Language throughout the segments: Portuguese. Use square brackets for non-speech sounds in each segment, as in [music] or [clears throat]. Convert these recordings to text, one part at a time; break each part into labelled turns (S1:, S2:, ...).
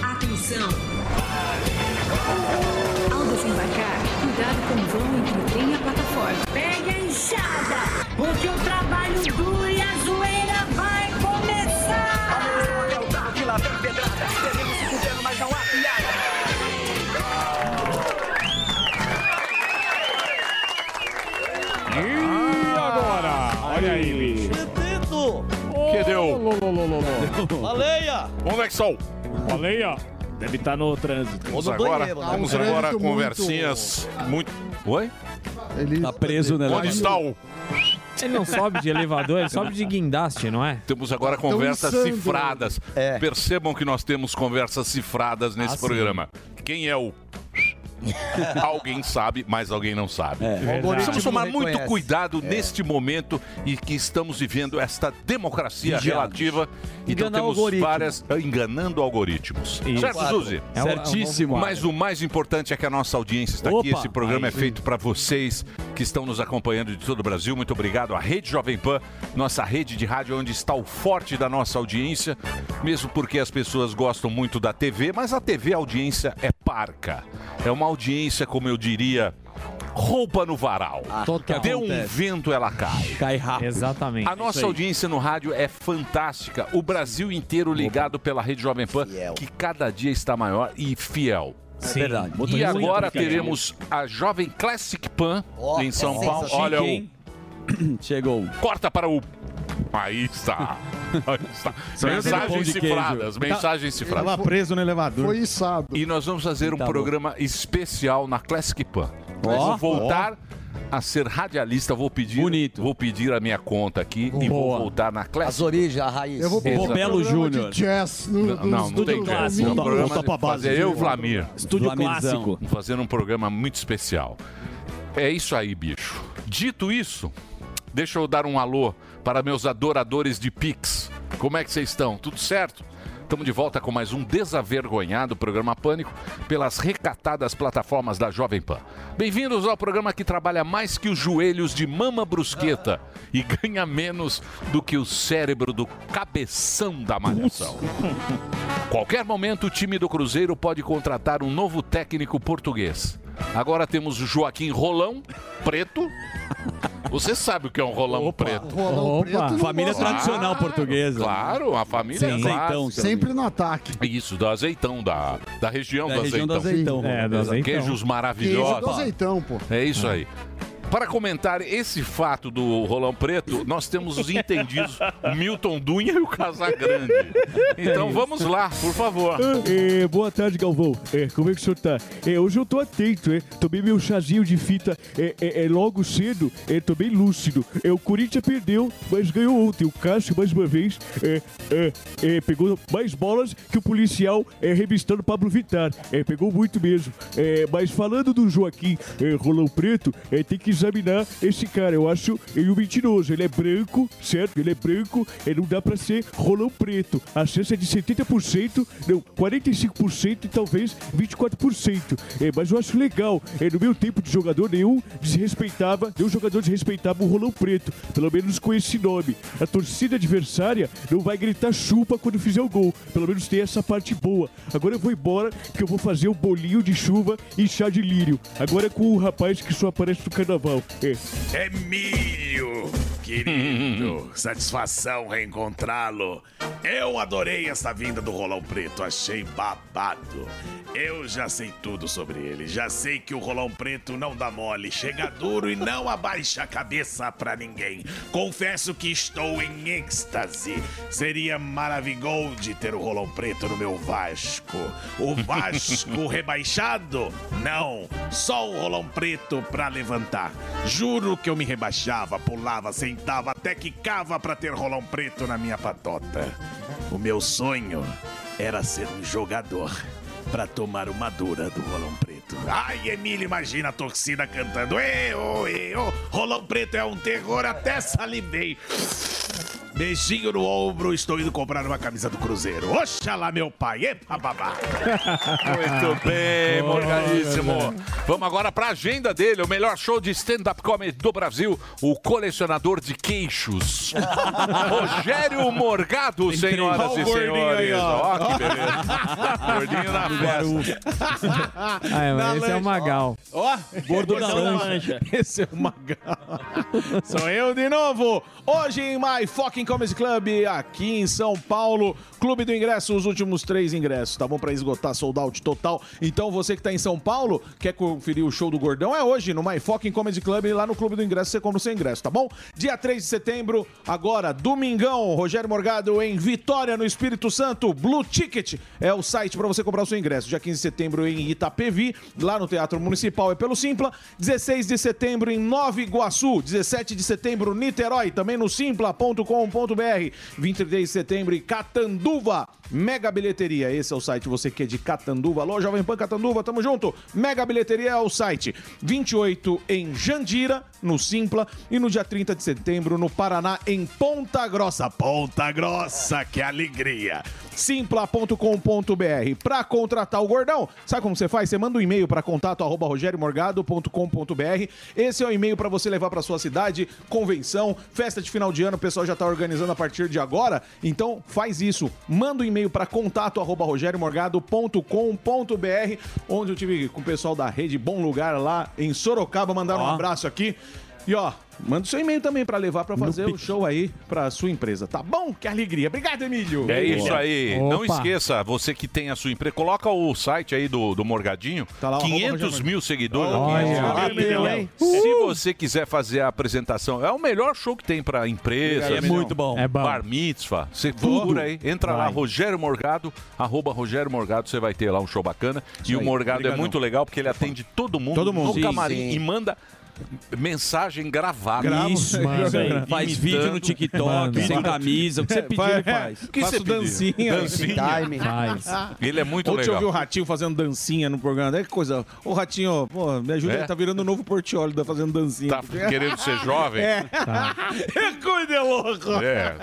S1: Atenção! Ao desembarcar, cuidado com o vão entre o trem e a plataforma.
S2: Pega a enxada, porque o trabalho duro e a zoeira vai começar.
S3: E agora? Olha aí, bicho.
S4: Repito!
S3: Que deu?
S4: Baleia!
S5: Conexão.
S3: Baleia. Deve estar no trânsito.
S5: é Vamos
S4: no
S5: agora,
S4: banheiro, né?
S5: vamos
S6: Um
S5: agora
S6: trânsito
S5: conversinhas muito. Oi?
S6: Ele
S7: Tá preso no
S3: né,
S5: Onde
S7: elevador.
S5: está o?
S8: Ele não sobe de elevador, ele sobe de guindaste, não é?
S5: Temos agora conversas
S6: insano.
S5: cifradas.
S4: É.
S5: Percebam que nós temos conversas cifradas nesse
S7: Ah, sim.
S5: programa. Quem é o? [laughs] alguém sabe, mas alguém não sabe. Precisamos
S4: Tipo,
S5: tomar muito
S4: reconhece.
S5: cuidado neste momento e que estamos vivendo esta democracia
S7: Vigiados.
S5: relativa. Então
S7: Enganar o
S5: temos
S7: algoritmo.
S5: várias. Enganando algoritmos.
S8: Isso.
S5: Certo,
S4: Claro.
S5: Zuzi?
S8: É um-
S7: Certíssimo.
S5: Mas o mais importante é que a nossa audiência está aqui.
S7: Opa,
S5: Esse programa
S7: aí
S5: é feito para vocês que estão nos acompanhando de todo o Brasil. Muito obrigado à Rede Jovem Pan, nossa rede de rádio onde está o forte da nossa audiência, mesmo porque as pessoas gostam muito da TV, mas a TV a audiência é parca. É uma audiência, como eu diria, roupa no varal.
S7: Ah, Total.
S5: Deu um vento, ela cai.
S7: Cai rápido.
S8: Exatamente.
S5: A nossa
S8: Isso aí.
S5: audiência no rádio é fantástica. O Brasil inteiro ligado pela Rede Jovem Pan, que cada dia está maior e fiel.
S8: Sim.
S7: É verdade.
S5: E
S7: Motorista
S5: agora
S7: aplicativo.
S5: teremos a jovem Classic Pan
S4: Ó,
S5: em São
S4: é
S5: Paulo.
S4: sensacional.
S5: Olha o [clears throat]
S7: Chique, hein? Chegou.
S5: corta para o Aí está. Aí está.
S7: pão
S5: Mensagens
S7: de queijo.
S5: cifradas, mensagens cifradas.
S6: Ela-
S3: Tá preso no elevador.
S6: foi içado.
S5: E nós vamos fazer um
S7: Tá bom.
S5: programa especial na Classic Pan.
S7: Ó,
S5: vou voltar a ser radialista, vou pedir,
S7: Bonito.
S5: vou pedir a minha conta aqui e vou
S7: Boa.
S5: voltar na
S4: As
S5: Classic
S4: origens, a raiz.
S6: Eu vou
S4: Exato.
S7: Belo
S6: um programa
S7: Júnior.
S6: De jazz no,
S5: Não,
S6: no
S5: não, não
S6: estúdio
S5: tem
S6: do
S5: classe. É um
S6: Flamingo.
S5: programa
S3: Volta pra
S5: de
S3: base,
S5: fazer eu e o
S3: viu?
S5: Vlamir.
S8: Estúdio
S7: Lamizão.
S8: clássico.
S5: Fazendo um programa muito especial. É isso aí, bicho. Dito isso, deixa eu dar um alô para meus adoradores de Pix. Como é que vocês estão? Tudo certo? Estamos de volta com mais um desavergonhado programa Pânico pelas recatadas plataformas da Jovem Pan. Bem-vindos ao programa que trabalha mais que os joelhos de mama brusqueta e ganha menos do que o cérebro do cabeção da malhação. Qualquer momento, o time do Cruzeiro pode contratar um novo técnico português. Agora temos o Joaquim Rolão, preto. Você sabe o que é um rolão preto? Ah,
S6: Rolão
S8: Opa.
S6: Preto no
S7: Família
S6: nosso-
S7: tradicional portuguesa.
S5: Claro, a família é
S7: Sim.
S5: clássica.
S7: Azeitão.
S6: Sempre no ataque.
S5: Isso, do azeitão, da, da região,
S7: Da
S5: do,
S7: região do
S5: azeitão.
S7: azeitão.
S8: É, do azeitão.
S5: Queijos
S6: Queijo do
S5: maravilhosos.
S6: azeitão, pô.
S5: É isso aí. Para comentar esse fato do Rolão Preto, nós temos os entendidos o Milton Dunha e o Casagrande.
S9: É
S5: Então vamos lá, por favor.
S3: É, boa tarde, Galvão. É, como é que o senhor tá? É, hoje eu tô atento, é. Tomei meu chazinho de fita é, é, é, logo cedo, é, tomei lúcido. É, o Corinthians perdeu, mas ganhou ontem. O Cássio, mais uma vez, é, é, é, pegou mais bolas que o policial é, revistando Pablo Vittar. É, pegou muito mesmo. É, mas falando do Joaquim é, Rolão Preto, é, tem que examinar esse cara. Eu acho ele um mentiroso. Ele é branco, certo? Ele é branco, é, não dá pra ser Rolão Preto. A chance é de 70%, não, 45% e talvez 24%. É, mas eu acho legal. É, no meu tempo de jogador, nenhum desrespeitava, nenhum jogador desrespeitava o Rolão Preto. Pelo menos com esse nome. A torcida adversária não vai gritar chupa quando fizer o gol. Pelo menos tem essa parte boa. Agora eu vou embora, que eu vou fazer um bolinho de chuva e chá de lírio. Agora é com o rapaz que só aparece no carnaval. É,
S10: É milho, querido. Satisfação reencontrá-lo. Eu adorei essa vinda do Rolão Preto, achei babado. Eu já sei tudo sobre ele. Já sei que o Rolão Preto não dá mole, chega duro e não abaixa a cabeça pra ninguém. Confesso que estou em êxtase. Seria maravilhoso ter o Rolão Preto no meu Vasco. O Vasco rebaixado? Não. Só o rolão preto pra levantar. Juro que eu me rebaixava, pulava, sentava, até quicava pra ter rolão preto na minha patota. O meu sonho era ser um jogador pra tomar uma dura do rolão preto. Ai, Emílio, imagina a torcida cantando. Ê, ô, ê, ô, rolão preto é um terror, até salivei. Beijinho no ombro, estou indo comprar uma camisa do Cruzeiro. Oxalá, meu pai. Epa, babá.
S11: Ah,
S5: Muito bem, Morganíssimo. Vamos agora para a agenda dele, o melhor show de stand-up comedy do Brasil, o colecionador de
S9: [laughs]
S5: queixos. Rogério Morgado, senhoras
S9: Olha
S5: e
S9: o gordinho aí,
S5: senhores.
S9: ó.
S5: Ó, que beleza. Gordinho na festa.
S11: Ah, mas esse é o Magal. é
S9: Ó,
S11: Gordo
S9: gordão
S11: da
S9: da
S11: lancha.
S9: lancha. Esse é o Magal. [laughs] Sou eu de novo. Hoje em My Fucking Comedy Club, aqui em São Paulo. Clube do Ingresso, os últimos três ingressos, tá bom? Pra esgotar sold out total. Então você que tá em São Paulo, quer conferir o show do Gordão, é hoje no My Fucking Comedy Club. Lá no Clube do Ingresso você compra o seu ingresso, tá bom? Dia 3 de setembro, agora, domingão, Rogério Morgado em Vitória, no Espírito Santo. Blue Ticket é o site pra você comprar o seu ingresso. Dia 15 de setembro em Itapevi, lá no Teatro Municipal é pelo Simpla. 16 de setembro em Nova Iguaçu. 17 de setembro, Niterói, também no simpla.com.br. 23 de setembro em Catanduva, Mega Bilheteria. Esse é o site, você que é de Catanduva. Alô, Jovem Pan Catanduva, tamo junto. Mega Bilheteria é o site. 28 em Jandira, no Simpla. E no dia 30 de setembro, no Paraná, em Ponta Grossa. Ponta Grossa, que alegria. Simpla.com.br. Pra contratar o Gordão, sabe como você faz? Você manda um e-mail para contato arroba rogeriomorgado.com.br. Esse é o e-mail para você levar para sua cidade, convenção, festa de final de ano, o pessoal já tá organizando a partir de agora. Então, faz isso. Manda um e-mail para contato arroba rogeriomorgado.com.br, onde eu tive com o pessoal da rede Bom Lugar lá em Sorocaba, mandaram um abraço aqui. E ó, manda o seu e-mail também para levar para fazer o show aí para sua empresa, tá bom? Que alegria. Obrigado, Emílio.
S5: É isso aí. Não
S9: Opa.
S5: esqueça, você que tem a sua empresa, coloca o site aí do, do Morgadinho.
S7: Tá
S9: lá, arroba
S5: 500
S9: Morgadinho.
S5: mil seguidores.
S9: Olha,
S5: 500 mil.
S9: bateu, hein?
S5: Se
S7: Uh!
S5: você quiser fazer a apresentação, é o melhor show que tem pra empresa.
S7: É muito bom. É bom.
S5: Bar Mitzvah. Você procura aí, entra lá, Rogério Morgado, arroba Rogério Morgado, você vai ter lá um show bacana. e
S7: Isso
S5: o
S7: aí.
S5: Morgado é
S7: Obrigadão.
S5: muito legal porque ele atende todo mundo,
S7: Todo mundo.
S5: no
S7: Sim,
S5: camarim
S7: sim.
S5: e manda mensagem gravada.
S7: Grava. Isso, mano.
S5: Imitando.
S7: Faz vídeo no TikTok,
S5: Mano.
S7: sem camisa, o que você pedir,
S5: Vai,
S7: ele faz.
S5: O que
S7: Faço
S5: você pediu?
S7: dancinha. né?
S5: Dancinha.
S7: Faz.
S4: Ah,
S5: Ele é muito
S7: Ontem eu
S5: legal.
S7: vi
S10: O Ratinho fazendo dancinha no programa. É que coisa. Ô, Ratinho, pô, me ajuda
S5: É?
S10: aí. Tá virando o novo Portioli, tá fazendo dancinha. Tá
S5: querendo ser jovem?
S10: É.
S5: Tá.
S10: [laughs] Cuida, louco.
S5: É.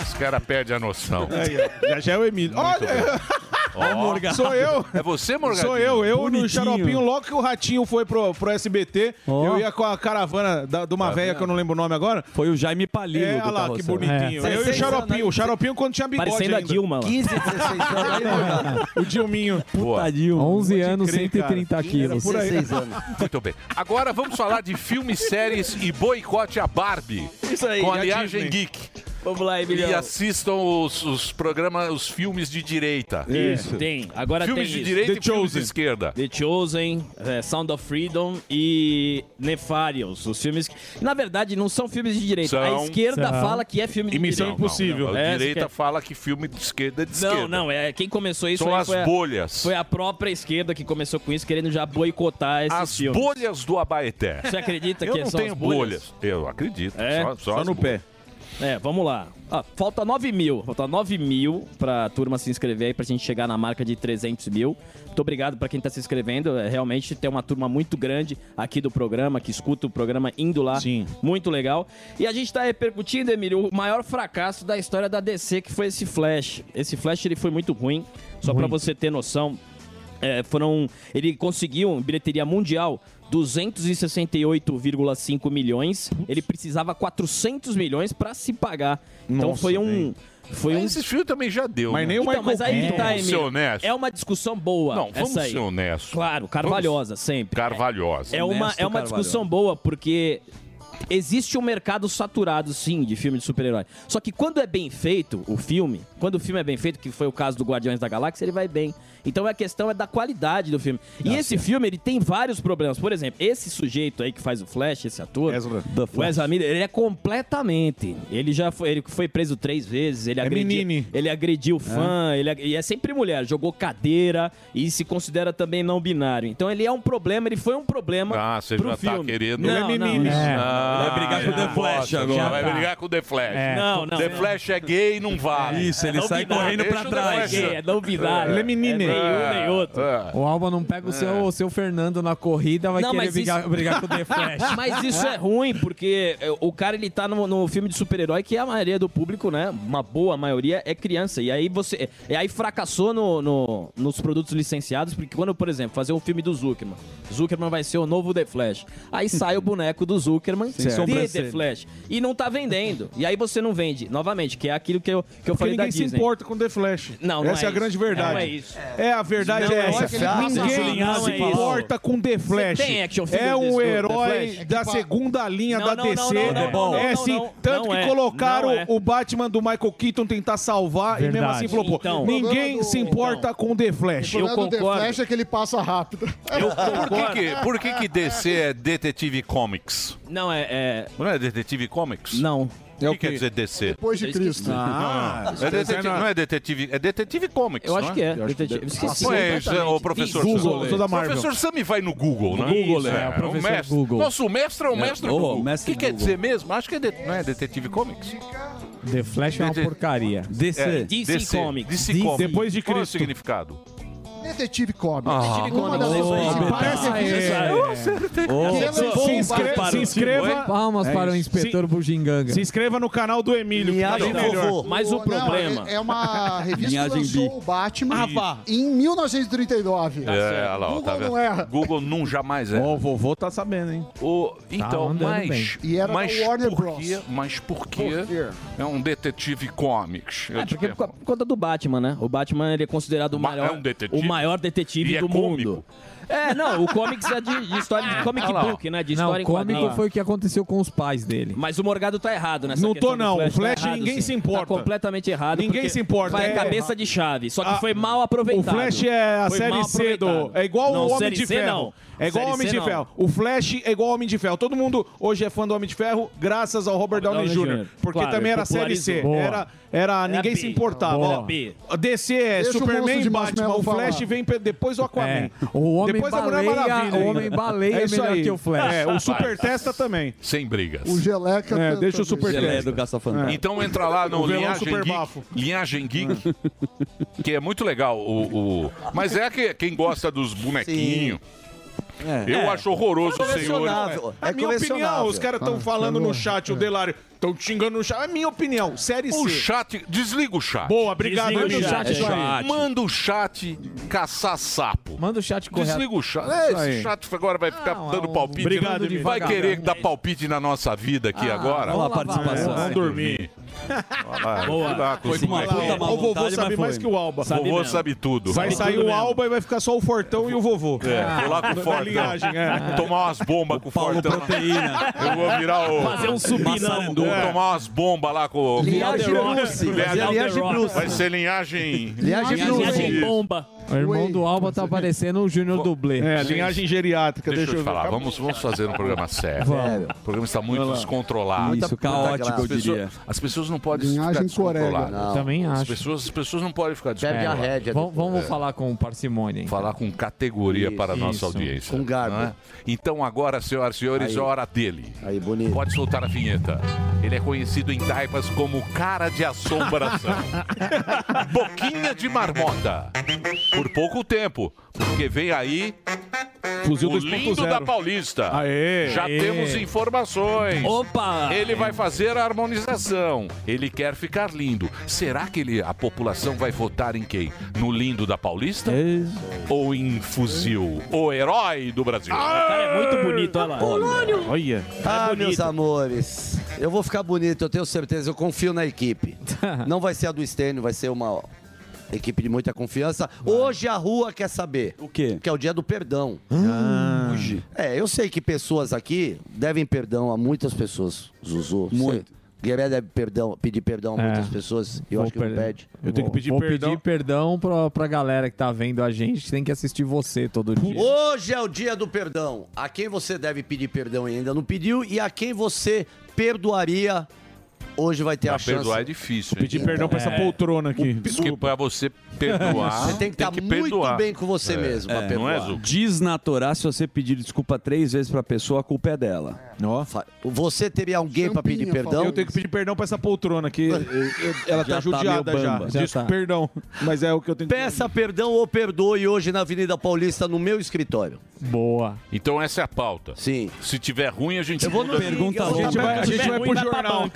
S5: Os caras perdem a noção.
S10: Aí, ó, já já é o Emílio. [laughs] Olha,
S5: Ó,
S10: Morgado. sou eu.
S5: É você, Morgadinho?
S10: Sou eu, eu
S5: Bonitinho.
S10: no xaropinho, logo que o ratinho foi pro, pro SBT,
S5: Ó.
S10: eu ia com a caravana da- de
S5: Tá
S10: uma velha que eu não lembro o nome agora. Foi o Jaime Palilo. É,
S7: do
S10: olha lá, que
S7: carrossel.
S10: bonitinho.
S7: É.
S10: Eu e o xaropinho, o xaropinho quando tinha bigode
S7: Parecendo a
S10: ainda.
S7: Dilma, lá.
S10: 15, 16 anos. aí,
S7: [laughs]
S10: Morgado. o Dilminho.
S5: Boa.
S11: 11
S10: Pode
S11: anos,
S10: crer,
S11: 130
S10: cara.
S11: quilos.
S10: Era por aí.
S5: Muito bem. Agora vamos falar de filmes, séries e boicote a Barbie.
S7: Isso aí,
S5: Com
S7: e
S5: a
S7: a
S5: Viagem
S7: Disney?
S5: Geek.
S7: Vamos lá, Emilhão.
S5: E assistam os, os programas, os filmes de direita.
S12: Isso. Tem. Agora
S5: filmes
S12: tem
S5: de
S12: isso.
S5: direita e filmes de esquerda.
S12: The Chosen, é, Sound of Freedom e Nefarious. Os filmes que, na verdade, não são filmes de direita. a
S5: São-
S12: esquerda
S5: São.
S12: fala que é filme de
S5: E Missão
S12: direita.
S5: Impossível. A
S12: É,
S5: direita
S12: você quer-
S5: fala que filme de esquerda é de esquerda.
S12: Não, não, é quem começou isso
S5: São
S12: aí
S5: as
S12: foi a-
S5: bolhas.
S12: foi a própria esquerda que começou com isso, querendo já boicotar esses
S5: As
S12: filmes.
S5: bolhas do Abaeté.
S12: Você acredita
S5: Eu
S12: que
S5: não
S12: são as
S5: tenho
S12: bolhas?
S5: Eu acredito. Só, só as bolhas.
S12: É, vamos lá. Ó, falta 9 mil. Falta 9 mil pra turma se inscrever aí, pra gente chegar na marca de 300 mil. Muito obrigado pra quem tá se inscrevendo. É, realmente tem uma turma muito grande aqui do programa, que escuta o programa indo lá. Sim. Muito legal. E a gente tá repercutindo, Emílio, o maior fracasso da história da DC, que foi esse Flash. Esse Flash, ele foi muito ruim. Só pra você ter noção, é, foram, ele conseguiu em bilheteria mundial 268,5 milhões. Ele precisava 400 milhões para se pagar. então
S5: Nossa,
S12: foi um foi um
S5: Esse filme também já deu.
S12: Mas
S5: né?
S12: nem o Então, Michael mas aí que Keaton. tá,
S5: Vamos ser
S12: Emílio.
S5: honesto.
S12: É uma discussão boa.
S5: Não, vamos
S12: essa aí.
S5: ser honestos.
S12: Claro, carvalhosa sempre.
S5: Carvalhosa.
S12: É uma, é uma discussão boa, porque Existe um mercado saturado, sim, de filme de super-herói. Só que quando é bem feito o filme, quando o filme é bem feito, que foi o caso do Guardiões da Galáxia, ele vai bem. Então a questão é da qualidade do filme. E esse filme, ele tem vários problemas. Por exemplo, esse sujeito aí que faz o Flash, esse ator, Ezra, Ezra Miller, ele é completamente. Ele já foi, ele foi preso três vezes, ele, agrediu,
S9: menine.
S12: ele agrediu fã, ele, ag- e é sempre mulher, jogou cadeira e se considera também não binário. Então ele é um problema, ele foi um problema
S5: Ah, você
S12: pro
S5: já
S12: filme.
S5: tá querendo.
S12: Não, não, não.
S5: Ah,
S12: Vai brigar com
S5: já
S12: The Flash
S5: gosta,
S12: agora.
S5: já Vai
S12: Tá.
S5: brigar com o The Flash.
S12: É. Não, não.
S5: The Flash é gay e não vale.
S8: Isso, ele
S5: Não
S8: sai
S5: binário,
S8: correndo pra
S5: deixa o The
S8: trás.
S5: Flash.
S8: É, não binário. Ele é menino.
S5: É,
S8: É,
S5: nenhum, nem outro.
S8: O Alba não pega o seu, o seu Fernando na corrida, vai
S12: Não,
S8: querer
S12: mas
S8: brigar,
S12: isso-
S8: brigar com o The Flash.
S12: [laughs] Mas isso é ruim, porque é, o cara ele tá no, no filme de super-herói que é a maioria do público, né? Uma boa maioria é criança. E aí você. E aí fracassou no, no- nos produtos licenciados, porque quando, por exemplo, fazer um filme do Zuckerman, Zuckerman vai ser o novo The Flash. Aí sai o boneco do Zuckerman
S8: Sem
S12: de
S8: sobrancelha.
S12: The Flash. E não tá vendendo. E aí você não vende. Novamente, que é aquilo que eu, que eu
S9: Porque
S12: falei da
S9: ninguém se
S12: Disney.
S9: importa com The Flash.
S12: Não, não
S9: Essa
S12: é
S9: é a grande
S12: isso.
S9: verdade.
S12: Não é isso.
S9: É, a verdade
S12: Não,
S9: é
S12: é
S9: essa.
S12: isso. Ah,
S9: Ninguém
S12: não,
S9: se
S12: é isso.
S9: importa com The Flash.
S12: tem action figure
S9: é
S12: desse
S9: um
S12: do- do
S9: herói
S12: Flash? É
S9: da
S12: que pa-
S9: segunda linha
S12: Não,
S9: da
S12: não,
S9: DC.
S12: não, não, não, não,
S9: é
S12: não,
S9: sim,
S12: não,
S9: tanto
S12: não
S9: que
S12: é.
S9: colocaram
S12: Não é.
S9: o Batman do Michael Keaton tentar salvar e mesmo
S12: Verdade.
S9: assim flopou.
S12: Então-
S9: Ninguém se importa com The Flash.
S6: O problema do The Flash é que ele passa rápido.
S5: Por que que, por que que DC é Detetive Comics?
S12: Não, é.
S5: Não é Detetive Comics?
S12: Não.
S5: O que quer dizer DC?
S6: Depois de Cristo.
S5: Ah, é detetive, não é detetive, é detetive comics.
S12: Eu acho
S5: não
S12: que é,
S5: Eu acho
S12: detetive- eu esqueci
S5: Pois,
S12: completamente.
S5: é, o professor
S12: Google,
S5: Sam.
S12: eu sou da Marvel.
S5: O professor Sam vai no Google, né?
S8: No Google, é, o
S5: o
S8: professor
S5: mestre.
S8: Google.
S5: Nosso mestre é o
S8: É,
S5: mestre
S8: o
S5: do Google. O
S8: mestre
S5: que quer
S8: Google.
S5: dizer mesmo? Acho que é, de- não é detetive comics.
S8: The Flash é uma porcaria.
S5: DC. É, DC DC Comics. DC. Depois de Qual é o Cristo. significado?
S6: É Detetive Comics.
S5: Ah.
S6: Detetive Comics. Uma das
S5: Oh,
S6: principais
S5: parece que
S6: revistas-
S5: é.
S6: Eu acertei.
S8: Ô,
S6: Ela- é
S8: se- se inscreva-
S6: Para o-
S8: se inscreva-
S6: Oi?
S8: Palmas
S6: É
S8: para o
S6: isso.
S8: inspetor Bugiganga.
S9: Se inscreva no canal do Emílio. que tá
S8: Linhagem
S9: bem melhor.
S8: vovô. Mas o
S6: Não,
S8: problema-
S6: é- é uma revista
S8: Linhagem
S6: que lançou
S8: bi.
S6: o Batman
S5: Ah, vá.
S6: em 1939.
S5: É, olha lá, ó, tá
S6: Google não
S5: vendo?
S6: erra.
S5: Google não jamais erra.
S9: O vovô tá sabendo, hein?
S5: então,
S9: andando
S5: mas,
S9: bem. E era da
S5: mas
S9: Warner
S5: por que, mas por que é um detetive comics? Eu
S12: É,
S5: te
S12: porque por conta do Batman, né? O Batman ele é considerado o maior,
S5: é um detetive?
S12: o maior detetive
S5: E é
S12: do mundo. É, não, o comics é de, de história de comic
S9: tá
S8: Ah lá, ó.
S12: book, né? De
S8: não,
S12: história em
S8: cômico
S12: quadrinho.
S8: foi o que aconteceu com os pais dele.
S12: Mas o Morgado tá errado nessa
S8: Não
S12: questão
S8: tô,
S12: do
S8: não. O
S12: Flash,
S8: Flash
S12: tá errado,
S8: ninguém
S12: sim.
S8: se
S12: Tá
S8: importa.
S12: completamente errado.
S9: Ninguém
S12: porque
S9: se importa,
S12: Vai
S9: é-
S12: a cabeça de chave. Só que
S9: Ah,
S12: foi mal aproveitado.
S9: O Flash é a
S12: Foi
S9: série
S12: mal
S9: C do.
S12: aproveitado.
S9: É igual
S12: Não,
S9: o Homem
S12: série
S9: de
S12: C
S9: Ferro.
S12: não.
S9: É igual o
S12: Série
S9: Homem
S12: C
S9: de
S12: não.
S9: Ferro. O Flash é igual o Homem de Ferro. Todo mundo hoje é fã do Homem de Ferro, graças ao Robert Downey
S12: Downey
S9: Jr.
S12: Jr.
S9: Porque
S12: Claro,
S9: também era série C.
S12: popularizou.
S9: Era, era
S12: Era
S9: ninguém
S12: B.
S9: se importava.
S12: Era
S9: ó.
S12: B.
S9: DC é
S8: Deixa o monstro
S9: Superman
S8: de
S9: Batman.
S8: marshmallow
S9: O Flash
S8: falar.
S9: vem pe- depois o Aquaman.
S8: É. O Homem
S9: depois
S8: Baleia- o
S9: ainda.
S8: Homem Baleia é
S9: isso
S8: melhor
S9: aí.
S8: que o Flash.
S9: É, o
S8: Vai.
S9: Super Testa também.
S5: Sem brigas.
S6: O Geleca
S9: É,
S6: tam-
S9: deixa o
S6: também.
S9: Super Testa. É.
S5: Então entra lá no
S9: O vilão
S5: Linhagem
S9: Super
S5: Geek,
S9: Bafo.
S5: Linhagem
S9: [laughs]
S5: Geek, que é muito legal. O, o- Mas é que, quem gosta dos bonequinhos. Eu
S9: É.
S5: acho horroroso o senhor.
S9: É minha opinião, os caras
S5: Ah,
S9: estão falando no chat, o Delário. Estão xingando no chat. É minha opinião, série C.
S5: É. O chat, desliga o chat.
S9: Boa, obrigado,
S5: Desliga
S9: Emílio.
S5: o chat,
S9: É
S5: isso aí.
S9: chat.
S5: tá. Manda o chat caçar sapo.
S8: Manda o chat correr.
S5: Desliga o chat.
S8: Isso
S5: É, esse
S8: aí.
S5: chat agora vai ficar
S8: Não, é
S5: dando
S8: um
S5: palpite. né?
S8: obrigado,
S5: Vai
S8: Emílio. Ah,
S5: querer dar palpite na nossa vida aqui agora?
S8: vamos lá, participação.
S5: Vai
S8: Vamos
S5: dormir. é
S8: Boa. Foi com uma puta má
S9: O vovô
S8: vontade,
S9: sabe
S8: mas
S9: mais
S8: foi.
S9: que o Alba.
S5: Sabe Vovô mesmo. sabe tudo.
S9: Vai
S5: Sabe
S9: sair
S5: tudo
S9: o
S5: mesmo.
S9: Alba e vai ficar só o Fortão e o vovô.
S5: É, vou
S9: [laughs]
S5: lá com o
S9: Da
S5: Fortão.
S9: linhagem, é.
S5: Tomar umas bombas com o Paulo Fortão.
S8: Proteína.
S5: Eu vou virar o...
S8: Fazer um subinando.
S5: Vou tomar umas bombas lá com...
S8: Linhagem
S5: com-
S8: Bruce.
S5: Linhagem,
S8: Linhagem Bruce.
S5: Vai ser linhagem...
S8: Linhagem Linhagem Bruce. bomba. O irmão do Alba tá parecendo o Júnior Dublê.
S9: É, linhagem geriátrica.
S5: Deixa,
S9: Deixa,
S5: eu te falar,
S9: ver.
S5: vamos, vamos fazer um programa sério.
S8: Vamos.
S5: O programa está muito
S8: Vamos lá.
S5: descontrolado.
S8: Isso,
S5: Muita- as
S8: caótico, eu
S5: pessoas-
S8: diria.
S5: As pessoas não podem ficar
S8: Linhagem corega.
S5: descontroladas.
S8: Não. Também
S5: As
S8: acho.
S5: pessoas, as pessoas não podem ficar
S8: Perde a
S5: descontroladas.
S9: É.
S8: rédea É. Vamos- depois. vamos falar com parcimônia. então.
S5: Falar com categoria para a nossa
S8: Isso.
S5: audiência.
S8: Com garbo.
S5: não é? Então agora, senhoras e senhores,
S8: Aí.
S5: é a hora dele. Aí, bonito. Pode soltar a vinheta. Ele é conhecido em taipas como cara de assombração.
S8: [laughs]
S5: Boquinha de marmota. Por pouco tempo, porque vem aí
S9: Fuzil
S5: o lindo
S9: 2.0.
S5: da Paulista.
S9: Aê.
S5: Já
S9: Aê.
S5: temos informações.
S9: Opa!
S5: Ele vai fazer a harmonização. Ele quer ficar lindo. Será que ele, a população vai votar em quem? No lindo da Paulista? Ou em fuzil? O herói do Brasil.
S12: é muito bonito, olha lá.
S9: Olha.
S4: Ah, meus amores. Eu vou ficar bonito, eu tenho certeza. Eu confio na equipe. Não vai ser a do Stênio, vai ser uma equipe de muita confiança. Hoje a rua quer saber. O quê? Que é o dia do perdão. hoje. É, eu sei que pessoas aqui devem perdão a muitas pessoas, Zuzu. Muito. Gueré deve perdão, pedir perdão a
S8: É.
S4: muitas pessoas. Eu
S8: Vou
S4: acho que não
S8: perder.
S4: pede.
S8: Vou- vou pedir perdão pra, pra galera que tá vendo a gente, que tem que assistir você todo dia.
S4: Hoje é o dia do perdão. A quem você deve pedir perdão e ainda não pediu, e a quem você perdoaria, hoje vai ter
S9: Ah,
S5: Pra
S4: a chance.
S5: perdoar é difícil.
S4: Vou pedir
S5: hein?
S4: perdão pra essa poltrona aqui.
S5: Porque pra você perdoar.
S4: É. Você tem que tá muito bem com você mesmo pra
S5: Não é,
S4: perdoar.
S5: Zuc?
S7: Desnaturar, se você pedir desculpa três vezes pra pessoa, a culpa é dela.
S4: Você teria alguém pra pedir perdão?
S9: Eu tenho que pedir perdão pra essa poltrona aqui. Eu- eu- ela
S4: Já
S9: tá
S4: tá
S9: judiada
S4: meio
S9: já.
S4: bamba. Já
S9: Diz
S4: tá.
S9: perdão. Mas é o que eu tenho que
S4: Peça perdão ou perdoe hoje na Avenida Paulista, no meu escritório.
S8: Boa.
S5: Então essa é a pauta. Sim. Se tiver ruim, a gente
S4: Eu vou no
S5: muda.
S4: Pergunta a gente vai- a gente vai pro jornal.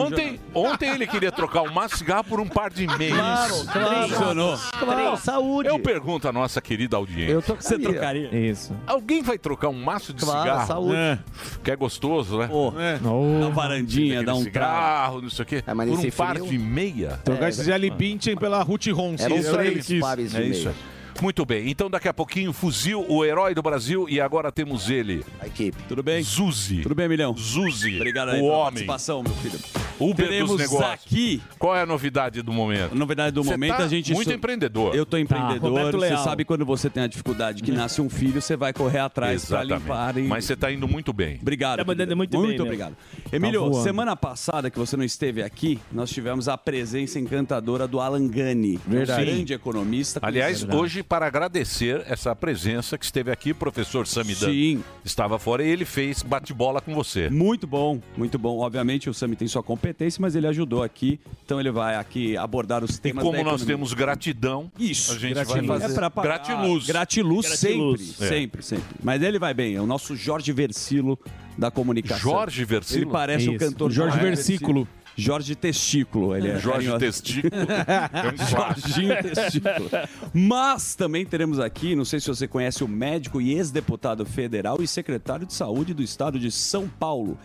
S5: Ontem, ontem ele queria trocar um cigarro por um par de meias.
S4: Claro, claro.
S5: Funcionou.
S4: Claro, saúde.
S5: Eu pergunto à nossa querida audiência.
S4: Eu trocaria. Você trocaria?
S8: Isso.
S5: Alguém vai trocar um maço de
S4: Claro,
S5: cigarro?
S4: saúde. É.
S5: Que é gostoso, né?
S9: É.
S5: Na varandinha, dá um cigarro, não sei o quê.
S4: É,
S9: mas
S5: por um
S9: nesse
S5: par
S9: frio-
S5: de meia. É, né?
S9: Trocar esses L Pintin pela Ruth Ronce.
S5: Eram um três
S9: pares um de
S5: É isso
S9: meia.
S5: aí. Muito bem, então daqui a pouquinho, fuzil, o herói do Brasil, e agora temos ele.
S4: A equipe.
S5: Tudo bem? Zuzi. Tudo
S7: bem, Milhão?
S5: Zuzi.
S7: Obrigado aí
S5: o
S7: pela
S5: homem.
S7: participação, meu filho.
S5: Uber
S7: Teremos
S5: dos negócios.
S7: aqui-
S5: Qual é a novidade do momento?
S7: Novidade do
S5: Você
S7: momento,
S5: tá
S7: a gente.
S5: Muito
S7: su-
S5: empreendedor.
S7: Eu tô empreendedor. você
S5: que
S7: sabe quando você tem a dificuldade que nasce um filho, você vai correr atrás pra
S5: Exatamente.
S7: limpar. E...
S5: Mas você tá indo muito bem.
S7: Obrigado.
S5: Tá mandando
S7: querido.
S5: muito bem mesmo.
S7: obrigado.
S5: Tá
S7: Emílio,
S5: voando.
S7: semana passada que você não esteve aqui, nós tivemos a presença encantadora do Alan Gani.
S5: Verdade.
S7: Um grande economista.
S5: Aliás,
S7: Verdade.
S5: hoje, para agradecer essa presença que esteve aqui, o professor Samidan
S7: Sim.
S5: estava fora e ele fez bate-bola com você.
S7: Muito bom, muito bom. Obviamente o Sami tem sua competência, mas ele ajudou aqui. Então ele vai aqui abordar os
S5: E
S7: temas da
S5: como nós
S7: economia.
S5: temos gratidão,
S7: Isso,
S5: a gente vai
S7: Gratiluz.
S5: fazer.
S7: É pra pagar.
S5: Gratiluz.
S7: Gratiluz, sempre,
S5: É.
S7: sempre, sempre. Mas ele vai bem, é o nosso Jorge Versilo da comunicação.
S5: Jorge Versilo?
S7: Ele parece o
S5: Isso.
S7: cantor
S5: Jorge Versículo.
S7: Jorge Testículo, ele é.
S5: Jorge
S7: carinhoso. [laughs]
S5: Testículo. É um clássico.
S7: Jorginho Testículo. Mas também teremos aqui, não sei se você conhece o médico e ex-deputado federal e secretário de saúde do estado de São Paulo,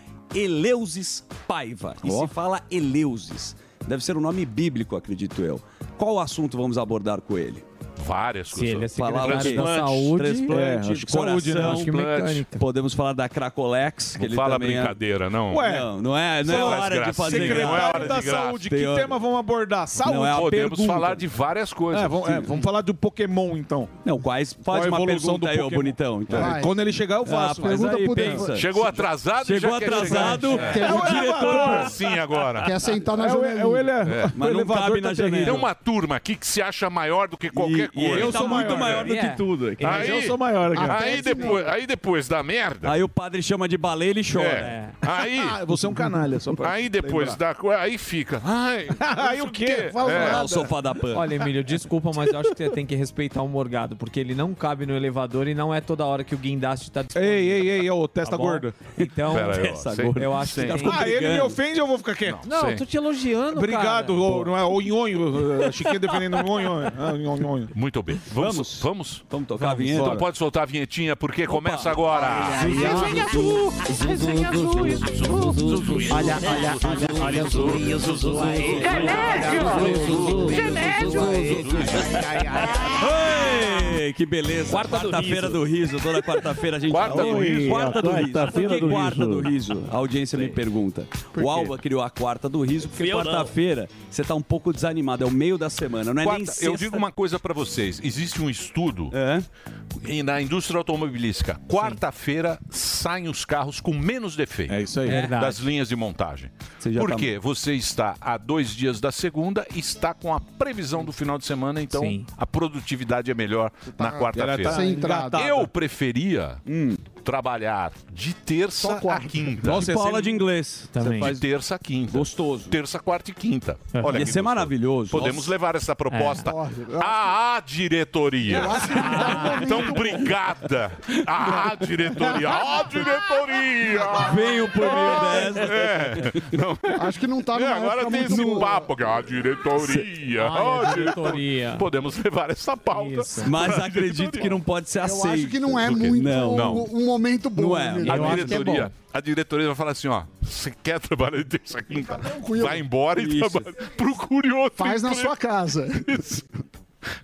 S7: Eleusis Paiva. E se fala Eleusis. Deve ser um nome bíblico, acredito eu. Qual assunto vamos abordar com ele?
S5: Várias
S7: coisas.
S5: ele é secretário
S7: Falar
S5: da saúde, é, acho
S7: transplante,
S5: que saúde,
S7: coração,
S5: né? Acho que mecânica.
S7: podemos falar da Cracolex, que
S5: Não
S7: ele
S5: fala
S7: também é-
S5: brincadeira, não.
S7: Ué, não, não é, não é
S5: Só faz
S7: hora de
S5: gracinha.
S7: fazer
S5: Secretário
S7: graça.
S5: da
S9: é Da saúde, que tema vamos abordar? Saúde.
S7: Não é a
S5: Podemos
S7: pergunta.
S5: falar de várias coisas.
S9: É, vamos, é,
S5: Sim.
S9: vamos falar do Pokémon, então.
S7: Não, quais?
S9: Qual
S7: Faz
S9: a
S7: uma
S9: evolução
S7: pergunta
S9: do
S7: aí, ô
S9: Pokémon?
S7: bonitão. Então.
S9: Vai. Quando ele chegar, eu faço.
S7: Ah, pergunta
S9: Mas aí,
S7: pro Dan.
S9: pensa.
S5: Chegou atrasado e já
S7: Chegou
S5: quer
S7: atrasado,
S5: chegar.
S7: que é o
S5: É.
S7: diretor.
S5: Como assim agora.
S6: Quer sentar
S5: É
S6: na
S5: o-
S6: janela.
S5: é o
S6: ele
S5: É.
S7: Mas não cabe na janela.
S5: Tem uma turma aqui que se acha maior do que qualquer
S7: E- e
S5: coisa.
S7: eu sou muito Tá maior do que É. tudo aqui. Mas
S5: Aí,
S7: eu
S9: né?
S7: sou maior, cara.
S5: Aí
S7: Até
S5: depois, aí depois da merda.
S7: Aí o padre chama de baleia e ele chora.
S5: É. Aí.
S9: Você é um canalha, só pra
S5: Aí depois da co- aí fica. Ai,
S9: [laughs] Aí o quê? Fala
S5: É.
S9: nada.
S5: O sofá da Pan.
S8: Olha, Emílio, desculpa, mas eu acho que você tem que respeitar o Morgado, porque ele não cabe no elevador e não é toda hora que o guindaste tá disponível. Tá
S9: Ei, ei, ei, ô, testa
S8: bom?
S9: gorda.
S8: Então,
S9: Pera aí, ó,
S5: tá
S8: Testa
S9: sem-
S8: gorda. eu acho que
S9: sem-
S8: tem que...
S9: Ah, ele me ofende, eu vou ficar quieto.
S8: Não, eu tô te elogiando, cara.
S9: Obrigado, ô, não é o nhonho, a Chiquinha defendendo o nhonho. Ah, nhonho, nhonho.
S5: Muito bem. Vamos? Vamos?
S7: Vamos
S9: tocar a vinheta?
S5: Então pode soltar a vinhetinha, porque começa agora.
S3: Olha, olha, olha, olha o sobrinho Zuzu aí.
S7: Genésio! Ei, que beleza.
S3: Quarta do
S7: Quarta-feira do, riso. Toda quarta-feira a gente
S3: Quarta do
S7: Oi,
S3: riso.
S7: Quarta do riso.
S3: Quarta-feira
S7: Por que
S3: do
S7: quarta
S3: riso?
S7: do riso? A audiência me pergunta.
S3: quê?
S7: O Alba criou a quarta do riso porque
S5: Fui eu, não.
S7: quarta-feira você tá um pouco desanimado. É o meio da semana, não é nem
S5: Quarta-
S7: sexta. É.
S5: eu digo uma coisa pra vocês. Existe um estudo em- na indústria automobilística. Quarta-feira saem os carros com menos defeitos. É
S9: isso aí.
S5: Das linhas de montagem.
S7: já
S5: Por
S7: tá-
S5: quê? Você está a dois dias da segunda e está com a previsão do final de semana, então
S7: Sim.
S5: a produtividade é melhor
S7: tá-
S5: na quarta-feira.
S7: ela tá Centrada.
S5: eu preferia trabalhar de terça a quinta.
S7: Nossa, tipo aula de inglês.
S5: é Também.
S7: Você faz
S5: De terça a quinta.
S7: Gostoso.
S5: Terça, quarta e quinta.
S7: É. Ia
S5: Olha que
S7: ser maravilhoso.
S5: Podemos
S7: Nossa.
S5: levar essa proposta
S7: É.
S5: à, à diretoria. Então, obrigada à [laughs]
S6: [laughs]
S5: diretoria. À diretoria!
S7: Venho por meio dessa.
S6: Acho que não tá
S5: É,
S6: numa
S5: agora
S6: época
S5: tem
S6: muito
S5: esse
S6: boa.
S5: papo que é a diretoria.
S6: Ai, a
S5: ó, dire-
S6: diretoria.
S5: Podemos levar essa pauta.
S7: Mas acredito que não pode ser
S6: Eu
S7: aceito.
S6: acho que não é
S5: Do quê?
S6: muito
S5: Não.
S6: um-
S5: Não.
S6: um momento bom.
S5: Não é.
S6: né? Eu
S5: A
S6: acho que é
S5: diretoria,
S6: bom.
S5: a diretoria vai falar assim, ó, você quer trabalhar de terça a quinta?
S6: com ele.
S5: Vai embora e
S6: Isso.
S5: trabalha. Procure outro
S6: Faz na
S5: [laughs] emprego.
S6: sua casa.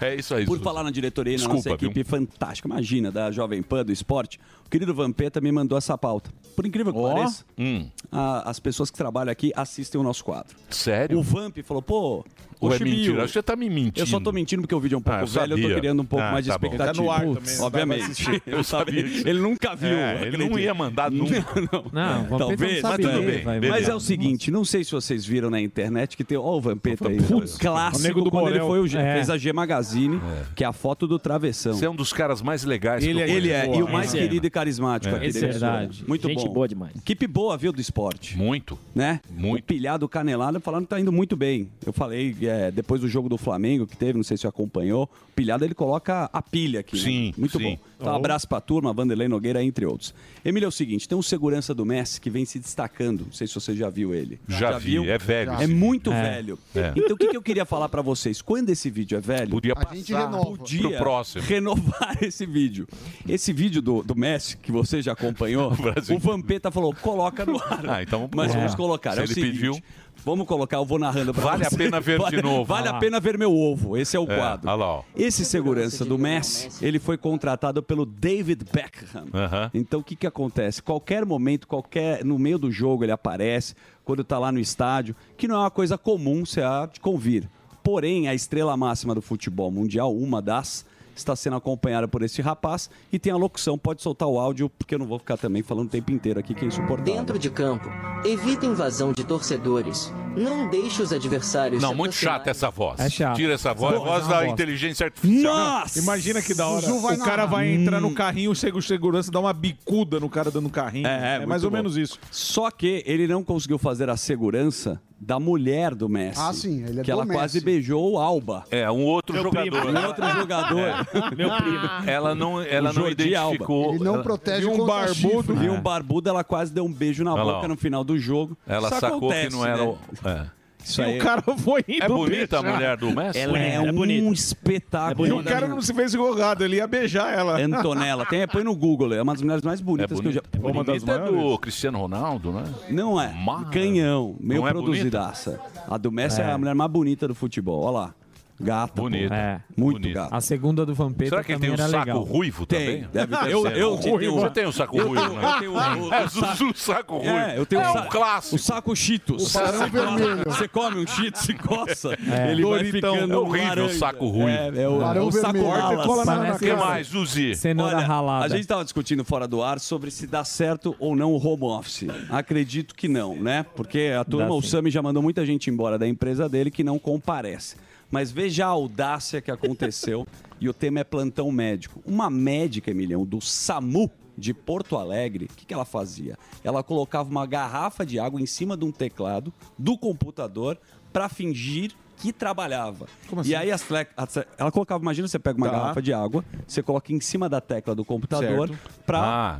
S5: É isso aí.
S7: Por
S5: Zuzu.
S7: falar na diretoria e na
S5: Desculpa,
S7: nossa equipe fantástica, imagina, da Jovem Pan, do esporte, o querido Vampeta me mandou essa pauta. Por incrível que pareça,
S5: hum.
S7: a- as pessoas que trabalham aqui assistem o nosso quadro.
S5: Sério?
S7: O Vamp falou, pô...
S5: Ou é
S7: Chimil,
S5: mentira? Você tá me mentindo.
S7: Eu só tô mentindo porque o vídeo é um pouco
S5: Ah, eu
S7: velho, eu tô
S5: sabia.
S7: criando um pouco
S5: Ah,
S7: mais de
S5: tá bom.
S7: expectativa.
S5: Tá no ar também,
S7: Putz,
S5: não dá pra assistir.
S7: [laughs] Obviamente.
S5: Eu sabia disso.
S7: Ele nunca viu.
S5: É, ele não
S7: acredito.
S5: ia mandar nunca.
S7: Não,
S5: Não, o Vampeta não
S7: talvez,
S5: sabe
S7: mas
S5: ler,
S7: tudo bem.
S5: vai,
S7: É. Mas
S5: beleza.
S7: é o seguinte, não sei se vocês viram na internet que tem... Ó o Vampeta aí.
S5: Putz,
S7: clássico
S5: o Nego do
S7: quando ele
S5: Borel.
S7: foi o, G-
S5: É.
S7: fez a G Magazine, que é a foto do travessão.
S5: Você é um dos caras mais legais
S7: Ele
S5: que eu
S7: é, ele é.
S5: conheço.
S7: E o mais
S5: Esse é.
S7: querido e carismático.
S5: É.
S7: aquele
S5: Esse é
S7: pessoa.
S5: verdade.
S7: Muito
S5: Gente
S7: bom.
S5: boa
S12: demais.
S7: Equipe boa, viu, do esporte.
S5: Muito.
S7: Né?
S5: Muito.
S7: O pilhado canelada falando que tá indo muito bem. Eu falei, é, depois do jogo do Flamengo que teve, não sei se você acompanhou, o pilhado ele coloca a pilha aqui. né?
S5: Sim,
S7: Muito
S5: sim.
S7: bom. Então,
S5: Oh.
S7: abraço pra turma, Vanderlei Nogueira, entre outros. Emílio, é o seguinte, tem um segurança do Messi que vem se destacando. Não sei se você já viu ele.
S5: Já vi, é velho
S7: É
S5: esse
S7: muito
S5: vídeo.
S7: velho.
S5: É.
S7: Então, o que, que eu queria falar pra vocês? Quando esse vídeo é velho,
S5: Podia A gente passar renova.
S7: Podia
S5: pro próximo.
S7: renovar [laughs] esse vídeo. Esse vídeo do, do Messi, que você já
S5: [laughs]
S7: acompanhou, o, Vampeta falou, coloca no ar.
S5: Ah, então vamos
S7: Mas
S5: pôr.
S7: vamos colocar.
S5: Se
S7: é o
S5: ele
S7: seguinte,
S5: pediu.
S7: Vamos colocar, eu vou narrando pra
S5: Vale a
S7: vocês.
S5: pena ver de
S7: Vale-
S5: novo.
S7: Vale
S5: Ah.
S7: a pena ver meu ovo. Esse é o
S5: É,
S7: quadro.
S5: olha lá, ó.
S7: Esse segurança do
S13: né?
S7: Messi, ele foi contratado pelo David Beckham. Então o que, que acontece? Qualquer momento, qualquer no meio do jogo ele aparece, quando tá lá no estádio, que não é uma coisa comum, você há de convir. Porém, a estrela máxima do futebol mundial, uma das, está sendo acompanhada por esse rapaz e tem a locução, pode soltar o áudio, porque eu não vou ficar também falando o tempo inteiro aqui, que é insuportável.
S13: Dentro de campo, evita invasão de torcedores. Não deixe os adversários.
S5: Não,
S13: se
S5: muito
S13: aproximarem.
S5: chata essa voz.
S13: É chato.
S5: Tira essa voz,
S13: Essa voz
S5: voz
S13: é uma
S5: da
S13: bosta.
S5: inteligência artificial.
S9: Imagina que da hora. o cara vai entrar
S5: Hum.
S9: no carrinho, chega o segurança, dá uma bicuda no cara dando carrinho. É, mais
S7: muito
S9: ou
S7: bom.
S9: menos isso.
S7: Só que ele não conseguiu fazer a segurança da mulher do Messi.
S6: Ah, sim, ele é
S7: Que
S6: do
S7: ela
S6: Messi.
S7: quase beijou o Alba.
S5: É, um outro
S7: Meu
S5: jogador.
S7: primo. Um outro jogador. Meu primo.
S5: Ela não, ela
S7: O
S5: não
S7: Jordi Alba.
S5: identificou. ela-
S7: Viu um barbudo. Viu um barbudo, ela quase deu um beijo na
S5: Olha lá,
S7: boca
S5: ó.
S7: no final do jogo.
S5: Ela
S7: Isso
S5: sacou que
S7: acontece,
S5: não era
S7: né?
S5: o. É.
S7: Isso aí.
S9: foi
S5: É bonita a mulher do Messi?
S7: Ela é, um espetáculo.
S9: E o cara não se fez enrolado, ele ia beijar ela.
S7: Antonella, tem, põe no Google, é uma das mulheres mais bonitas que eu já.
S5: É bonita do Cristiano Ronaldo, né?
S7: Não é. Canhão, meio
S5: Não é
S7: produzidaça. A do Messi é.
S5: É.
S7: a mulher mais bonita do futebol. Olha lá. Gata. Bonita. Muito gata.
S8: É. A segunda do Vampeta
S5: Será que ele tem um
S8: também era
S5: saco
S8: legal.
S5: ruivo também?
S7: deve ter. Eu- eu-
S5: Você tem um- Você tem um saco
S7: eu
S5: ruivo,
S7: tenho-
S5: né? [laughs]
S7: eu tenho um-
S5: É,
S7: um saco-
S5: o saco ruivo.
S7: É, eu tenho
S5: é
S7: um
S5: um
S7: saco-
S5: clássico.
S7: O saco Cheetos.
S5: O saco
S7: Você come-
S5: vermelho.
S7: Você come um Cheetos e coça,
S5: É.
S7: ele vai
S5: Doritão.
S7: ficando
S5: É horrível o
S7: laranja.
S5: saco ruim.
S7: É, é o,
S5: Laranja
S7: é o saco
S5: vermelho.
S7: alas.
S5: Cola na- na Parece cara. que é mais, Zuzi?
S8: Cenoura
S7: Olha,
S8: ralada.
S7: A gente estava discutindo fora do ar sobre se dá certo ou não o home office. Acredito que não, né? Porque a turma,
S8: Dá
S7: o
S8: sim.
S7: Sami já mandou muita gente embora da empresa dele que não comparece. Mas veja a audácia que aconteceu. [laughs] e o tema é plantão médico. Uma médica, Emilhão, do SAMU de Porto Alegre, o que, que ela fazia? Ela colocava uma garrafa de água em cima de um teclado do computador para fingir que trabalhava. E aí as tle- as- ela colocava, imagina você pega uma
S5: Tá.
S7: garrafa de água, você coloca em cima da tecla do computador para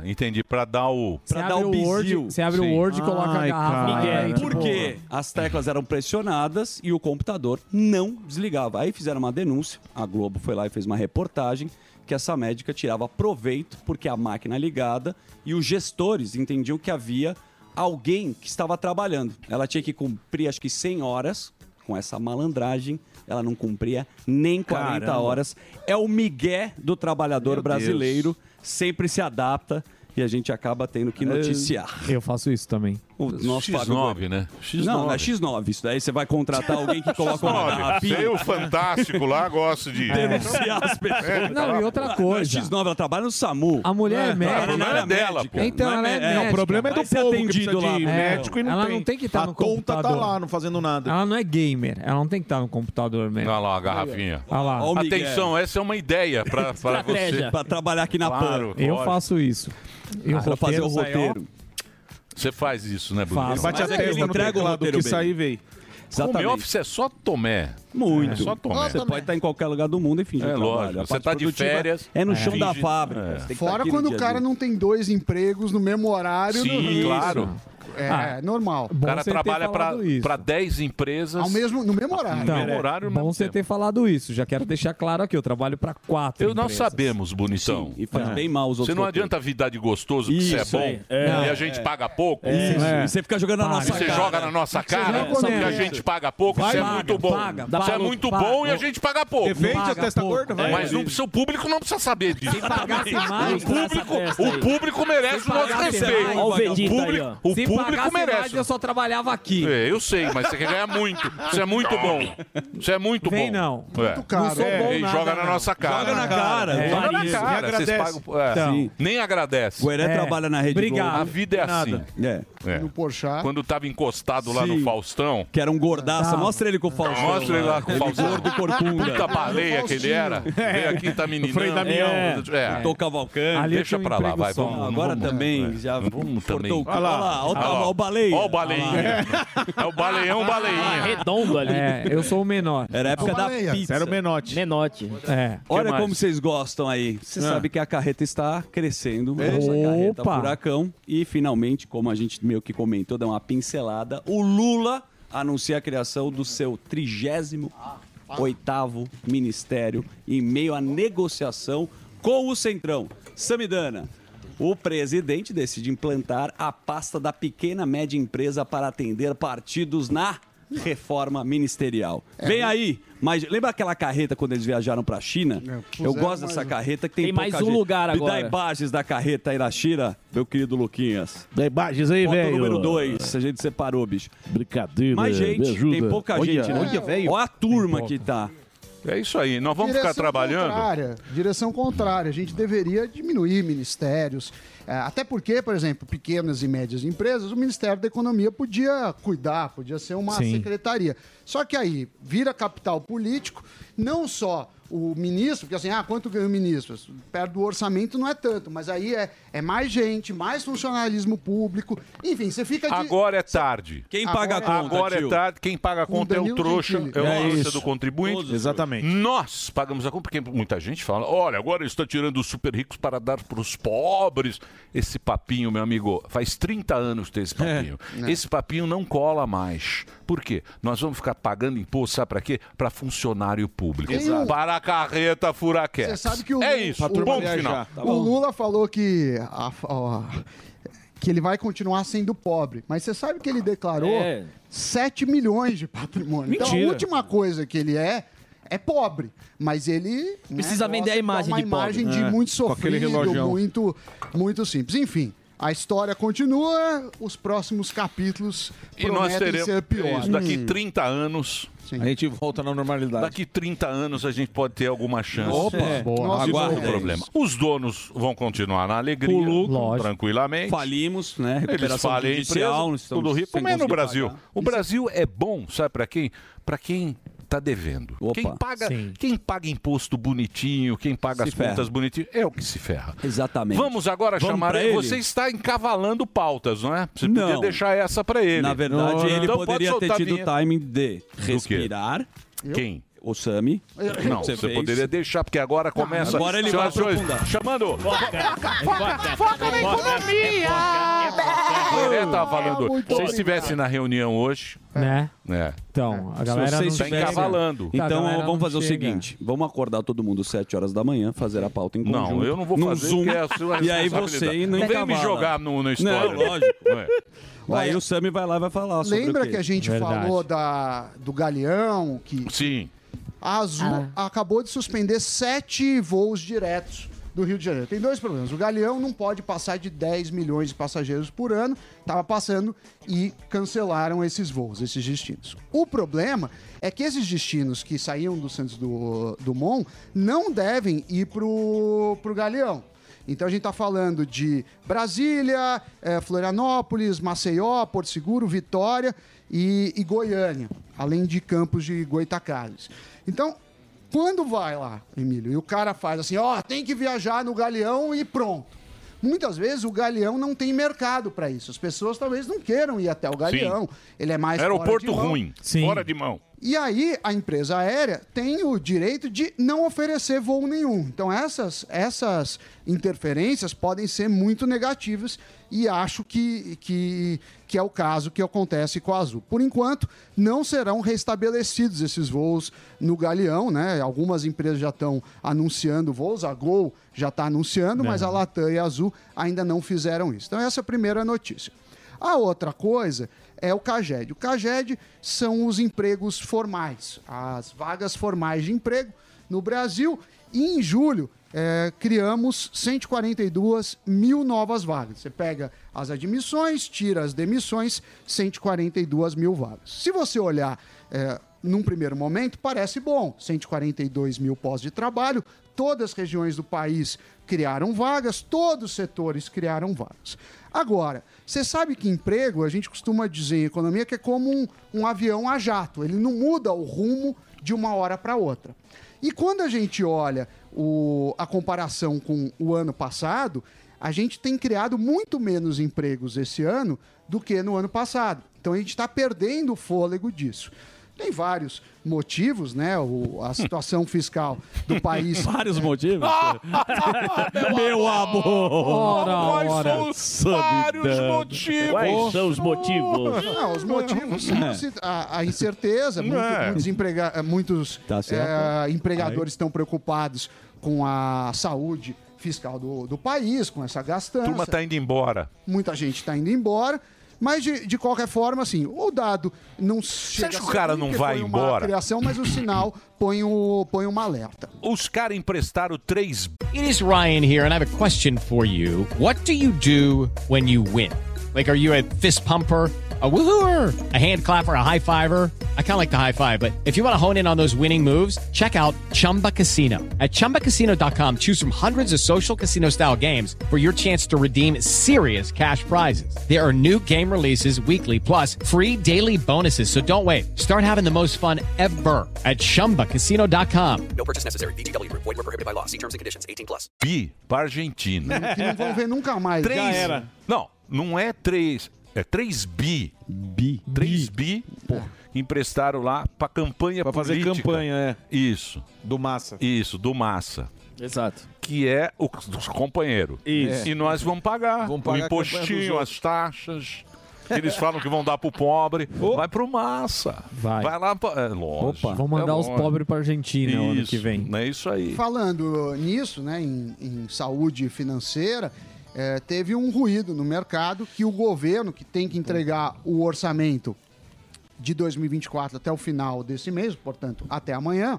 S5: Ah, entendi. Pra dar o.
S7: Pra dar o bizil.
S5: Sim.
S12: né?
S7: Por quê? As teclas eram pressionadas e o computador não desligava. Aí fizeram uma denúncia, a Globo foi lá e fez uma reportagem que essa médica tirava proveito porque a máquina é ligada e os gestores entendiam que havia alguém que estava trabalhando. Ela tinha que cumprir acho que 100 horas com essa malandragem. Ela não cumpria nem 40
S12: Caramba.
S7: horas. É o migué do trabalhador
S12: Meu Deus.
S7: brasileiro. Sempre se adapta e a gente acaba tendo
S8: É,
S7: que noticiar.
S8: Eu faço isso também.
S7: O nosso
S5: X9,
S7: Fábio-
S5: né?
S7: Não, não é X9. Isso daí você vai contratar alguém que coloca uma garrafinha.
S14: Sei o Fantástico lá, gosto de...
S7: Denunciar as pessoas.
S14: É,
S8: Não, e outra coisa.
S7: Não é X9, ela trabalha no SAMU.
S8: A mulher é médica.
S7: Ela não era dela, pô.
S8: Então, ela é, médica.
S7: Vai ser atendido lá. né?
S8: É, ela não tem que estar
S9: a
S8: no
S9: tonta
S8: computador.
S9: tá lá, não fazendo nada.
S8: Ela não é gamer. Ela não tem que estar no computador mesmo.
S5: Olha lá a garrafinha.
S8: Olha lá. Olha o Miguel.
S5: Atenção, essa é uma ideia pra, pra
S8: Estratégia.
S5: você.
S8: Pra
S7: trabalhar aqui na
S5: claro,
S8: Eu
S5: claro.
S8: faço isso. E o
S5: Ah, pra
S8: roteiro
S5: fazer o
S8: sai, ó.
S5: roteiro. Você faz isso, né, Bruno?
S8: Faço. Ele bate a
S5: Mas é,
S8: testa
S5: ele
S8: no
S5: entrega
S8: teclado,
S5: o roteiro
S8: que
S5: bem.
S8: sair,
S9: veio.
S5: Home
S7: Exatamente.
S5: office é só Tomé.
S7: Muito.
S5: É só Tomé.
S7: Você pode estar em qualquer lugar do mundo e fingir
S5: É
S7: que
S5: lógico,
S7: trabalha. A
S5: você
S7: parte
S5: tá de
S7: produtiva
S5: férias,
S7: É no
S5: é.
S7: chão da
S5: finge-
S7: fábrica.
S5: É.
S7: você tem que estar
S6: Fora
S7: aqui no
S6: quando
S7: dia
S6: o
S7: a
S6: cara
S7: dia.
S6: não tem dois empregos no mesmo horário. no
S5: Sim,
S6: Rio.
S5: claro.
S6: É,
S5: Ah.
S6: é normal.
S5: O cara trabalha para 10 empresas.
S6: Ao mesmo, no mesmo horário.
S5: Então, mesmo horário,
S8: bom você ter falado isso. Já quero deixar claro aqui, eu trabalho para quatro
S5: Eu, nós
S8: empresas.
S5: sabemos, bonitão.
S8: e faz bem
S7: mal os
S5: Você
S7: outros
S5: não
S7: roteiros.
S5: adianta virar de gostoso que você é
S7: Isso aí.
S5: bom
S7: É.
S5: e a gente
S7: É.
S5: paga pouco.
S7: É. Isso. E você fica jogando na
S5: E
S7: nossa
S5: você
S7: cara.
S5: joga na nossa
S7: Você joga
S5: cara e
S7: com
S5: a
S7: medo.
S5: gente paga pouco.
S7: Vai,
S5: Você é
S7: paga,
S5: muito bom.
S7: paga,
S5: Você é
S7: paga,
S5: muito
S7: paga.
S5: bom e a gente paga pouco. É,
S7: Defende a Paga testa pouco. gorda, vai.
S5: Mas não precisa, o público não precisa saber disso. o público, o público merece o nosso respeito. o público, o
S8: Se
S5: público
S8: pagasse mais,
S5: merece.
S8: eu só trabalhava aqui.
S5: É, eu sei, mas você quer ganhar muito. Isso é muito bom. Isso é muito
S8: Vem
S5: bom.
S8: não.
S5: É.
S8: Muito caro. Não sou
S5: É,
S8: bom
S5: e
S8: nada,
S5: joga na
S8: não.
S5: nossa cara.
S8: Joga na cara,
S5: É. Joga na
S8: isso.
S5: cara.
S8: E
S5: Vocês
S8: agradece.
S5: pagam- é.
S8: Então.
S5: Sim. Nem agradece.
S7: Gueré
S5: É.
S7: trabalha na Rede Globo.
S5: A vida é assim. É.
S6: No Porchat.
S5: Quando tava encostado lá no
S7: Sim.
S5: Faustão.
S7: Que era um gordaço.
S5: Tá.
S7: Mostra ele com o Faustão.
S5: Mostra ele lá
S7: né?
S5: com o Faustão.
S7: gordo corcunda.
S5: Puta baleia que ele era. Veio aqui, tá meninão.
S7: Frei Damião.
S5: É.
S7: Doutor Cavalcante.
S5: Ali Deixa
S8: um
S7: eu tenho
S5: pra lá, vai.
S7: só.
S5: Vamos,
S7: Agora
S5: vamos-
S7: também,
S5: é.
S7: já
S5: Vamos também.
S7: o- Olha lá, olha lá, olha o baleia.
S5: Olha o baleinha.
S7: [laughs]
S5: É o baleão, baleinha.
S12: Redondo ali.
S8: É, eu sou o menor.
S7: Era a época da pizza.
S12: Era o
S9: menote.
S12: Menote.
S8: É.
S7: Olha
S12: Que mais?
S7: como vocês gostam aí. Você
S12: Ah.
S7: sabe que a carreta está crescendo. mesmo, a carreta é um
S8: Opa!
S7: Furacão. E finalmente, como a gente meio que comentou, dá uma pincelada. O Lula anuncia a criação do seu trigésimo oitavo ministério em meio à negociação com o Centrão. Samidana, o presidente decide implantar a pasta da pequena e média empresa para atender partidos na reforma ministerial.
S12: É.
S7: Vem aí, mas lembra aquela carreta quando eles viajaram para a China? Eu gosto dessa carreta que tem,
S12: Tem mais
S7: pouca
S12: um
S7: gente.
S12: lugar
S7: Me dá
S12: agora.
S7: imagens da carreta aí na China, meu querido Luquinhas.
S9: Dá imagens aí,
S7: Foto
S9: velho.
S7: número 2, a gente separou, bicho.
S9: Brincadeira.
S7: Mais
S9: me
S7: gente,
S9: ajuda.
S7: tem pouca
S9: Olha,
S7: gente, né?
S9: olha, velho.
S7: Olha a turma que tá.
S5: É isso aí, nós vamos ficar
S6: Direção
S5: trabalhando.
S6: Contrária, direção contrária. A gente deveria diminuir ministérios. É, Até porque, por exemplo, pequenas e médias empresas, o Ministério da Economia podia cuidar, podia ser uma
S8: Sim.
S6: secretaria. Só que aí vira capital político, não só o ministro, porque assim, ah, quanto ganha o ministro? Perto do orçamento não é tanto, mas aí é, é mais gente, mais funcionalismo público. Enfim, você fica de...
S5: Agora é tarde.
S6: Quem paga a conta,
S5: Agora
S6: tio?
S5: é tarde. Quem paga a
S6: Com
S5: conta é o
S6: Um Danilo
S5: trouxa, é o
S6: Gentili.
S9: É
S5: trouxa
S9: isso.
S5: do contribuinte.
S9: Exatamente.
S5: Nós pagamos a conta, porque muita gente fala: olha, agora está tirando os super ricos para dar para os pobres. Esse papinho, meu amigo, faz 30 anos ter esse
S6: É.
S5: papinho. Esse papinho não cola mais. Por quê? Nós vamos ficar pagando imposto, sabe para quê? Para funcionário público.
S6: Tem um-
S5: Para a carreta furaquete.
S6: Você sabe que o,
S5: É isso,
S6: o,
S5: ponto final.
S12: Tá
S6: o Lula falou que a- ó, que ele vai continuar sendo pobre, mas você sabe que ele declarou
S12: É.
S6: 7 milhões de patrimônio. Então
S12: Mentira.
S6: a última coisa que ele é é pobre, mas ele né,
S12: Precisa vender
S6: gosta
S12: a
S6: de
S12: imagem
S6: dar uma
S12: de pobre.
S6: imagem de
S12: É,
S6: muito
S12: com aquele
S6: sofrido,
S12: relógio.
S6: muito muito simples. Enfim, a história continua, os próximos capítulos
S5: E nós
S6: prometem ser
S5: teremos
S6: piores.
S5: isso,
S12: Hum.
S5: daqui 30 anos.
S9: A gente volta na normalidade.
S5: Daqui 30 anos a gente pode ter alguma chance.
S9: Opa, É. boa.
S5: Nossa,
S9: Aguarda.
S5: não tem
S9: É
S5: problema. Os donos vão continuar na alegria,
S7: Com lucro.
S5: Lógico. tranquilamente.
S7: Falimos, né?
S5: Eles
S7: Recuperação
S5: falem a
S7: judicial,
S5: empresa,
S7: estamos
S5: tudo rico,
S7: sem
S5: mas no
S7: conseguir
S5: Brasil.
S7: pagar.
S5: O Brasil é bom, sabe para quem? Para quem tá devendo. quem paga,
S7: Sim.
S5: quem paga imposto bonitinho, quem paga
S7: Se
S5: as
S7: ferra.
S5: contas bonitinho, é o que se ferra.
S7: tá, Exatamente.
S5: Vamos agora
S7: Vamos
S5: chamar
S7: pra
S5: ele.
S7: ele?
S5: Você está encavalando pautas, não é? Você podia
S7: Não.
S5: deixar essa para ele.
S7: Na verdade, ele
S5: Então pode
S7: poderia ter
S5: soltar a
S7: tido o
S5: vinheta.
S7: timing de respirar.
S5: Quem?
S7: O Sami.
S5: Não, você,
S7: fez.
S5: poderia deixar, porque agora começa.
S7: agora ele vai
S5: Senhoras e senhores,
S7: aprofundar.
S5: Chamando.
S3: Foca, foca na economia!
S5: Ele tava É, tá
S6: É,
S5: falando.
S3: muito
S5: Se
S3: obrigado.
S5: estivesse na reunião hoje.
S8: Né?
S5: É.
S8: Então, a
S7: Se
S8: galera
S7: vocês
S8: não
S7: tivessem-
S8: chega. Tá, a
S7: Então
S8: galera não
S7: vamos fazer o
S8: chega.
S7: seguinte: vamos acordar todo mundo às 7 horas da manhã, fazer a pauta em
S5: Não,
S7: conjunto.
S5: eu não vou
S7: num
S5: fazer,
S7: Zoom,
S5: porque é a sua
S7: E aí você
S5: responsabilidade.
S7: e não
S5: Não vem me
S7: encavala.
S5: jogar no- na história.
S7: Não, lógico.
S5: É.
S7: Aí o Sami vai lá e vai falar sobre o
S6: Lembra
S7: quê?
S6: que a gente falou da, do Galeão, que
S5: Sim.
S6: A Azul acabou de suspender sete voos diretos do Rio de Janeiro. Tem dois problemas. O Galeão não pode passar de 10 milhões de passageiros por ano, estava passando e cancelaram esses voos, esses destinos. O problema é que esses destinos que saíam do Santos do Dumont não devem ir para o Galeão. Então a gente está falando de Brasília, eh, Florianópolis, Maceió, Porto Seguro, Vitória e, e Goiânia, além de Campos de Goitacazes. Então, quando vai lá, Emílio, e o cara faz assim, ó, tem que viajar no Galeão e pronto. Muitas vezes o Galeão não tem mercado para isso. As pessoas talvez não queiram ir até o Galeão. Ele é mais fora de
S5: Aeroporto
S6: mão.
S5: ruim. Fora de mão.
S6: E aí, a empresa aérea tem o direito de não oferecer voo nenhum. Então, essas, essas interferências podem ser muito negativas e acho que, que, que é o caso que acontece com a Azul. Por enquanto, não serão restabelecidos esses voos no Galeão, né? Algumas empresas já estão anunciando voos, a Gol já está anunciando, mas a Latam e a Azul ainda não fizeram isso. Então, essa é a primeira notícia. A outra coisa é o CAGED. O CAGED são os empregos formais, as vagas formais de emprego no Brasil. E em julho, é, criamos 142 mil novas vagas. Você pega as admissões, tira as demissões, 142 mil vagas. Se você olhar é, num primeiro momento, parece bom. 142 mil postos de trabalho, todas as regiões do país criaram vagas, todos os setores criaram vagas. Agora, você sabe que emprego, a gente costuma dizer em economia, que é como um, um avião a jato, ele não muda o rumo de uma hora para outra. E quando a gente olha o- a comparação com o ano passado, a gente tem criado muito menos empregos esse ano do que no ano passado. Então a gente está perdendo o fôlego disso. Tem vários motivos, né? O- a situação fiscal do país.
S7: vários motivos?
S5: [laughs]
S15: Meu amor!
S6: Ora,
S15: Quais
S6: ora.
S15: são os vários
S6: Sabidão.
S15: motivos?
S6: Quais são os
S15: motivos?
S6: Não, os motivos são se- a, a incerteza, muito-
S15: É.
S6: muitos, emprega- eh, muitos,
S15: Tá certo.
S6: eh, empregadores estão preocupados com a saúde fiscal do, do país, com essa gastança.
S5: turma tá indo embora.
S6: Muita gente está indo embora. Mas, de, de qualquer forma, assim, o dado não Você
S5: acha que o cara não vai embora?
S6: Criação, mas o sinal põe, o, põe uma alerta.
S5: Os caras emprestaram 3
S16: It is Ryan here, and I have a question for you. What do you do when you win? Like, are you a fist pumper? A woohooer, a hand clapper, a high fiver. I kind of like the high five, but if you want to hone in on those winning moves, check out Chumba Casino. At chumbacasino.com, choose from hundreds of social casino style games for your chance to redeem serious cash prizes. There are new game releases weekly, plus free daily bonuses. So don't wait. Start having the most fun ever at chumbacasino.com.
S17: No purchase necessary. VGW Group. Void were prohibited by law. See terms and conditions. 18 plus.
S5: bi pra Argentina.
S6: Que não vão ver nunca mais.
S5: Três.
S6: Já era.
S5: Não, não é três. É três bi.
S7: Bi.
S5: Três bi. que Emprestaram lá pra campanha
S9: Pra fazer
S5: política.
S9: campanha, é.
S5: Isso.
S9: Do Massa.
S5: Isso, do Massa.
S18: Exato.
S5: Que é o dos companheiros.
S9: Isso.
S5: E nós vamos pagar.
S9: Vamos pagar
S5: o
S9: a campanha dos
S5: impostinho,
S9: outros.
S5: as taxas. que Eles falam que vão dar pro pobre. Vai pro massa.
S8: Vai.
S5: lá. pra- É, lógico.
S8: Opa, vão mandar
S5: É
S8: os
S5: lógico.
S8: pobres pra Argentina
S5: isso,
S8: ano que vem.
S5: É isso aí.
S6: Falando nisso, né, em, em saúde financeira, eh, teve um ruído no mercado que o governo, que tem que entregar o orçamento de 2024 até o final desse mês, portanto, até amanhã,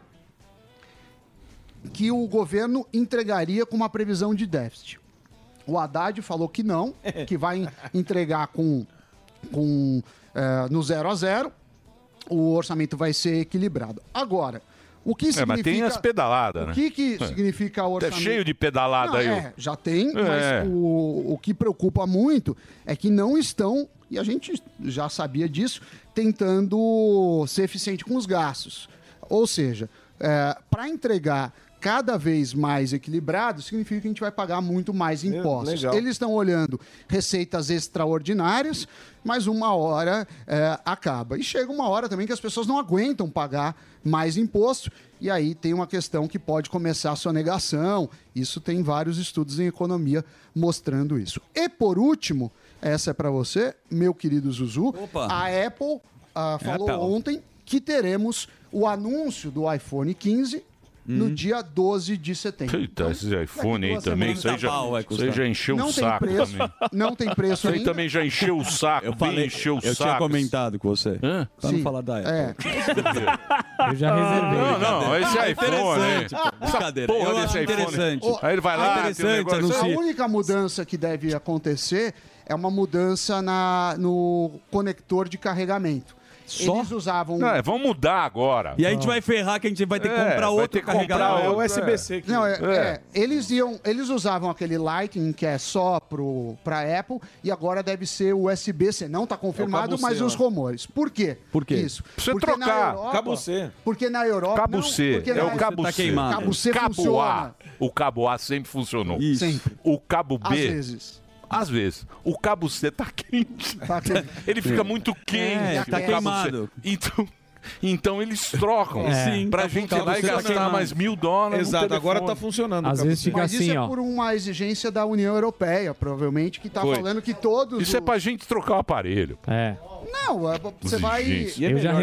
S6: que o governo entregaria com uma previsão de déficit. O Haddad falou
S5: [laughs]
S6: que não, que vai en- entregar com, com eh, no zero a zero, o orçamento vai ser equilibrado. Agora, o que
S5: É,
S6: significa...
S5: mas tem as pedaladas, né?
S6: O que, que
S5: É. [laughs]
S6: significa o orçamento?
S5: É cheio de pedalada
S6: Não,
S5: aí.
S6: é, já tem,
S5: É.
S6: mas o, o que preocupa muito é que não estão, e a gente já sabia disso, tentando ser eficiente com os gastos. Ou seja, para entregar cada vez mais equilibrado, significa que a gente vai pagar muito mais impostos.
S9: legal.
S6: Eles estão olhando receitas extraordinárias, mas uma hora é, acaba. E chega uma hora também que as pessoas não aguentam pagar mais imposto, e aí tem uma questão que pode começar a sonegação. Isso tem vários estudos em economia mostrando isso. E por último, essa é para você, meu querido Zuzu, a Apple ah, falou
S7: Apple.
S6: ontem que teremos o anúncio do iPhone 15 no dia 12 de setembro.
S5: Eita, esse iPhone aí
S6: duas
S5: também,
S6: semanas
S5: isso aí já,
S6: tá pau, vai
S5: isso aí
S6: custar.
S5: já encheu
S6: Não
S5: o
S6: tem
S5: saco
S6: preço,
S5: também.
S6: não tem preço
S5: Isso aí
S6: ainda.
S5: também já encheu o saco, eu
S7: falei-
S5: encheu o
S7: eu tinha
S5: saco.
S7: comentado com você.
S5: Hã?
S7: Pra não falar da Apple.
S6: É.
S8: Eu já reservei.
S5: Não, não, esse
S7: Ah,
S5: iPhone, hein?
S7: interessante, pô.
S5: Essa
S7: Brincadeira. Eu
S5: porra
S7: acho
S5: desse
S7: interessante.
S5: iPhone. Aí ele vai
S7: Ah,
S5: lá, tem um
S7: interessante,
S5: negócio-
S6: A única mudança que deve acontecer é uma mudança na, no conector de carregamento.
S5: Só?
S6: Eles usavam. um
S5: Não, é, vamos mudar agora.
S7: E aí a gente vai ferrar que a gente vai ter que
S5: É,
S7: comprar
S5: vai
S7: outro
S5: ter que comprar
S7: carregador.
S5: outro, É o USB-C que-
S6: Não, é,
S5: É.
S6: é, eles iam, eles usavam aquele Lightning que é só pro para Apple e agora deve ser o USB-C. Não está confirmado,
S9: cabo-C,
S6: mas os
S9: ó.
S6: rumores. Por quê?
S9: Por quê?
S6: Isso.
S9: Pra você
S6: Porque
S9: trocar.
S6: na Europa-
S9: Cabo C.
S6: Porque na Europa
S5: Cabo
S6: não,
S5: C,
S6: porque
S5: é
S6: na-
S5: o cabo
S6: tá
S5: C.
S6: queimado. Cabo C
S5: cabo
S6: funciona.
S5: A, o cabo A sempre funcionou.
S6: Isso. Sempre.
S5: O cabo B...
S6: Às vezes.
S5: Às vezes. O cabo C tá quente.
S6: Tá quente.
S5: [laughs] Ele fica muito quente.
S7: É, tá
S5: o cabo C.
S7: queimado.
S5: Então... Então eles trocam.
S9: É. Sim,
S5: pra
S9: tá
S5: gente
S9: funcionando.
S5: lá e gastar
S9: Funcionando.
S5: mais mil dólares. no
S9: Exato, agora
S5: telefone.
S9: tá funcionando.
S6: Mas isso é por uma exigência da União Europeia, provavelmente, que tá
S5: Foi.
S6: falando que todos.
S5: Isso é
S6: os-
S5: pra gente trocar o aparelho.
S11: É.
S6: Não, é- você vai.
S9: E é melhor,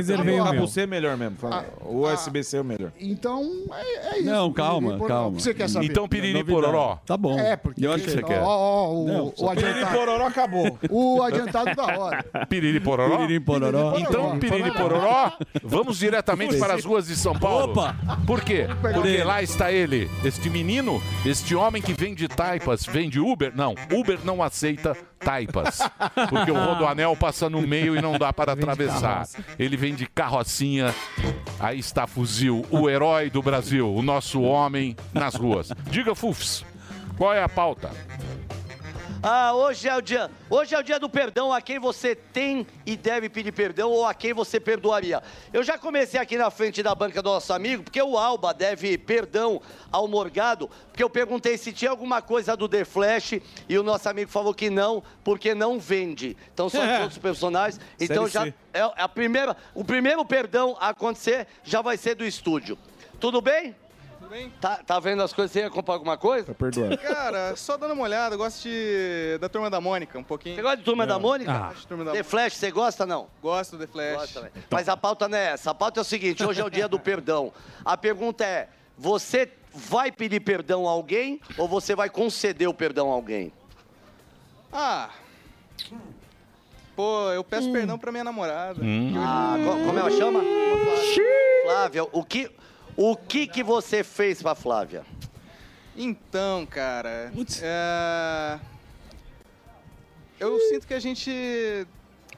S9: cabo C é melhor mesmo. Fala.
S6: Ah,
S9: o USB-C é o melhor.
S6: Então, é, é isso.
S9: Não, calma,
S6: Piriri Pororó.
S9: calma.
S6: O que você quer saber?
S9: Então, piriri pororó.
S7: Tá bom.
S6: É, porque.
S7: E olha o que você quer.
S6: Ó, ó, o,
S7: Não,
S6: o
S7: só-
S6: adiantado.
S9: Pororó acabou.
S6: O adiantado tá. da hora.
S5: Piriri pororó?
S7: Piriri pororó.
S5: Então, piriri pororó, vamos diretamente para as ruas de São Paulo.
S7: Opa!
S5: Por quê?
S7: pegar
S5: Porque
S7: ele.
S5: lá está ele, este menino, este homem que vende taipas, vende Uber. Não, Uber não aceita taipas. Porque o rodoanel passa no meio e não dá para atravessar.
S14: carroça.
S5: Ele vende carrocinha. Aí está fuzil, o herói do Brasil, o nosso homem nas ruas. Diga, Fufs, qual é a pauta?
S4: Ah, hoje é o dia, hoje é o dia do perdão a quem você tem e deve pedir perdão ou a quem você perdoaria. Eu já comecei aqui na frente da banca do nosso amigo, porque o Alba deve perdão ao Morgado, porque eu perguntei se tinha alguma coisa do The Flash e o nosso amigo falou que não, porque não vende. Então são todos os personagens. Então
S7: É. Série
S4: já
S7: C.
S4: é a primeira, o primeiro perdão a acontecer já vai ser do estúdio. Tudo bem? Tudo bem. Tá, tá vendo as coisas? Você ia comprar alguma coisa? Tá [laughs]
S9: perdoado.
S19: Cara, só dando uma olhada, eu gosto de da Turma da Mônica um pouquinho.
S4: Você gosta de Turma da Mônica?
S19: Ah. Gosto de Turma da
S4: The Flash, você gosta ou não?
S19: Gosto do The Flash.
S4: Mas a pauta não é essa. A pauta é o seguinte: hoje é o dia do perdão. A pergunta é: você vai pedir perdão a alguém ou você vai conceder o perdão a alguém?
S19: Ah. Pô, eu peço perdão pra minha namorada.
S5: Hum.
S4: Ah, co- como ela chama? Flávia, o que, o que, que você fez pra Flávia?
S19: Então, cara. é, Eu sinto que a gente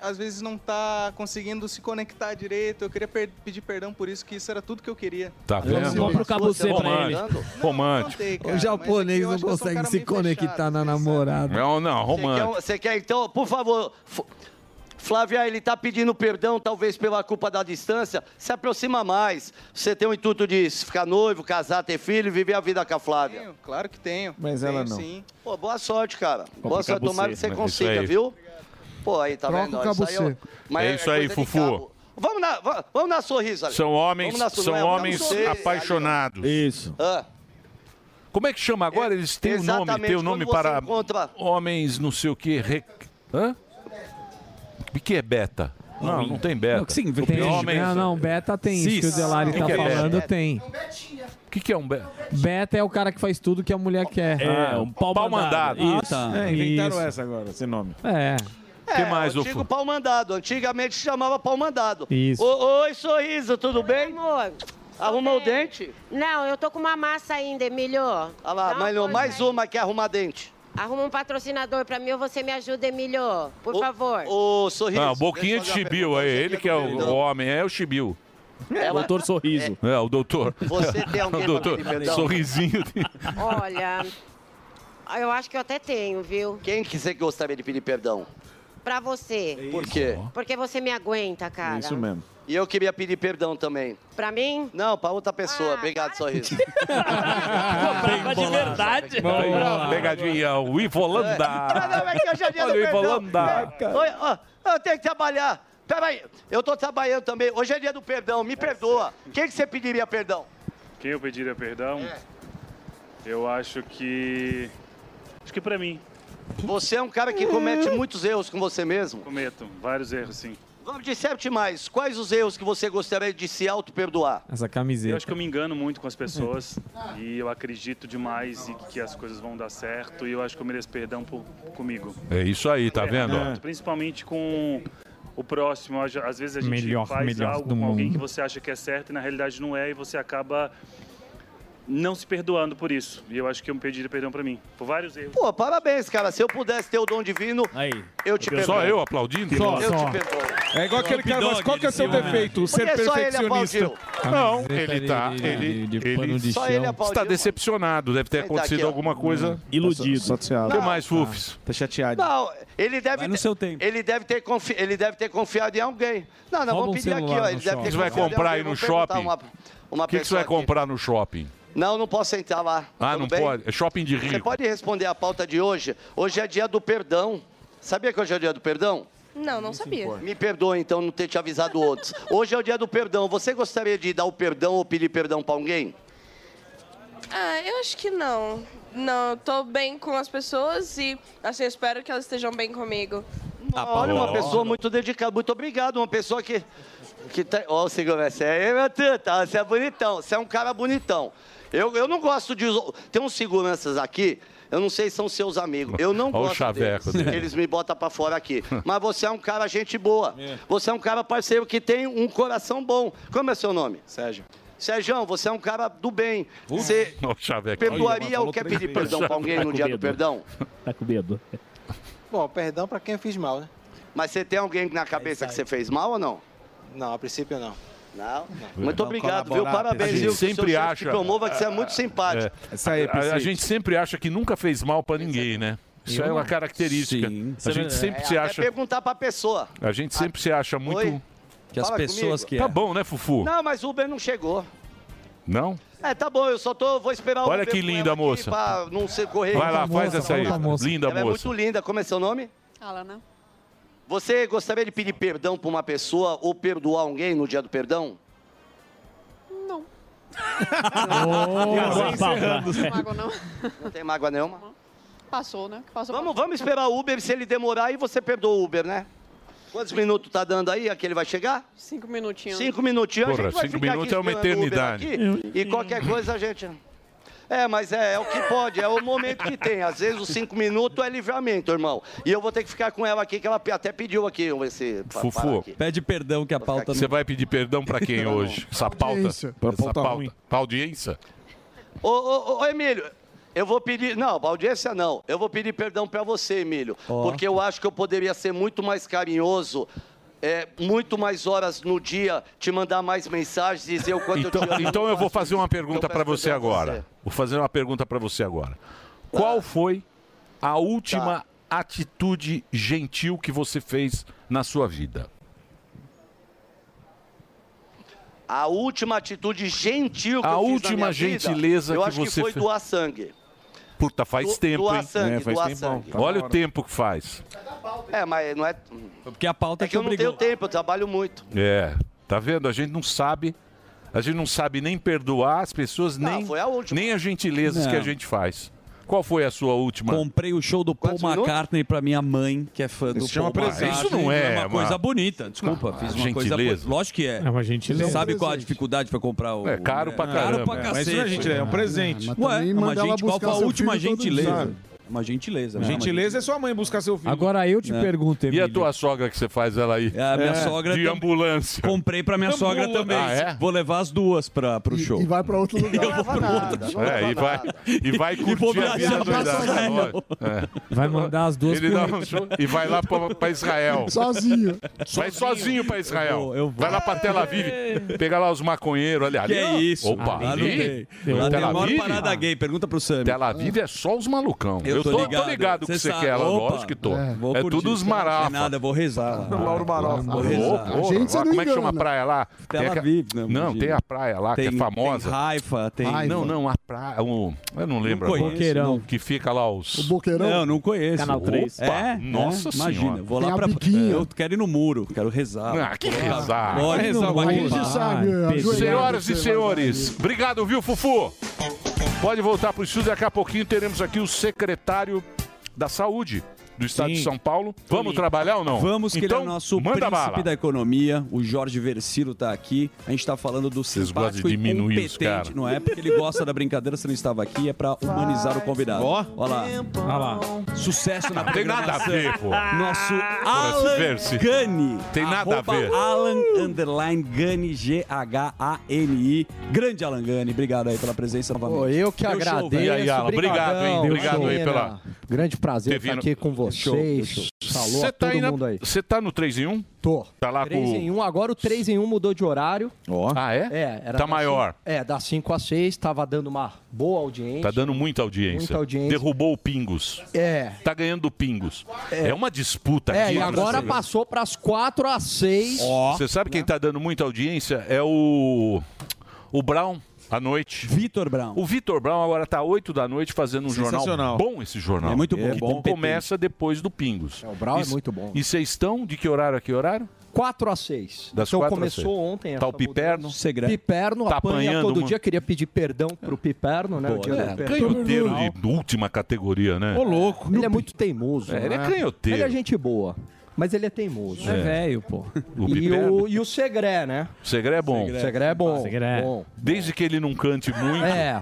S19: às vezes não tá conseguindo se conectar direito. Eu queria per- pedir perdão por isso, que isso era tudo que eu queria.
S5: Tá vendo? assim,
S19: Compra o cabo C pra
S4: tá
S19: ele.
S5: Romântico. Romântico.
S19: Contei,
S8: O
S19: cara.
S8: japonês
S5: é
S8: não
S5: um
S8: consegue se conectar na namorada.
S5: Não, não,
S4: Quer um-
S5: romântico.
S4: Você quer, então, por favor. F- Flávia, ele está pedindo perdão, talvez pela culpa da distância. Se aproxima mais. Você tem o intuito de ficar noivo, casar, ter filho, viver a vida com a Flávia.
S19: Claro que tenho.
S4: Mas
S19: Tenho,
S4: ela não.
S19: Sim.
S4: Pô, boa sorte, cara. boa sorte.
S5: cabo
S4: Tomara
S5: C,
S4: que você
S5: né? Isso
S4: consiga,
S5: aí.
S4: viu? Pô, aí, tá
S5: Troca
S4: vendo?
S5: o
S4: Ó,
S5: cabo
S4: aí eu-
S5: C.
S4: mas
S5: É isso aí,
S4: coisa de
S5: Fufu.
S4: cabo. Vamos na, va- vamos na sorriso ali.
S5: São homens,
S4: Tá Vamos na sorriso,
S5: são
S4: não é? Vamos
S5: homens
S4: sorriso.
S5: apaixonados.
S9: Isso.
S4: Ah.
S5: Como é que chama agora? Eles têm um nome,
S4: Exatamente,
S5: tem um nome
S4: quando você
S5: para
S4: encontra-
S5: homens não sei o que. Re... Hã? O que é beta? Não, não tem beta.
S8: Não, que sim, tem, né?
S5: homens...
S8: não, não, beta tem. Isso que o
S5: Cis.
S8: Delari
S5: Que
S8: tá
S5: que é
S8: falando,
S5: beta?
S8: tem.
S5: O que, que é um beta?
S8: Beta é o cara que faz tudo que a mulher quer.
S5: É, um pau Pau mandado. Ah, tá. mandado.
S8: Isso.
S9: É, inventaram
S8: Ah, tá. Isso.
S9: essa agora, esse nome.
S8: É.
S4: É,
S5: que mais, ô
S4: antigo
S5: Fu?
S4: pau mandado. Antigamente chamava pau mandado.
S5: Isso.
S4: Ô, oi, sorriso, tudo bem?
S20: Amor.
S4: Arrumou o dente?
S20: É. Não, eu tô com uma massa ainda, Emílio.
S4: Olha lá, mais, mais uma que é arrumar dente.
S20: Arruma um patrocinador pra mim ou você me ajuda, Emílio. Por favor.
S4: Ô, sorriso.
S5: Não, boquinha de chibiu aí. Ele que é o, o homem, é o chibiu.
S4: então? É o doutor
S5: Sorriso. É, o doutor.
S4: Você tem alguém
S5: [laughs] o
S4: pra
S5: doutor.
S4: pedir perdão?
S5: Sorrisinho. de-
S20: Olha, eu acho que eu até tenho, viu?
S4: Quem que você gostaria de pedir perdão?
S20: Pra você.
S4: Por quê?
S20: Porque você me aguenta, cara.
S4: mesmo. E eu queria pedir perdão também.
S20: Pra mim?
S4: Não, pra outra pessoa. Obrigado, [laughs] sorriso. Brava Ah, de verdade.
S5: Pegadinha, o Ivolanda.
S4: Não, é que hoje é dia
S5: Olha
S4: do
S5: o
S4: perdão.
S5: Ivolanda.
S4: É, Oi, ó, eu tenho que trabalhar. Peraí, eu tô trabalhando também. Hoje é dia do perdão, me perdoa. Quem que você pediria perdão?
S21: Quem eu pediria perdão?
S4: É.
S21: Eu acho que. Acho que pra mim.
S4: Você é um cara que comete muitos erros com você mesmo?
S21: Cometo vários erros, sim.
S4: Vamos disserte mais. Quais os erros que você gostaria de se auto-perdoar?
S8: Essa
S21: Eu
S8: camiseta.
S21: acho que eu me engano muito com as
S4: [laughs]
S21: pessoas e eu acredito demais e que as coisas vão dar certo e eu acho que eu mereço perdão por, comigo.
S5: É isso aí, tá
S21: É,
S5: vendo?
S21: não, Principalmente com o próximo. Às- Às vezes a gente
S5: Melhor,
S21: faz
S5: melhor
S21: algo
S5: do
S21: com alguém
S5: mundo.
S21: que você acha que é certo e na realidade não é e você acaba não se perdoando por isso. E eu acho que eu me pediria perdão pra mim. Por vários erros.
S4: Pô, parabéns, cara. Se eu pudesse ter o dom divino, eu te perdoo.
S5: Só eu aplaudindo?
S4: Eu te perdoo.
S9: É igual aquele cara, mas qual que é o
S5: assim, né?
S9: seu defeito? Ser
S4: Porque só ele é
S9: perfeccionista.
S4: aplaudiu.
S5: Não, ele tá.
S9: de-
S5: Ele,
S9: de- de
S5: ele,
S9: pano de Só chão. ele aplaudiu.
S5: está decepcionado. Deve ter
S4: Senta
S5: acontecido
S4: tá aqui, ó. Tá
S5: alguma coisa. Tá
S9: Iludido. Chateado.
S5: O que mais, Fufs?
S4: Ah,
S9: Tá chateado.
S4: Não, ele deve,
S9: no
S4: ter-
S9: seu tempo.
S4: Ele, deve ter confi- ele deve ter confiado em alguém. Não, não,
S5: Rouba
S4: vamos
S5: um
S4: pedir aqui,
S5: celular
S4: ó.
S5: no
S4: Ele deve
S5: shopping.
S4: ter
S5: Você vai
S4: confiado em
S5: comprar
S4: alguém.
S5: aí
S4: Vou
S5: no
S4: perguntar
S5: shopping?
S4: Uma, uma
S5: O que, que você vai
S4: pessoa aqui.
S5: comprar no shopping?
S4: Não, não posso entrar lá.
S5: Ah,
S4: Tudo
S5: não
S4: bem?
S5: pode? É shopping de
S4: Você
S5: rico.
S4: pode responder a pauta de hoje? Hoje é dia do perdão. Sabia que hoje é dia do perdão?
S22: Não, não sabia.
S4: Me perdoe, então, não ter te avisado antes. Hoje é o dia do perdão. Você gostaria de dar o perdão ou pedir perdão pra alguém?
S22: Ah, eu acho que não. Não, eu tô bem com as pessoas e, assim, eu espero que elas estejam bem comigo.
S4: Olha, uma pessoa muito dedicada. Muito obrigado, uma pessoa que... que tá... Ó, o senhor, você é meu truta, você é bonitão, você é um cara bonitão. Eu, eu não gosto de... uso- Tem uns seguranças aqui... Eu não sei se são seus amigos. Eu
S5: [laughs]
S4: não
S5: Ó o
S4: gosto
S5: chaveco
S4: deles.
S5: dele.
S4: Eles me botam pra fora aqui. Mas você é um cara gente boa. Você é um cara parceiro que tem um coração bom. Como é seu nome? Sérgio. Sérgio, você é um cara do bem. Você
S5: Ó o Chaveco.
S4: perdoaria ou quer pedir perdão pra alguém no dia do perdão?
S12: Tá com medo.
S23: Bom, perdão pra quem eu fiz mal, né? É
S4: Mas você tem alguém na cabeça que você fez mal ou não?
S23: Não, a princípio não.
S4: Não? Muito
S23: Não
S4: obrigado, viu?
S23: colaborar,
S4: Parabéns,
S5: pessoal.
S4: viu?
S5: A gente
S4: Seu
S5: sempre
S4: chefe
S5: acha-
S4: Te promova que você é muito simpático.
S5: É. A- a, a gente sempre acha que nunca fez mal pra ninguém, né? Isso
S4: Eu
S5: é uma
S4: não.
S5: característica. A gente sempre
S4: É,
S5: se
S4: até
S5: acha.
S4: perguntar pra pessoa.
S5: A gente sempre se acha muito.
S4: Oi? Que as Fala pessoas comigo. que é.
S5: Tá bom, né, Fufu?
S4: Não, mas o Uber não chegou.
S5: Não?
S4: É, tá bom, eu só tô, vou esperar o
S5: Olha
S4: Uber
S5: que
S4: com
S5: linda
S4: ela aqui
S5: moça.
S4: Pra não ser correr.
S5: Vai lá, faz essa aí. Linda
S4: Ela
S5: moça.
S4: é muito linda. Como é seu nome?
S22: Alana.
S4: Você gostaria de pedir perdão pra uma pessoa ou perdoar alguém no dia do perdão?
S22: Não.
S4: Ah, Boa,
S22: Não tem
S4: Pablo.
S22: mágoa, não.
S4: tá assim, Não tem mágoa nenhuma?
S22: Passou, né? Passou.
S4: Vamos, vamos esperar o Uber, se ele demorar, aí você perdoa o Uber, né? Quantos minutos tá dando aí? Aquele vai chegar?
S22: Cinco
S24: um.
S22: minutinhos.
S4: Cinco minutinhos. a
S5: Porra,
S4: gente vai
S5: cinco
S4: ficar aqui
S5: minutos é uma
S4: esperando o Uber
S5: eternidade.
S4: aqui, E qualquer coisa a gente... É, mas é, é o que pode, é o momento que tem. Às vezes os cinco minutos é livramento, irmão. E eu vou ter que ficar com ela aqui, que ela pe- até pediu aqui esse... pa- parar
S5: Fufu.
S4: aqui. Tá
S5: Pede perdão que a pauta Você vai pedir perdão pra quem hoje? Essa pauta?
S4: Audiência. Pra
S5: Essa
S4: pauta ruim.
S5: Pra audiência?
S4: Ô, ô, ô, ô, Emílio, eu vou pedir. Não, pra audiência não. Eu vou pedir perdão pra você, Emílio.
S15: Ó.
S4: Porque eu acho que eu poderia ser muito mais carinhoso. é, muito mais horas no dia, te mandar mais mensagens, dizer o quanto
S5: Então,
S4: eu te amo.
S5: então eu vou fazer uma pergunta
S4: peço
S5: pra você
S4: perdão a
S5: agora. Vou fazer uma pergunta pra você
S4: Tá.
S5: agora. Qual foi a última atitude gentil que você fez na sua vida?
S4: A última atitude gentil que
S5: A
S4: eu fiz
S5: última
S4: na minha vida,
S5: gentileza
S4: eu
S5: que
S4: acho que,
S5: você
S4: foi
S5: fez.
S4: doar sangue.
S5: Puta, faz
S4: Do-
S5: tempo,
S4: doar
S5: hein?
S4: sangue, É, faz doar tempão. sangue. Tá na
S5: Olha o
S4: hora.
S5: tempo que faz.
S4: É, mas não é.
S7: Porque a pauta
S4: é que eu não tenho tempo, eu trabalho muito.
S5: É, tá vendo? A gente não sabe. A gente não sabe nem perdoar as pessoas, nem, nem as gentilezas
S7: Não.
S5: que a gente faz. Qual foi a sua última?
S7: Comprei o show do Paul McCartney pra minha mãe, que é fã do
S5: Isso chama
S7: Paul McCartney.
S5: presente. Isso não é
S7: uma
S5: uma-
S7: coisa bonita. Desculpa,
S5: Não,
S7: fiz uma
S5: uma
S7: coisa
S5: gentileza.
S7: boa. Lógico que é.
S5: É uma gentileza.
S7: Você Sabe qual a
S5: Presente.
S7: dificuldade pra comprar o...
S5: É caro pra
S7: Caro
S5: caramba.
S7: pra
S5: É,
S7: cacete. né?
S5: mas isso não é gentileza, é um Ah, presente. mas
S7: Ué,
S5: também
S7: uma
S5: manda ela
S7: gente, qual
S5: buscar
S7: foi a
S5: seu
S7: última
S5: filho todo
S7: gentileza?
S5: dia.
S7: Uma gentileza. né? Uma
S9: Gentileza é sua mãe buscar seu filho.
S5: Agora eu
S7: te É. pergunto,
S5: E a tua sogra que você faz ela aí?
S7: É, A minha sogra
S5: De
S7: tam-
S5: ambulância.
S7: Comprei pra minha sogra também.
S5: Ah, é?
S7: Vou levar as duas pra, pro show.
S6: E vai pra outro lugar.
S7: Eu vou pro outro show.
S5: É, e vai, e vai
S7: vou
S5: curtir a vida
S7: viajar
S5: do
S7: pra
S5: Israel.
S11: Vai mandar as duas
S5: Ele
S11: pro-
S5: dá um show e vai lá pra, pra Israel.
S11: Sozinho.
S5: Vai sozinho pra Israel.
S11: Eu vou, eu vou.
S5: Vai lá pra Tel Aviv, pegar lá os maconheiros ali. ali
S7: Que
S5: ó.
S7: isso?
S5: Opa,
S7: Lá não
S5: ali?
S7: tem. Lá tem a
S5: Tel
S7: maior
S5: Aviv?
S7: parada gay. Pergunta pro Sammy.
S5: Tel Aviv é só os malucão. Eu, tô, tô ligado, que você
S7: sabe.
S5: quer lá,
S7: Opa.
S5: lógico que tô. É,
S7: Vou curtir.
S5: tudo os
S7: Não tem
S5: marafas.
S7: nada, vou rezar lá.
S5: Lauro Marofa.
S7: Vou rezar.
S5: Ô, porra,
S7: Gente, você
S5: lá,
S7: não
S5: como é que chama a
S7: engana.
S5: praia lá?
S7: Tel
S5: Tem a-
S7: Aviv, né,
S5: Não,
S7: imagina.
S5: tem a praia lá que
S7: Tem-
S5: é famosa.
S7: tem Haifa, tem-
S5: Não, não, a praia. um- eu não lembro.
S7: Não
S5: agora.
S7: conheço, não.
S5: Que fica lá os.
S7: O Boqueirão? Não, não conheço.
S5: Canal três.
S7: Opa,
S5: É?
S7: nossa
S5: É?
S7: senhora. Imagina, vou
S5: Tem
S7: lá
S5: a
S7: pra... É, Eu quero ir no muro, quero rezar.
S5: Ah, que rezar.
S7: Olha,
S5: Rezar
S7: não,
S5: o
S7: vai
S5: muro.
S7: rezar.
S5: Senhoras e senhores, obrigado, viu, Fufu? Pode voltar pro estúdio, daqui a pouquinho teremos aqui o secretário da Saúde do Estado de São Paulo. Vamos trabalhar ou não?
S7: Vamos, que
S5: então,
S7: ele é o nosso
S5: manda
S7: príncipe
S5: bala.
S7: da economia. O Jorge Versilo tá aqui. A gente tá falando do
S5: gostam de
S7: simpático e
S5: diminuir os
S7: competente,
S5: cara.
S7: não é? Porque ele gosta da brincadeira, se não estava aqui, é pra humanizar o convidado. Ó, ó lá. Ó lá. Sucesso na
S5: Não tem nada a ver, pô.
S7: programação. Nosso
S5: Pô, esse
S7: Alan
S5: verso.
S7: Gani.
S5: Tem nada a
S7: Arroba
S5: ver.
S7: Alan underline Gani, G-H-A-N-I. Grande Alan Gani, obrigado aí pela presença novamente.
S24: Pô, eu que
S7: Deu show,
S24: agradeço.
S7: velho.
S24: Obrigadão, Regina.
S5: pela-
S24: Grande prazer
S5: ter
S24: estar
S5: vindo.
S24: aqui com vocês. Falou a
S5: tá
S24: todo
S5: aí na-
S24: mundo aí.
S5: Você tá no 3 em 1?
S24: Tô.
S5: Tá lá
S24: 3
S5: com...
S24: em 1, agora o 3 em 1 mudou de horário.
S5: Ah, é?
S24: É, era
S5: Tá
S24: das
S5: maior.
S24: cin- é, das 5 às 6, tava dando uma boa audiência.
S5: Tá dando muita audiência.
S24: Muita audiência.
S5: Derrubou o Pingos.
S24: É.
S5: Tá ganhando o Pingos. É,
S24: É.
S5: uma disputa
S24: É,
S5: aqui.
S24: e agora passou para as 4 às 6.
S5: Você sabe quem tá dando muita audiência? É o. O Brown. À noite.
S7: Vitor Brown.
S5: O Vitor Brown agora tá 8 da noite fazendo um jornal
S7: Sensacional.
S5: bom esse jornal.
S7: É muito bom.
S5: Que
S7: É bom.
S5: competente. começa depois do Pingos. o
S24: Brown é muito bom.
S5: E vocês estão de que horário a que horário?
S24: 4 a 6.
S5: Das
S24: então
S5: quatro
S24: começou
S5: às seis.
S24: ontem.
S5: Tá o
S24: essa
S5: Piperno.
S24: mudança. Piperno
S5: Tá
S24: apanha
S5: apanhando
S24: todo
S5: uma-
S24: dia. Queria pedir perdão pro Piperno, né?
S5: Pô,
S24: o dia
S5: ele
S24: do
S5: é
S24: perdão.
S5: canhoteiro de última categoria, né?
S24: Ô, louco. Ele é muito teimoso.
S5: É, ele é
S24: né?
S5: canhoteiro.
S24: Ele é gente boa. Mas ele é teimoso.
S5: É É.
S24: velho,
S5: pô. O
S24: E
S5: Piperno.
S24: o, e o Segré, né?
S5: Segré é bom.
S24: Segré. Segré é bom. Segré. Bom.
S5: Desde que ele não cante muito.
S24: É.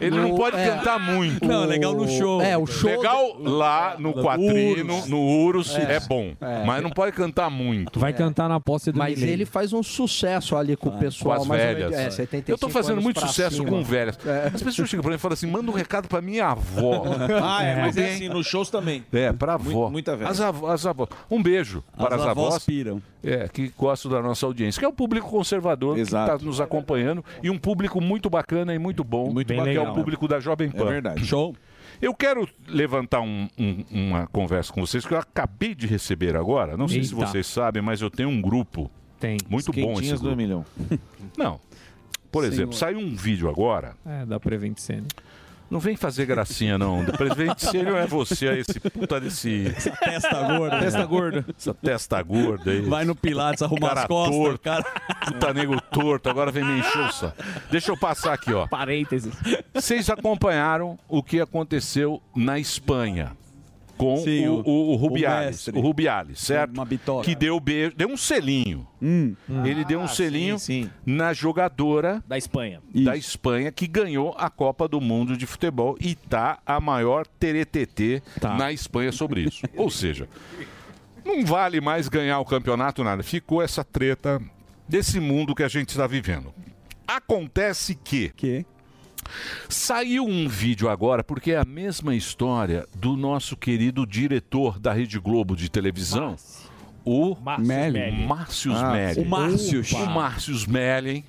S5: Ele não
S24: No-
S5: pode
S24: é.
S5: cantar muito.
S24: Não, legal no show. É, o show-
S5: Legal lá no
S24: No
S5: quatrino,
S24: Urus.
S5: no Urus, é,
S24: É.
S5: bom.
S24: É.
S5: Mas não pode cantar muito.
S24: Vai
S11: cantar na posse do Ah,
S24: É. Mas
S11: Milei.
S24: ele faz um sucesso ali com o
S5: Com
S24: pessoal.
S5: as
S24: mais ou
S5: velhas.
S24: menos- é, 75
S5: eu tô fazendo
S24: anos
S5: muito
S24: pra
S5: sucesso
S24: cima.
S5: com velhas.
S24: É.
S5: As pessoas chegam pra mim e falam assim: manda um recado pra minha avó.
S9: [laughs] Ah, é, mas é
S5: Bem.
S9: assim, nos shows também.
S5: É, pra avó.
S9: Muito- muita velha.
S5: As, avó- as avó- Um beijo para as,
S9: avós
S5: avós.
S9: piram.
S5: É, que gostam da nossa audiência, que é o público conservador que está nos acompanhando e um público muito bacana e muito bom, que é o
S14: legal.
S5: público da Jovem Pan.
S14: É verdade.
S5: Show. Eu quero levantar um- um- uma conversa com vocês que eu acabei de receber agora. Não sei se
S14: Eita.
S5: vocês sabem, mas eu tenho um grupo.
S11: Tem.
S5: Muito bom esse
S11: Quentinhas do
S5: grupo.
S11: milhão.
S5: Não. Por exemplo, saiu um vídeo agora
S11: É, da Prevent Senior.
S5: não vem fazer gracinha, não. Do presidente Sênior é você, é esse puta desse. Essa
S7: testa gorda.
S5: Testa gorda. Essa testa gorda aí.
S7: Vai no Pilates arrumar
S5: cara
S7: as costas,
S5: Torto, cara. Puta nego torto, agora vem me encher o saco. Deixa eu passar aqui, ó.
S11: Parênteses.
S5: Vocês acompanharam o que aconteceu na Espanha com
S7: Sim,
S5: o,
S7: o-
S5: o, o
S7: o
S5: Rubiales.
S7: mestre.
S5: O, Rubiales, certo?
S7: Uma Hum. bitola.
S5: Que deu beijo, deu um selinho. Ele deu um selinho na jogadora
S12: da Espanha.
S5: Da Espanha que ganhou a Copa do Mundo de futebol e tá a maior teretetê na Espanha sobre isso. Ou seja, não vale mais ganhar o campeonato nada. Ficou essa treta desse mundo que a gente está vivendo. Acontece que, saiu um vídeo agora porque é a mesma história do nosso querido diretor da Rede Globo de televisão. O
S14: Márcio Melli.
S5: Márcio
S14: Ah,
S5: Melli.
S14: o Márcios.
S5: O Márcio Melli, hein?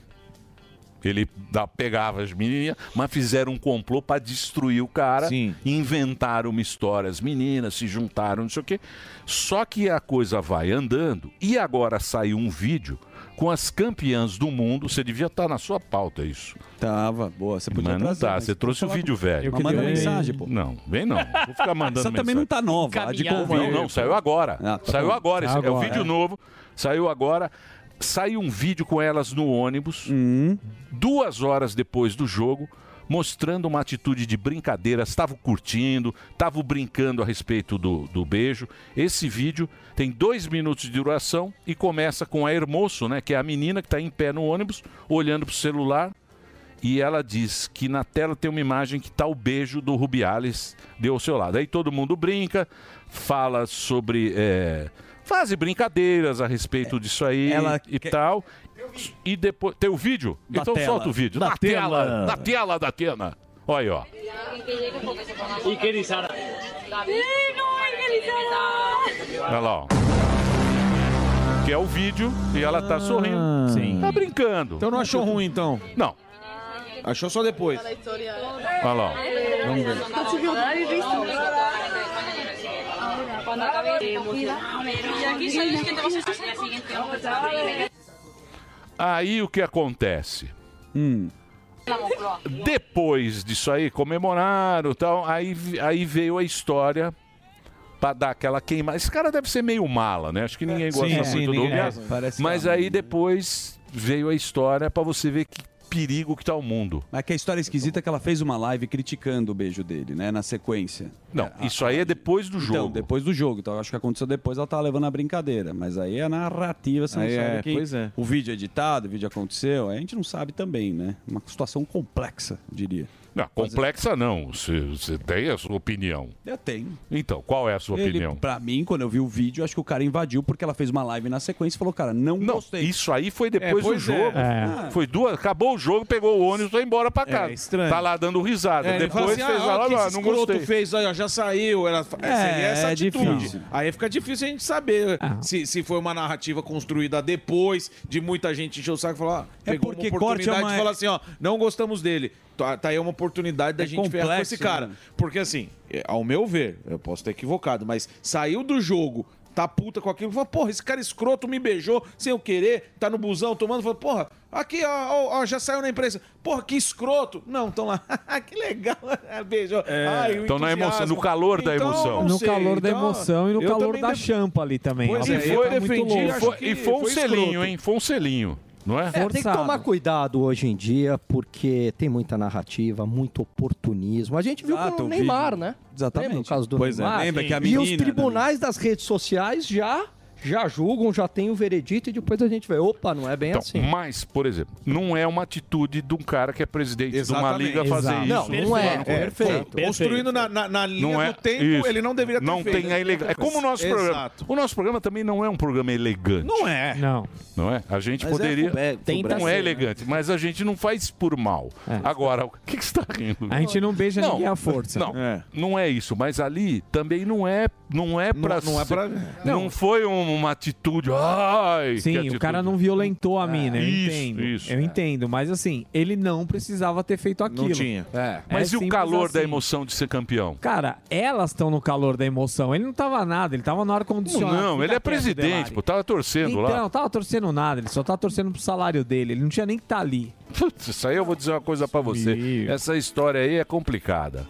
S5: Ele da- pegava as meninas, mas fizeram um complô para destruir o cara. Inventaram uma história, as meninas se juntaram, não sei o quê. Só que a coisa vai andando e agora saiu um vídeo com as campeãs do mundo. Você devia estar na sua pauta isso.
S7: Tava, boa. Você podia
S5: Mas não
S7: trazer,
S5: tá,
S7: mas
S5: você trouxe o
S7: vou falar
S5: vídeo
S7: com-
S5: velho.
S7: Eu Mas queria- manda mensagem, pô.
S5: Não, vem não. Vou ficar mandando
S7: Essa
S5: mensagem.
S7: também não tá nova, a de Encaminhada.
S5: Não,
S7: Covid.
S5: não, saiu agora.
S7: Ah, tá
S5: saiu
S7: bom.
S5: agora. esse- É o
S7: Agora,
S5: vídeo
S7: é.
S5: novo. Saiu agora. Saiu um vídeo com elas no ônibus,
S7: Hum.
S5: duas horas depois do jogo, mostrando uma atitude de brincadeira. Estavam curtindo, estavam brincando a respeito do, do beijo. Esse vídeo tem dois minutos de duração e começa com a Hermoso, né? Que é a menina que está em pé no ônibus, olhando pro celular. E ela diz que na tela tem uma imagem que tá o beijo do Rubiales deu ao seu lado. Aí todo mundo brinca, fala sobre. é, faz brincadeiras a respeito disso aí
S7: É, Ela
S5: e
S7: quer-
S5: tal. E depois. Tem o vídeo?
S7: Da
S5: então
S7: tela.
S5: solta o vídeo.
S7: Da
S5: Na tela.
S7: tela.
S5: Na tela da Atena. Olha aí, ó.
S17: Ikenizara.
S5: Olha lá, ó. Que é o vídeo e ela tá
S7: Ah.
S5: sorrindo. Sim. Tá brincando.
S9: Então não achou ruim, então?
S5: Não.
S9: Achou só depois.
S5: Olha lá, ó.
S9: Vamos ver.
S17: Cuando acabe, Y aquí sabes que te vas a hacer la siguiente.
S5: Aí o que acontece?
S7: Hum.
S5: Depois disso aí, comemoraram e tal. Aí, vi- aí veio a história pra dar aquela queimada. Esse cara deve ser meio mala, né? Acho que
S9: É.
S5: ninguém gosta
S14: Sim,
S5: muito
S14: sim,
S5: do
S14: ninguém
S5: Douglas.
S14: gosta. Parece
S5: Mas
S14: que é
S5: aí depois veio a história pra você ver que perigo que tá o mundo.
S7: Mas que a história esquisita é que ela fez uma live criticando o beijo dele, né? Na sequência.
S5: Não, isso aí é depois do
S7: jogo. Então, depois do jogo. Então, eu acho que aconteceu depois, ela tava levando a brincadeira. Mas aí a narrativa, você não
S14: Aí
S7: sabe
S14: é,
S7: quem...
S14: pois é.
S7: O vídeo é editado, o vídeo aconteceu. Aí a gente não sabe também, né? Uma situação complexa, eu diria.
S5: Não, complexa não. Você, você tem a sua opinião.
S7: Eu tenho.
S5: Então, qual é a sua
S7: Ele,
S5: opinião?
S7: pra mim, quando eu vi o vídeo, acho que o cara invadiu porque ela fez uma live na sequência e falou, cara, não, gostei. Ah,
S5: Isso aí foi
S14: É,
S5: depois do jogo. Foi duas, acabou o jogo, pegou o ônibus, foi embora pra casa.
S9: É, estranho.
S5: Tá lá dando risada.
S9: É, ele fala
S5: Depois
S9: assim,
S5: fez
S9: ah,
S5: lá,
S9: olha o que
S5: lá,
S9: esse
S5: não
S9: escroto
S5: gostei.
S9: fez, aí, ó, já saiu. Ela, fa-
S5: É,
S9: seria essa
S5: é
S9: atitude.
S5: difícil. Ah.
S9: Aí fica difícil a gente saber né? se, se foi uma narrativa construída depois de muita gente encher o saco e falar, ó, pegou
S7: porque
S9: uma
S7: corte é
S9: oportunidade
S7: uma-
S9: de falar assim, ó, não gostamos dele. Tá, tá aí uma oportunidade da
S7: É
S9: gente ferrar com esse
S7: complexo,
S9: cara.
S7: né?
S9: Porque assim, é, ao meu ver, eu posso ter equivocado, mas saiu do jogo, tá puta com aquilo, fala, porra, esse cara escroto me beijou sem eu querer, tá no busão tomando, fala, porra, Aqui, ó, ó, ó, já saiu na imprensa. Porra, que escroto. Não, estão lá. [laughs] que legal. Beijo. Ai, o
S5: Então na emoção,
S9: entusiasmo.
S5: no calor da
S9: Então,
S5: emoção.
S9: não
S8: No
S9: sei,
S8: calor da
S5: Ah,
S9: então,
S8: emoção e no
S9: eu
S8: calor
S9: também
S8: da
S9: def-
S8: champa ali também.
S9: Pois
S8: A
S9: é,
S8: Bebê
S9: eu
S8: tá muito
S9: defendi,
S8: louca.
S5: E foi, e foi um
S9: foi escroto.
S5: selinho, hein? Foi um selinho, não é?
S24: É, tem que tomar cuidado hoje em dia, porque tem muita narrativa, muito oportunismo. A gente viu
S7: Exato,
S24: com
S7: o
S24: o Neymar,
S7: vídeo.
S24: né?
S7: Exatamente.
S24: Lembra o caso do
S7: Pois é,
S24: Neymar?
S7: lembra que a
S24: e
S7: menina
S24: os tribunais das redes sociais já, já julgam, já tem o veredito e depois a gente vê, opa, não é bem
S5: Então,
S24: assim.
S5: Mas, por exemplo, não é uma atitude de um cara que é presidente
S24: Exatamente.
S5: de uma liga fazer
S24: Exato.
S5: isso.
S24: Não, não é. É, perfeito.
S9: Construindo na, na, na linha
S5: Não é
S9: do tempo,
S5: isso.
S9: ele não deveria ter
S5: Não
S9: feito.
S5: tem a elegância. É como o nosso
S9: Exato.
S5: programa. O nosso programa também não é um programa elegante.
S9: Não é.
S8: Não.
S5: Não é? A gente
S9: Mas é
S5: poderia.
S9: fullback,
S8: Tenta
S5: não
S8: ser,
S5: é
S8: né? É.
S5: elegante, mas a gente não faz por mal. Agora, o que, que você está rindo?
S8: A gente não beija ninguém à força.
S5: Não, não é isso. Mas ali também não é, não é para.
S8: não é pra-
S5: Não, foi um- uma atitude. Ai, que
S8: Sim,
S5: atitude. É.
S8: o cara não violentou a mina, eu
S5: Isso,
S8: entendo.
S5: isso. é.
S8: Eu entendo, mas assim, ele não precisava ter feito aquilo. É.
S5: Mas e
S8: É
S5: o
S8: simples
S5: calor da
S8: assim.
S5: emoção de ser campeão?
S8: Cara, elas estão no calor da emoção. Ele não tava nada, ele tava no ar condicionado.
S5: não, ele é presidente, pô, tava torcendo
S8: Então,
S5: lá.
S8: tava torcendo nada, ele só tava torcendo pro salário dele, ele não tinha nem que estar
S5: [laughs]
S8: tá ali.
S5: Putz, isso aí eu vou dizer uma coisa pra você. Essa história aí é complicada.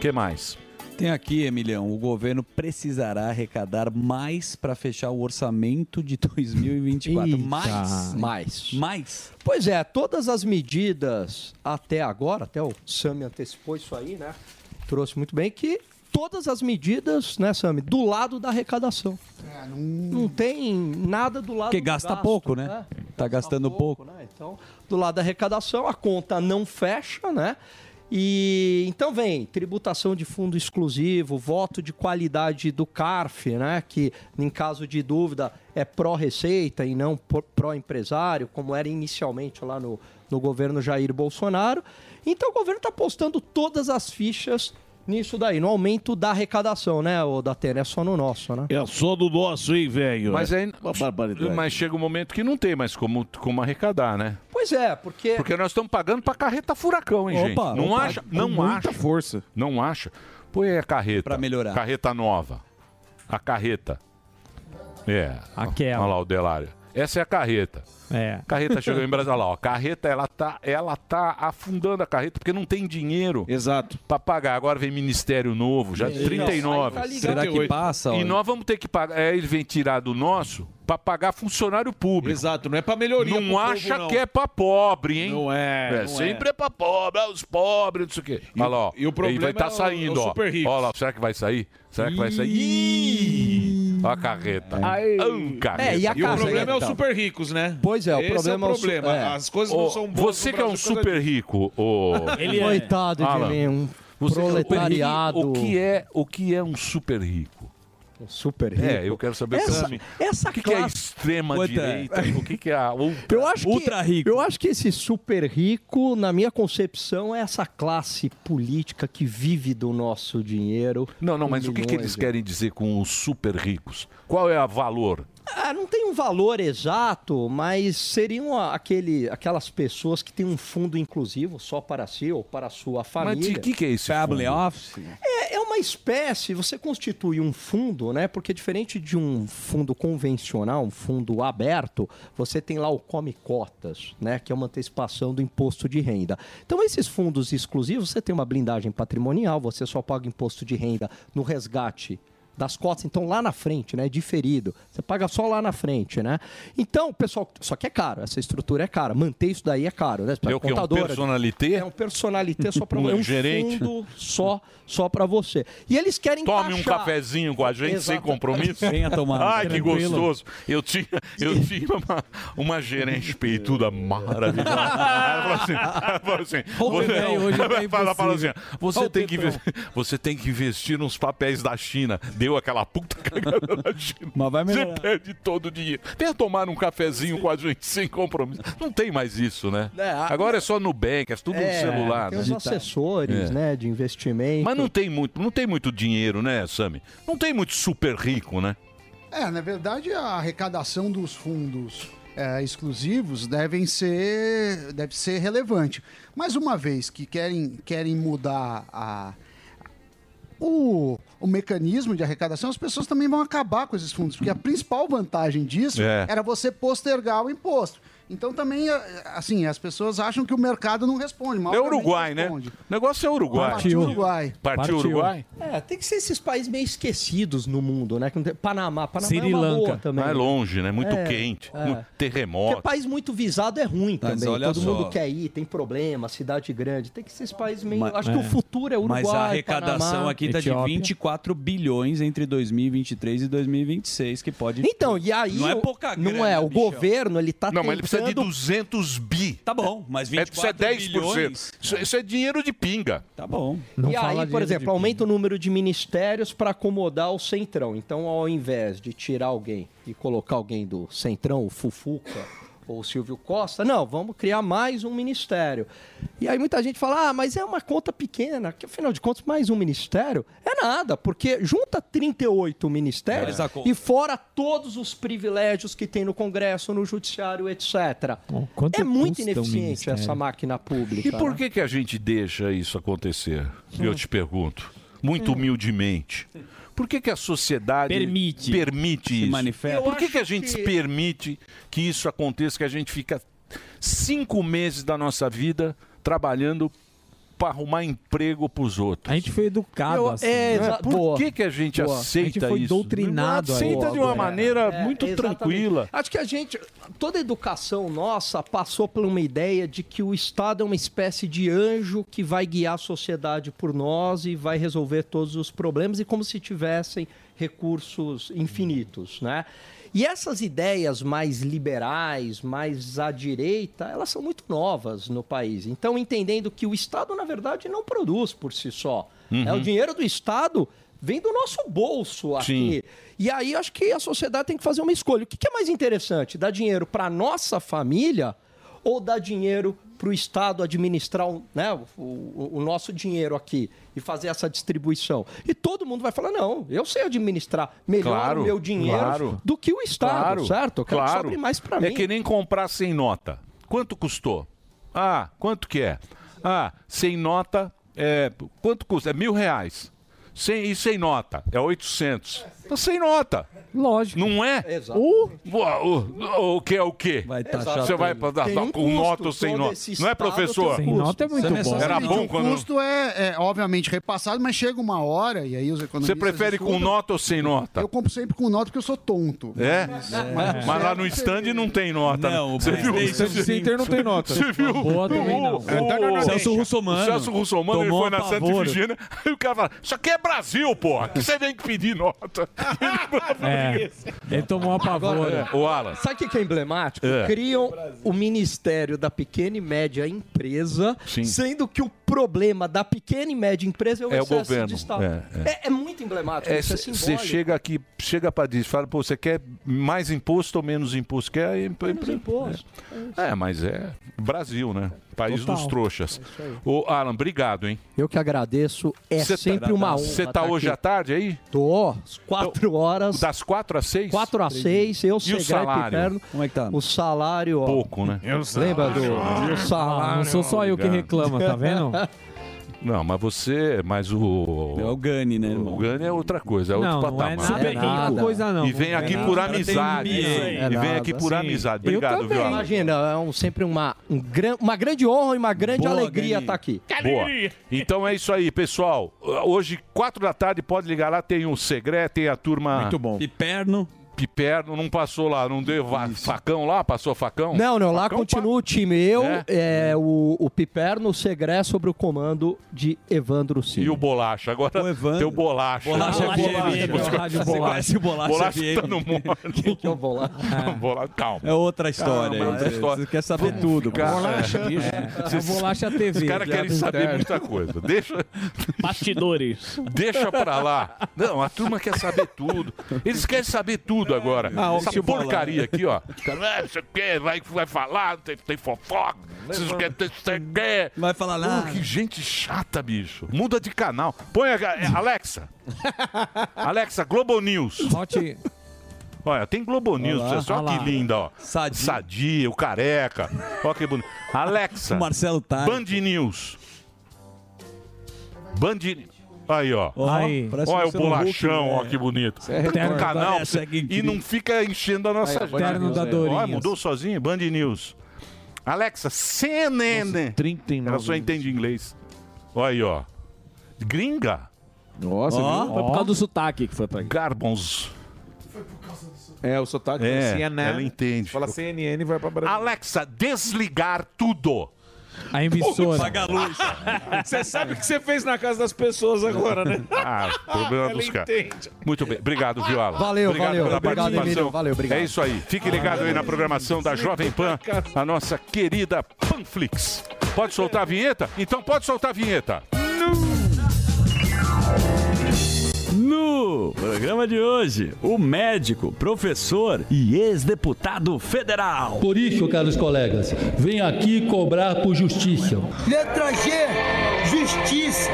S5: que mais?
S7: Tem aqui, Emilhão, o governo precisará arrecadar mais para fechar o orçamento de [laughs] 2024. Mais.
S24: Mais.
S7: Mais.
S24: Pois é, todas as medidas até agora, até o Sami antecipou isso aí, né? Trouxe muito bem que todas as medidas, né, Sami, do lado da arrecadação. não... tem nada do lado
S7: Porque
S24: do
S7: gasta
S24: um gasto,
S7: pouco, né? Tá gastando pouco.
S24: né? Então, do lado da arrecadação, a conta não fecha, né? E então vem tributação de fundo exclusivo, voto de qualidade do CARF, né? Que em caso de dúvida é pró-receita e não por- pró-empresário, como era inicialmente lá no, no governo Jair Bolsonaro. Então o governo está postando todas as fichas nisso daí, no aumento da arrecadação, né, o da É só no nosso, né?
S5: É só do nosso, hein, velho? Mas, aí,
S24: barbaridade.
S5: mas chega um momento que não tem mais como, como arrecadar, né?
S24: Pois é, porque.
S5: Porque nós estamos pagando pra carreta furacão, hein,
S24: Opa,
S5: gente? Não
S24: opa,
S5: acha?
S24: com
S5: Não
S24: muita
S5: acha. força. Não acha. Põe aí a carreta. Pra melhorar. Carreta nova. A carreta. É. Aquela. Olha lá o Delário. Essa é a carreta.
S8: É.
S5: Carreta chegou em Brasília, olha lá, ó. Carreta, ela tá, ela tá afundando a carreta porque não tem dinheiro.
S9: Exato.
S5: Para pagar. Agora vem ministério novo, já
S7: Isso.
S5: 39.
S7: Aí tá ligado. Será que passa,
S5: E
S7: olha?
S5: nós vamos ter que pagar, é, ele vem tirar do nosso para pagar funcionário público.
S9: Exato, não é para melhoria pro
S5: Não
S9: povo,
S5: acha
S9: não.
S5: que é para pobre, hein?
S9: Não é, não é.
S5: sempre é, pra para pobre, ah, os pobres, não sei o quê.
S9: E-
S5: olha lá, ó.
S9: e o problema
S5: Aí vai estar
S9: é o-
S5: saindo,
S9: é o
S5: ó.
S9: super ricos.
S5: Olha lá, será que vai sair? Será que vai sair? Ih! Olha a carreta. Ah, carreta.
S9: e, o problema é os super ricos, né?
S24: Pois é, o
S9: Esse
S24: problema
S9: é
S24: é
S9: o
S24: o su-
S9: problema.
S24: é.
S9: As coisas não
S5: Ô,
S9: são boas.
S5: Você
S9: no
S5: que é um
S9: Brasil por causa
S5: super
S9: disso.
S5: rico, ô.
S24: Ele é. Coitado de
S5: Alan,
S24: mim, um
S5: você que é um super rico,
S24: proletariado. Um
S5: O que é, o que é um super rico?
S24: Super
S5: rico. É, eu quero saber
S24: Essa-
S5: também.
S24: essa
S5: o que, que é
S24: classe-
S5: extrema
S24: Outra.
S5: direita, o que, que é a ultra,
S24: Eu acho que, Eu acho que esse super rico, na minha concepção, é essa classe política que vive do nosso dinheiro.
S5: Não, não,
S24: com
S5: mas o que, que
S24: milhões
S5: eles
S24: de-
S5: querem dizer com os super ricos? Qual é o valor?
S24: Ah, não tem um valor exato, mas seriam a- aquele, aquelas pessoas que têm um fundo inclusivo só para si ou para a sua
S5: Mas
S24: família.
S5: de que, que é isso?
S24: Family
S7: office?
S24: É, é uma espécie, você constitui um fundo, né? Porque diferente de um fundo convencional, um fundo aberto, você tem lá o Come Cotas, né? Que é uma antecipação do imposto de renda. Então, esses fundos exclusivos, você tem uma blindagem patrimonial, você só paga imposto de renda no resgate das cotas, então lá na frente, né? Diferido. Você paga só lá na frente, né? Então, pessoal, só que é caro, essa estrutura é cara. Manter isso daí é caro, né? Você
S5: É
S24: pega
S5: o que? Um
S24: contadora,
S5: personalité?
S24: É um personalité só para
S5: Um
S24: é um
S5: gerente?
S24: fundo só, só para você. E eles querem
S5: Tome um
S24: taxar.
S5: cafezinho com a gente, sem
S24: Exatamente.
S5: compromisso.
S24: Venha tomar, um
S5: [laughs] Ai, que
S24: tranquilo.
S5: gostoso. Eu tinha, eu tinha uma, uma gerente peituda
S24: [laughs]
S5: maravilhosa. Ela falou assim, ela falou assim,
S3: Ô, Pedrão, hoje
S5: [laughs] ela
S3: tá
S5: fala- fala assim,
S3: impossível.
S5: você,
S3: Ô,
S5: tem que,
S3: Pedrão.
S5: inves- você tem que investir nos papéis da China. Deu aquela puta [laughs] cagada na China.
S7: Mas vai
S5: você
S7: melhorar.
S5: perde todo o dinheiro. Venha tomar um cafezinho com a gente, sem compromisso. Não tem mais isso, né?
S24: É, a-
S5: Agora é só Nubank, é tudo no
S24: É,
S5: celular.
S24: Tem
S5: né?
S24: os assessores,
S5: É.
S24: né, de investimento.
S5: Mas não tem muito, não tem muito dinheiro, né, Sami? Não tem muito super rico, né?
S6: É, na verdade, a arrecadação dos fundos é, exclusivos devem ser, deve ser relevante. Mas uma vez que querem, querem mudar a, o, o mecanismo de arrecadação, as pessoas também vão acabar com esses fundos, porque a principal vantagem disso
S3: É.
S6: era você postergar o imposto. Então também, eh, assim, as pessoas acham que o mercado não responde. mas
S5: É
S6: obviamente
S5: Uruguai, né? O negócio é Uruguai.
S6: Partiu Uruguai.
S5: Partiu Uruguai?
S24: É, tem que ser esses países meio esquecidos no mundo, né? Que não tem- Panamá, Panamá é uma boa também.
S5: Não é longe, né? Muito
S24: É,
S5: quente.
S24: é.
S5: muito
S24: Porque
S5: Terremoto.
S24: país muito visado é ruim
S5: Mas
S24: também.
S5: olha
S24: Todo
S5: só.
S24: mundo quer ir, tem problema, cidade grande. Tem que ser esse país meio.
S7: Ma-
S24: Acho que o
S7: é.
S24: futuro é Uruguai.
S7: Mas a arrecadação
S24: Panamá,
S7: aqui está de
S24: Etiópia.
S7: 24 bilhões entre 2023 e 2026, que pode.
S24: Então, e aí.
S7: Não é
S24: o-
S7: pouca
S24: Não
S7: grana,
S24: é, o
S7: bichão.
S24: governo, ele tá
S7: Não, mas ele precisa de
S5: 200 bi.
S7: Tá bom, mas
S5: É, isso é
S7: 24
S5: 10%.
S7: bilhões.
S5: Isso, isso é dinheiro de pinga.
S7: né? Tá bom.
S24: e aí, por exemplo, aumenta o número de ministérios para acomodar o Centrão. Então, ao invés de tirar alguém e colocar alguém do Centrão, o Fufuca ou o Silvio Costa, não, vamos criar mais um ministério. E aí muita gente fala, ah, mas é uma conta pequena, que afinal de contas, mais um ministério é nada, porque junta 38 ministérios
S7: Faz a conta.
S24: e fora todos os privilégios que tem no Congresso, no Judiciário, etc. é muito
S7: custa um
S24: ineficiente
S7: ministério?
S24: essa máquina pública.
S5: E por
S24: né? Hum.
S5: que, que a gente deixa isso acontecer? Eu te pergunto, muito humildemente. Por que, que a sociedade
S24: Permite.
S5: permite
S24: Se
S5: isso?
S24: manifesta.
S5: Por
S24: Eu
S5: que, que a
S24: acho
S5: gente
S24: que-
S5: permite que isso aconteça, que a gente fica cinco meses da nossa vida trabalhando para arrumar emprego para os outros? A gente foi educado
S24: Eu- assim, é, né? exa-
S5: Por
S24: boa.
S5: que, que a gente
S24: Boa.
S5: aceita isso?
S24: A gente foi
S5: doutrinado. Aceita de uma maneira muito
S24: É, exatamente.
S5: tranquila.
S24: Acho que a gente, toda a educação nossa passou por uma ideia de que o Estado é uma espécie de anjo que vai guiar a sociedade por nós e vai resolver todos os problemas e como se tivessem recursos infinitos, né? E essas ideias mais liberais, mais à direita, elas são muito novas no país. Então, entendendo que o Estado, na verdade, não produz por si só.
S5: Uhum.
S24: É o dinheiro do Estado vem do nosso bolso aqui. E aí eu acho que a sociedade tem que fazer uma escolha. O que, que é mais interessante? Dar dinheiro para nossa família ou dar dinheiro para o Estado administrar o- né, o, o- o nosso dinheiro aqui e fazer essa distribuição? E todo mundo vai falar: não, eu sei administrar melhor
S5: Claro,
S24: o meu dinheiro
S5: claro.
S24: do que o Estado, certo? Eu quero que sobre mais para mim.
S5: É que nem comprar sem nota. Quanto custou? Ah, quanto que é? Ah, sem nota, é, quanto custa? É mil reais. Sem, e sem nota, é 800. Então, sem nota.
S11: Lógico.
S5: Não é?
S24: Exato.
S5: O, o, o, o que é o que? Vai
S24: taxar
S5: Você vai
S24: tudo.
S5: pra,
S24: Tem um
S5: com
S24: custo,
S5: nota ou sem
S24: todo
S5: nota?
S24: esse
S5: Não é,
S24: estado tem um
S5: professor?
S24: Sem custo. nota é muito
S6: Você
S5: bom.
S6: sabe
S5: Era
S6: que
S5: bom
S24: um
S6: O
S5: quando...
S6: custo é, é, obviamente, repassado, mas chega uma hora e aí os economistas...
S5: Você prefere com
S6: estudam.
S5: nota ou sem nota?
S6: Eu compro sempre com nota porque eu sou tonto.
S5: É?
S6: É.
S5: Mas lá no stand não tem nota. né?
S7: Não,
S5: você
S7: mas
S5: viu?
S7: tem,
S5: Você
S7: sim.
S5: viu?
S7: Center não tem nota.
S5: Você viu?
S7: Boa também não.
S5: O-
S7: Verdade ou
S5: o-
S7: não?
S5: o-
S7: Celso Russomano.
S5: O Celso Russomano, ele
S7: Tomou
S5: foi na
S7: um
S5: Santa
S7: pavoro.
S5: Virgínia, [laughs] aí o cara fala, isso aqui é Brasil, porra. que você tem que pedir
S7: [laughs]
S5: nota.
S11: É. Ele tomou uma pavora.
S5: o Alan.
S24: Sabe o que que é emblemático?
S11: É.
S24: Criam o Ministério da Pequena e Média Empresa, sendo que o problema da pequena e média empresa é o
S5: É o
S24: excesso
S5: governo,
S24: de Estado.
S5: é, é.
S24: É- é muito emblemático, isso é
S5: Você
S24: simbólico.
S5: chega aqui, chega pra dizer, fala, pô, você quer mais imposto ou menos imposto? Quer imp-
S24: imposto.
S5: É, mas é Brasil, né? País
S24: Total.
S5: dos trouxas. Ô, Alan, obrigado, hein?
S24: Eu que agradeço, é
S5: Cê tá-
S24: sempre uma honra.
S5: Você tá
S24: estar
S5: hoje
S24: aqui.
S5: à tarde aí? Então,
S24: Tô, quatro horas.
S5: Das quatro às seis?
S24: Quatro a seis,
S5: E
S24: eu,
S5: o
S24: Segredo
S5: salário?
S24: Piperno.
S7: Como é que tá?
S24: O salário, ó.
S5: Pouco, né? E o salário?
S24: Lembra do e o salário?
S11: Ah, Não sou só eu que reclama, tá
S24: [laughs]
S11: vendo?
S5: [laughs] Não, mas você. Mas o. É o
S7: Gani, né?
S5: O Gani é outra coisa, é outro
S11: Não, não é
S5: patamar.
S11: nada, É nada. outra coisa, não.
S5: E vem
S11: Não é
S5: aqui
S11: nada.
S5: por
S11: O cara tem
S5: amizade.
S11: mil.
S5: Isso aí.
S24: É
S5: e vem
S24: nada,
S5: aqui por
S24: sim.
S5: amizade.
S24: Eu
S5: Obrigado,
S24: também.
S5: viu, Alan?
S24: Imagina, é um- sempre uma, um gran- uma grande honra e uma grande
S5: Boa,
S24: alegria
S5: Gani.
S24: estar aqui.
S5: Boa. Então é isso aí, pessoal. Hoje, quatro da tarde, pode ligar lá. Tem o Segredo, tem a turma.
S7: Muito bom.
S5: Piperno. Piperno, não passou lá, não deu va- facão lá? Passou facão?
S24: Não, não, lá continua o time. Eu,
S5: É?
S24: é, o, o Piperno, o Segré, sobre o comando de Evandro Silva.
S5: E o Bolacha? Agora tem o Bolacha.
S24: Bolacha
S5: Bolacha, né?
S24: FM, Rádio
S5: Você
S24: Bolacha.
S5: conhece o Bolacha
S24: Bolacha
S5: FM?
S24: tá no
S5: O
S24: [laughs] que é
S5: [laughs]
S24: o Bolacha?
S5: Bolacha, calma.
S7: É outra história.
S5: Calma, é
S7: aí.
S5: outra história.
S7: Você quer saber tudo.
S5: Cara, [laughs]
S7: Bolacha.
S5: é.
S7: É Bolacha TV,
S5: Os caras querem
S7: piada
S5: saber
S7: interna.
S5: muita coisa. Deixa.
S12: Bastidores.
S5: Deixa pra lá. Não, a turma quer saber tudo. Eles querem saber tudo agora.
S14: Ah, o que
S5: Essa
S14: eu vou
S5: porcaria
S14: falar.
S3: né?
S5: aqui, ó. Os caras, "Ah, não sei o quê, Vai, vai falar, tem, tem fofoca. Vocês querem, tem- tem- quer.
S7: Vai falar
S5: nada. É. que gente chata, bicho. Muda de canal. Põe a, é,
S7: [laughs]
S5: Alexa. Alexa, Globo News. Olha, tem Globo News,
S7: Olha lá.
S5: só
S7: Olha
S5: que
S7: lá.
S5: linda, ó. Sadia. o careca. Olha que bonito.
S7: [laughs]
S5: Alexa.
S7: Marcelo Tais.
S5: Band News. Band Aí, ó.
S21: Aí.
S5: Olha
S21: Parece
S5: o
S7: é um
S21: Luciano
S5: Bolachão,
S21: Huck,
S5: ó,
S21: né?
S5: que bonito.
S21: Isso é
S5: Tem um
S21: eterno.
S5: canal
S21: Parece aqui
S5: e não fica enchendo a nossa
S21: Aí, ó, eterno da
S5: Ó,
S21: Dorinhas.
S5: mudou sozinho? Band News. Alexa, CNN.
S21: 39
S5: Ela só entende inglês. Olha aí, ó. Gringa.
S12: Nossa, Ó. viu? Foi por causa do sotaque que foi pra
S5: Garbons.
S21: É, o sotaque
S5: É,
S21: é,
S9: assim,
S21: CNN.
S5: ela entende.
S21: Fala CNN e vai pra Brasil.
S5: Alexa, desligar tudo.
S21: A emissora.
S5: Apaga a luz.
S9: Você sabe o que você fez na casa das pessoas agora, né?
S5: Ah, problema
S9: Ela
S5: dos caras.
S9: entende.
S5: Muito bem. Obrigado, Viola.
S9: Valeu,
S5: obrigado
S9: valeu.
S5: Pela
S9: Obrigado,
S5: participação.
S9: Emílio. Valeu, obrigado.
S5: É isso aí. Fique ligado aí na programação da Jovem Pan, a nossa querida Panflix. Pode soltar a vinheta? Então pode soltar a vinheta.
S7: No programa de hoje, o médico, professor e ex-deputado federal.
S25: Por isso, caros colegas, venho aqui cobrar por justiça.
S7: Letra G, justiça.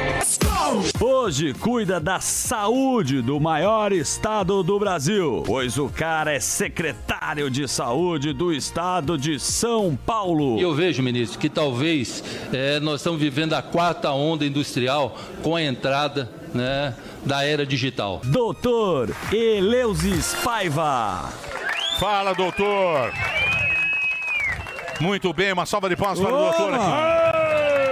S7: Hoje cuida da saúde do maior estado do Brasil, pois o cara é secretário de saúde do estado de São Paulo.
S25: E eu vejo, ministro, que talvez eh, nós estamos vivendo a quarta onda industrial com a entrada né, da era digital.
S7: Doutor Eleusis Paiva.
S5: Fala, doutor. Muito bem, uma salva de palmas para o doutor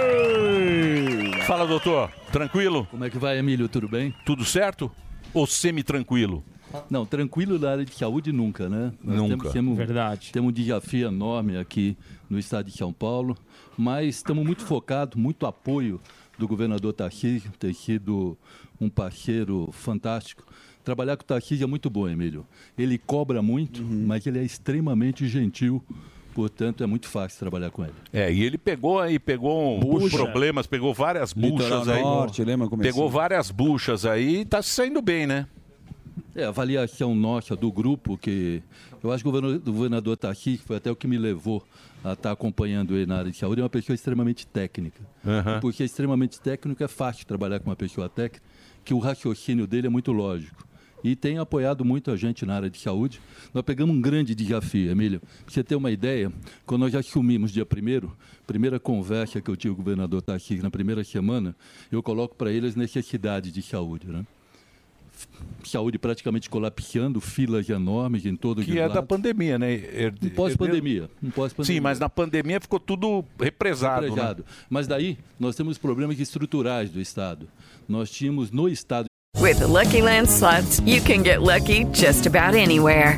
S5: aqui. Fala, doutor. Tranquilo?
S25: Como é que vai, Emílio? Tudo bem?
S5: Tudo certo? Ou semi-tranquilo?
S25: Não, tranquilo na área de saúde nunca, né?
S5: Nunca.
S25: Temos, temos, Verdade. Temos um desafio enorme aqui no estado de São Paulo, mas estamos muito focados, muito apoio do governador Tarcísio, tem sido um parceiro fantástico. Trabalhar com o Tarcísio é muito bom, Emílio. Ele cobra muito, mas ele é extremamente gentil, portanto é muito fácil trabalhar com ele.
S5: É, e ele pegou aí, pegou um-
S25: Bucha.
S5: problemas, pegou várias buchas
S25: Litoral
S5: aí.
S25: Norte,
S7: lembra como
S5: Pegou várias buchas aí e tá se saindo bem, né?
S25: É, a avaliação nossa do grupo, que eu acho que o governo- o governador Tarcísio foi até o que me levou a estar acompanhando ele na área de saúde, é uma pessoa extremamente técnica.
S5: Aham.
S25: E Porque é extremamente técnico é fácil trabalhar com uma pessoa técnica, que o raciocínio dele é muito lógico. E tem apoiado muito a gente na área de saúde. Nós pegamos um grande desafio, Emílio. Pra você ter uma ideia, quando nós assumimos dia primeiro, primeira conversa que eu tive com o governador Tarcísio na primeira semana, eu coloco para ele as necessidades de saúde, né? saúde praticamente colapsando, filas enormes em todo
S5: Que é da pandemia, né? Um
S25: pós-pandemia, um pós-pandemia.
S5: Sim, mas na pandemia ficou tudo represado. né?
S25: Represado. Mas daí nós temos problemas estruturais do Estado. Nós tínhamos no Estado.
S1: With the Lucky Land slots, you can get lucky just about anywhere.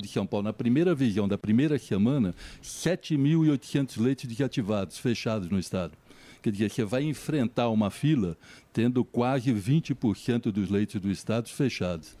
S25: de São Paulo, na primeira visão da primeira semana, 7.800 leitos desativados, fechados no Estado. Quer dizer, você vai enfrentar uma fila tendo quase 20% dos leitos do Estado fechados.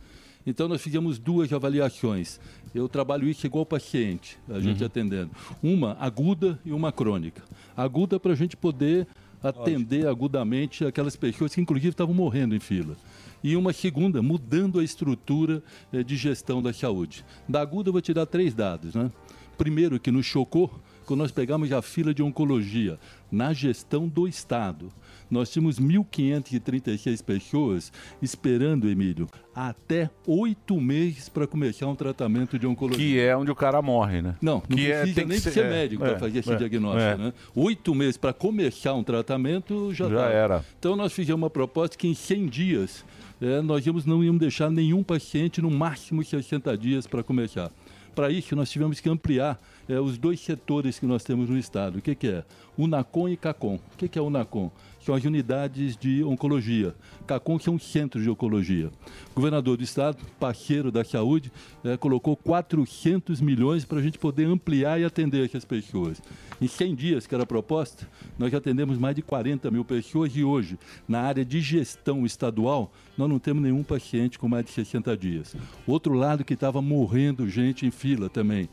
S25: Então, nós fizemos duas avaliações. Eu trabalho isso igual paciente, a gente atendendo. Uma aguda e uma crônica. Aguda para a gente poder atender agudamente aquelas pessoas que, inclusive, estavam morrendo em fila. E uma segunda, mudando a estrutura eh, de gestão da saúde. Da aguda, eu vou te dar três dados. Né? Primeiro, que nos chocou, quando nós pegamos a fila de oncologia na gestão do Estado. Nós tínhamos 1.536 pessoas esperando, Emílio, até oito meses para começar um tratamento de oncologia.
S5: Que é onde o cara morre, né?
S25: Não, não
S5: que é-
S25: precisa
S5: tem que
S25: nem de
S5: ser-
S25: ser,
S5: é,
S25: médico
S5: é,
S25: para fazer esse
S5: é,
S25: diagnóstico,
S5: é.
S25: né? Oito meses para começar um tratamento já,
S5: Já
S25: tava.
S5: era.
S25: Então nós fizemos uma proposta que em 100 dias eh, nós íamos, não íamos deixar nenhum paciente no máximo 60 dias para começar. Para isso nós tivemos que ampliar eh, os dois setores que nós temos no estado. O que, que é? Unacom e Cacom. O que, que é Unacom? São as unidades de oncologia. Cacom são centros um de oncologia. O governador do estado, parceiro da saúde, eh, colocou 400 milhões para a gente poder ampliar e atender essas pessoas. Em 100 dias, que era a proposta, nós já atendemos mais de 40 mil pessoas e hoje, na área de gestão estadual, nós não temos nenhum paciente com mais de 60 dias. Outro lado que estava morrendo gente em fila também,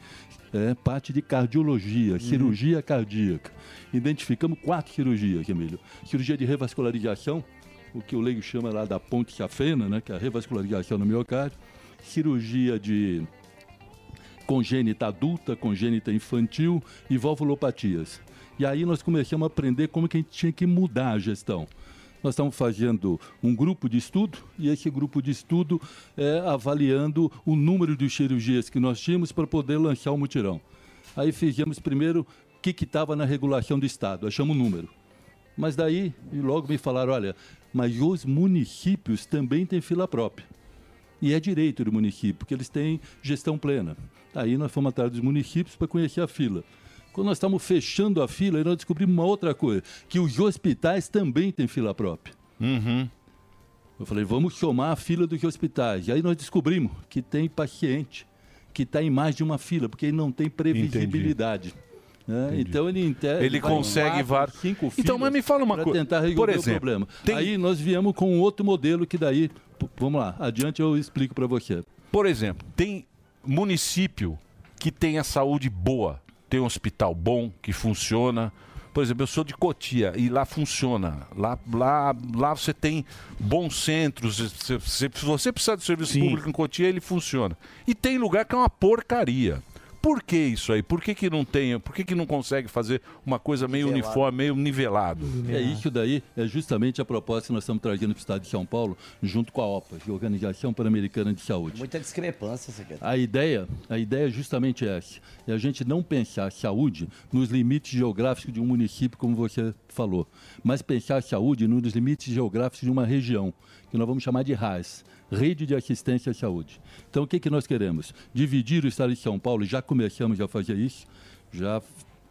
S25: é parte de cardiologia, cirurgia cardíaca. Identificamos quatro cirurgias, Emílio. Cirurgia de revascularização, o que o leigo chama lá da ponte safena, né, que é a revascularização no miocárdio cirurgia de congênita adulta, congênita infantil e valvulopatias. E aí nós começamos a aprender como que a gente tinha que mudar a gestão. Nós estamos fazendo um grupo de estudo e esse grupo de estudo é avaliando o número de cirurgias que nós tínhamos para poder lançar o mutirão. Aí fizemos primeiro o que estava na regulação do Estado, achamos o número. Mas daí, e logo me falaram, olha, mas os municípios também têm fila própria. E é direito do município, porque eles têm gestão plena. Aí nós fomos atrás dos municípios para conhecer a fila. Quando nós estávamos fechando a fila, aí nós descobrimos uma outra coisa, que os hospitais também têm fila própria.
S5: Uhum.
S25: Eu falei, vamos somar a fila dos hospitais. E aí nós descobrimos que tem paciente que está em mais de uma fila, porque ele não tem previsibilidade. né? Então ele inte-
S5: Ele
S25: vai em
S5: consegue var-
S25: quatro, cinco
S5: Então, mas me fala uma
S25: pra
S5: coisa.
S25: tentar resolver
S5: Por
S25: o
S5: exemplo,
S25: problema.
S5: tem-
S25: Aí nós viemos com outro modelo que daí, p- vamos lá, adiante eu explico para você.
S5: Por exemplo, tem município que tem a saúde boa, tem um hospital bom, que funciona. Por exemplo, eu sou de Cotia e lá funciona. Lá, lá, lá você tem bons centros. Se, se- se você precisar de serviço público em Cotia, ele funciona. E tem lugar que é uma porcaria. Por que isso aí? Por que, que não tem? Por que, que não consegue fazer uma coisa meio
S25: Nivelado.
S5: uniforme, meio nivelado?
S25: É isso daí, é justamente a proposta que nós estamos trazendo para o Estado de São Paulo, junto com a OPA, que é a Organização Pan-Americana de Saúde.
S13: Muita discrepância, secretário.
S25: A ideia, a ideia é justamente essa. É a gente não pensar a saúde nos limites geográficos de um município, como você falou, mas pensar a saúde nos limites geográficos de uma região, que nós vamos chamar de RAS, Rede de Assistência à Saúde. Então, o que, que nós queremos? Dividir o estado de São Paulo, e já começamos a fazer isso, já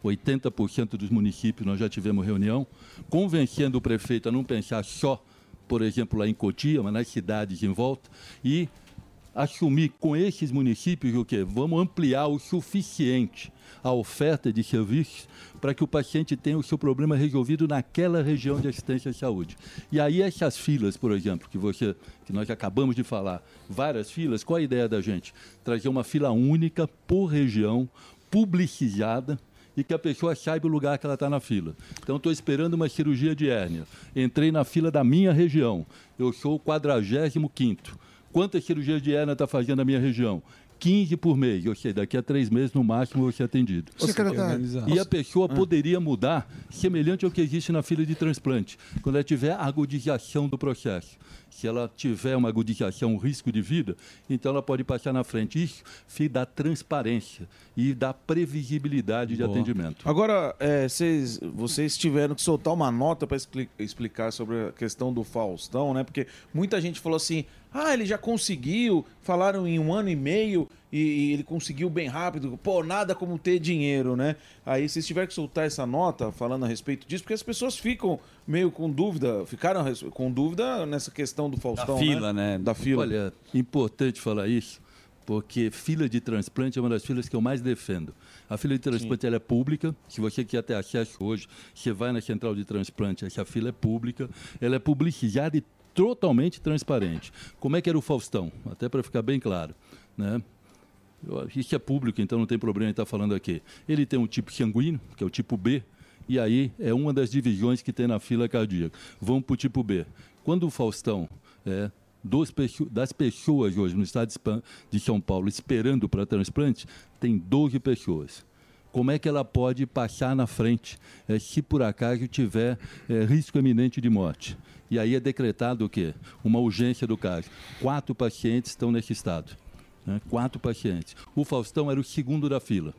S25: 80% dos municípios nós já tivemos reunião, convencendo o prefeito a não pensar só, por exemplo, lá em Cotia, mas nas cidades em volta, e assumir com esses municípios o quê? Vamos ampliar o suficiente a oferta de serviços para que o paciente tenha o seu problema resolvido naquela região de assistência à saúde. E aí essas filas, por exemplo, que você que nós acabamos de falar, várias filas, qual a ideia da gente? Trazer uma fila única por região, publicizada, e que a pessoa saiba o lugar que ela está na fila. Então, estou esperando uma cirurgia de hérnia. Entrei na fila da minha região. Eu sou o 45 Quantas cirurgias de hérnia está fazendo a minha região? 15 por mês, ou seja, daqui a três meses no máximo eu vou ser atendido.
S6: Secretário.
S25: E a pessoa
S6: Ah.
S25: poderia mudar semelhante ao que existe na fila de transplante, quando ela tiver agudização do processo. Se ela tiver uma agudização, um risco de vida, então ela pode passar na frente. Isso se dá transparência e dá previsibilidade de atendimento.
S9: Agora, é, vocês, vocês tiveram que soltar uma nota para explicar sobre a questão do Faustão, né? Porque muita gente falou assim: ah, ele já conseguiu, falaram em um ano e meio e, e ele conseguiu bem rápido. Pô, nada como ter dinheiro, né? Aí vocês tiveram que soltar essa nota falando a respeito disso, porque as pessoas ficam meio com dúvida, ficaram res- com dúvida nessa questão do Faustão. né?
S25: né?
S9: Da fila.
S25: Olha, importante falar isso, porque fila de transplante é uma das filas que eu mais defendo. A fila de transplante ela é pública. Se você quer ter acesso hoje, você vai na central de transplante, essa fila é pública, ela é publicizada e totalmente transparente. Como é que era o Faustão? Até para ficar bem claro, né? Eu- Isso é público, então não tem problema em estar falando aqui. Ele tem um tipo sanguíneo, que é o tipo B, e aí é uma das divisões que tem na fila cardíaca. Vamos para o tipo B. Quando o Faustão é dos pesso- das pessoas hoje no estado de Espan- de São Paulo esperando para transplante, tem 12 pessoas. Como é que ela pode passar na frente eh, se por acaso tiver eh, risco eminente de morte? E aí é decretado o quê? Uma urgência do caso. Quatro pacientes estão nesse estado. né? Quatro pacientes. O Faustão era o segundo da fila.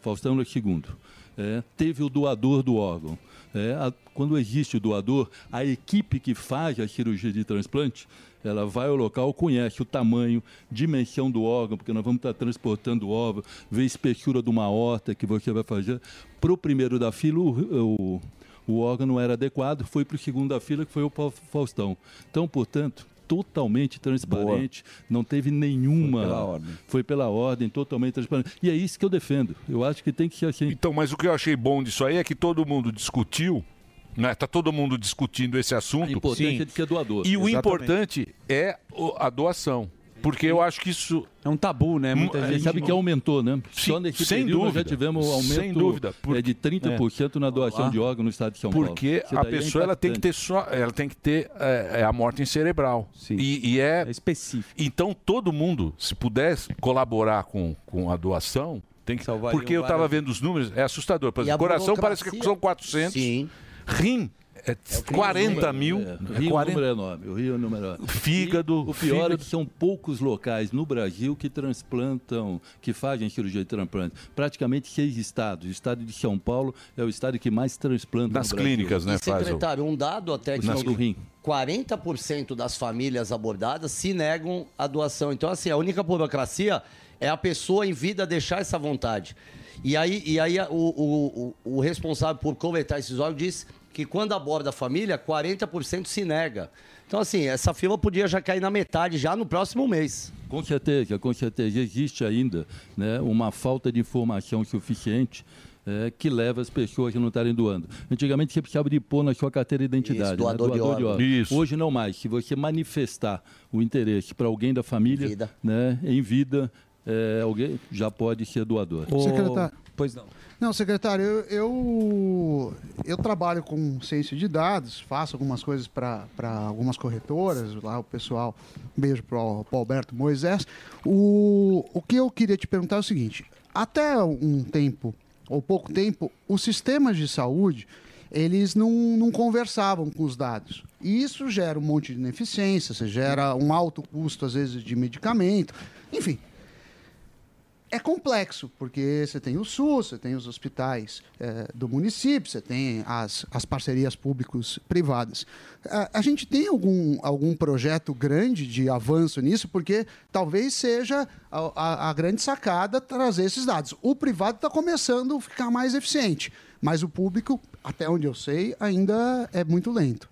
S25: Faustão era o segundo. É, teve o doador do órgão. É, a- quando existe o doador, a equipe que faz a cirurgia de transplante, ela vai ao local, conhece o tamanho, dimensão do órgão, porque nós vamos estar transportando o órgão, vê a espessura de uma horta que você vai fazer. Para o primeiro da fila, o, o, o órgão não era adequado, foi para o segundo da fila, que foi o Fa- Faustão. Então, portanto, totalmente transparente, não teve nenhuma. Foi pela ordem. totalmente transparente. E é isso que eu defendo. Eu acho que tem que ser assim.
S5: Então, mas o que eu achei bom disso aí é que todo mundo discutiu, né? Tá todo mundo discutindo esse assunto.
S25: A importância de ser doador.
S5: E o
S25: Exatamente.
S5: importante é o- a doação. Porque eu acho que isso.
S7: É um tabu, né?
S5: Muita
S25: Você sabe que aumentou, né? Só nesse
S5: é, sem
S25: período
S5: dúvida.
S25: já tivemos um aumento
S5: Sem dúvida. Por-
S25: é, de 30% na doação
S5: Olá.
S25: de órgãos no estado de São Paulo.
S5: Porque
S25: Isso
S5: a
S25: daí é
S5: pessoa ela tem que
S25: impactante.
S5: ter só, ela tem que ter é, é, a morte cerebral. E, e é,
S7: específico.
S5: Então todo mundo, se pudesse colaborar com, com a doação, tem que salvar. Porque eu estava
S14: várias-
S5: vendo os números, é assustador. Por
S14: E a
S5: exemplo, coração parece que
S14: burocracia-
S5: são 400. Rim é,
S25: Tem
S5: 40
S25: número,
S5: mil.
S25: é. O
S5: É
S25: Rio
S5: 40
S25: número é enorme. O Rio é número enorme.
S5: Fígado,
S25: E o pior
S5: fígado.
S25: é que são poucos locais no Brasil que transplantam, que fazem cirurgia de transplante. Praticamente seis estados. O estado de São Paulo é o estado que mais transplanta
S5: Nas
S25: no Brasil.
S5: clínicas, né,
S13: E, secretário, um dado até que
S25: Nas
S13: eu-
S25: do rim.
S13: 40% das famílias abordadas se negam à doação. Então, assim, a única burocracia é a pessoa em vida deixar essa vontade. E aí, e aí a- o, o- o- o responsável por coletar esses órgãos diz que quando aborda a família, 40% se nega. Então, assim, essa fila podia já cair na metade, já no próximo mês.
S25: Com certeza, com certeza. Existe ainda né, uma falta de informação suficiente é, que leva as pessoas a não estarem doando. Antigamente você precisava de pôr na sua carteira de identidade. né?
S13: Isso, doador de órgão. Isso.
S25: Hoje não mais. Se você manifestar o interesse para alguém da família, né, em vida, é, alguém já pode ser doador.
S6: Secretário.
S25: Pois não.
S6: Não, secretário, eu, eu, eu trabalho com ciência de dados, faço algumas coisas para algumas corretoras, lá o pessoal. Um beijo para o Alberto Moisés. O, o que eu queria te perguntar é o seguinte: até um tempo, ou pouco tempo, os sistemas de saúde eles não, não conversavam com os dados. E isso gera um monte de ineficiência, você gera um alto custo, às vezes, de medicamento. Enfim, é complexo, porque você tem o SUS, você tem os hospitais eh, do município, você tem as, as parcerias públicos-privadas. A, a gente tem algum, algum projeto grande de avanço nisso, porque talvez seja a, a- a grande sacada trazer esses dados. O privado está começando a ficar mais eficiente, mas o público, até onde eu sei, ainda é muito lento.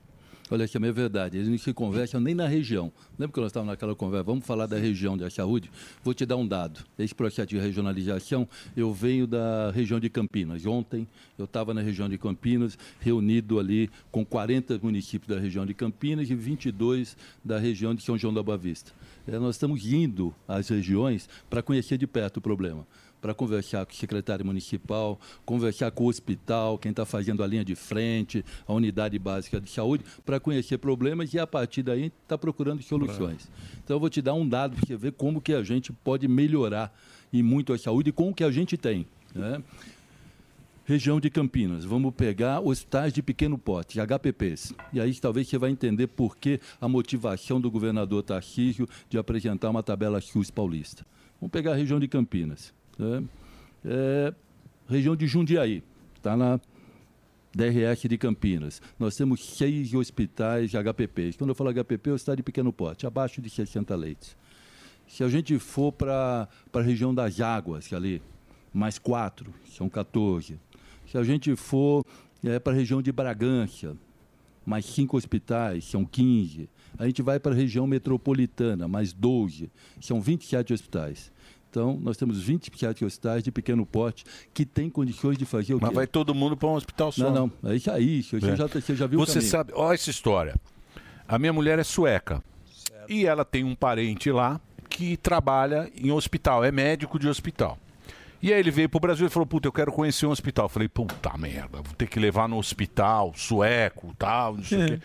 S25: Olha, que é verdade. Eles não se conversam nem na região. Lembra que nós estávamos naquela conversa? Vamos falar da região da saúde? Vou te dar um dado. Esse processo de regionalização, eu venho da região de Campinas. Ontem eu estava na região de Campinas, reunido ali com 40 municípios da região de Campinas e 22 da região de São João da Boa Vista. Eh, nós estamos indo às regiões para conhecer de perto o problema para conversar com o secretário municipal, conversar com o hospital, quem está fazendo a linha de frente, a unidade básica de saúde, para conhecer problemas e, a partir daí, está procurando soluções. Então, eu vou te dar um dado para você ver como que a gente pode melhorar e muito a saúde com o que a gente tem. né? Região de Campinas, vamos pegar hospitais de pequeno porte, HPPs. E aí talvez você vai entender por que a motivação do governador Tarcísio de apresentar uma tabela SUS paulista. Vamos pegar a região de Campinas. né? É, região de Jundiaí, está na DRS de Campinas. Nós temos seis hospitais HPPs. Quando eu falo HPP, é hospital de pequeno porte, abaixo de 60 leitos. Se a gente for para a região das águas é ali, mais quatro, são 14. Se a gente for para a região de Bragança, mais cinco hospitais, são 15. A gente vai para a região metropolitana, mais 12, são 27 hospitais. Então, nós temos 27 hospitais de pequeno porte que têm condições de fazer o
S5: Mas
S25: quê?
S5: vai todo mundo para um hospital só.
S25: Não, não. É isso aí. Você,
S5: É.
S25: já, tá- você já viu o
S5: Você
S25: caminho.
S5: sabe, olha essa história. A minha mulher é sueca. E ela tem um parente lá que trabalha em hospital, é médico de hospital. E aí ele veio pro Brasil e falou: Puta, eu quero conhecer um hospital. Eu falei: Puta merda, vou ter que levar no hospital sueco tal, não sei o
S25: [laughs]
S5: quê.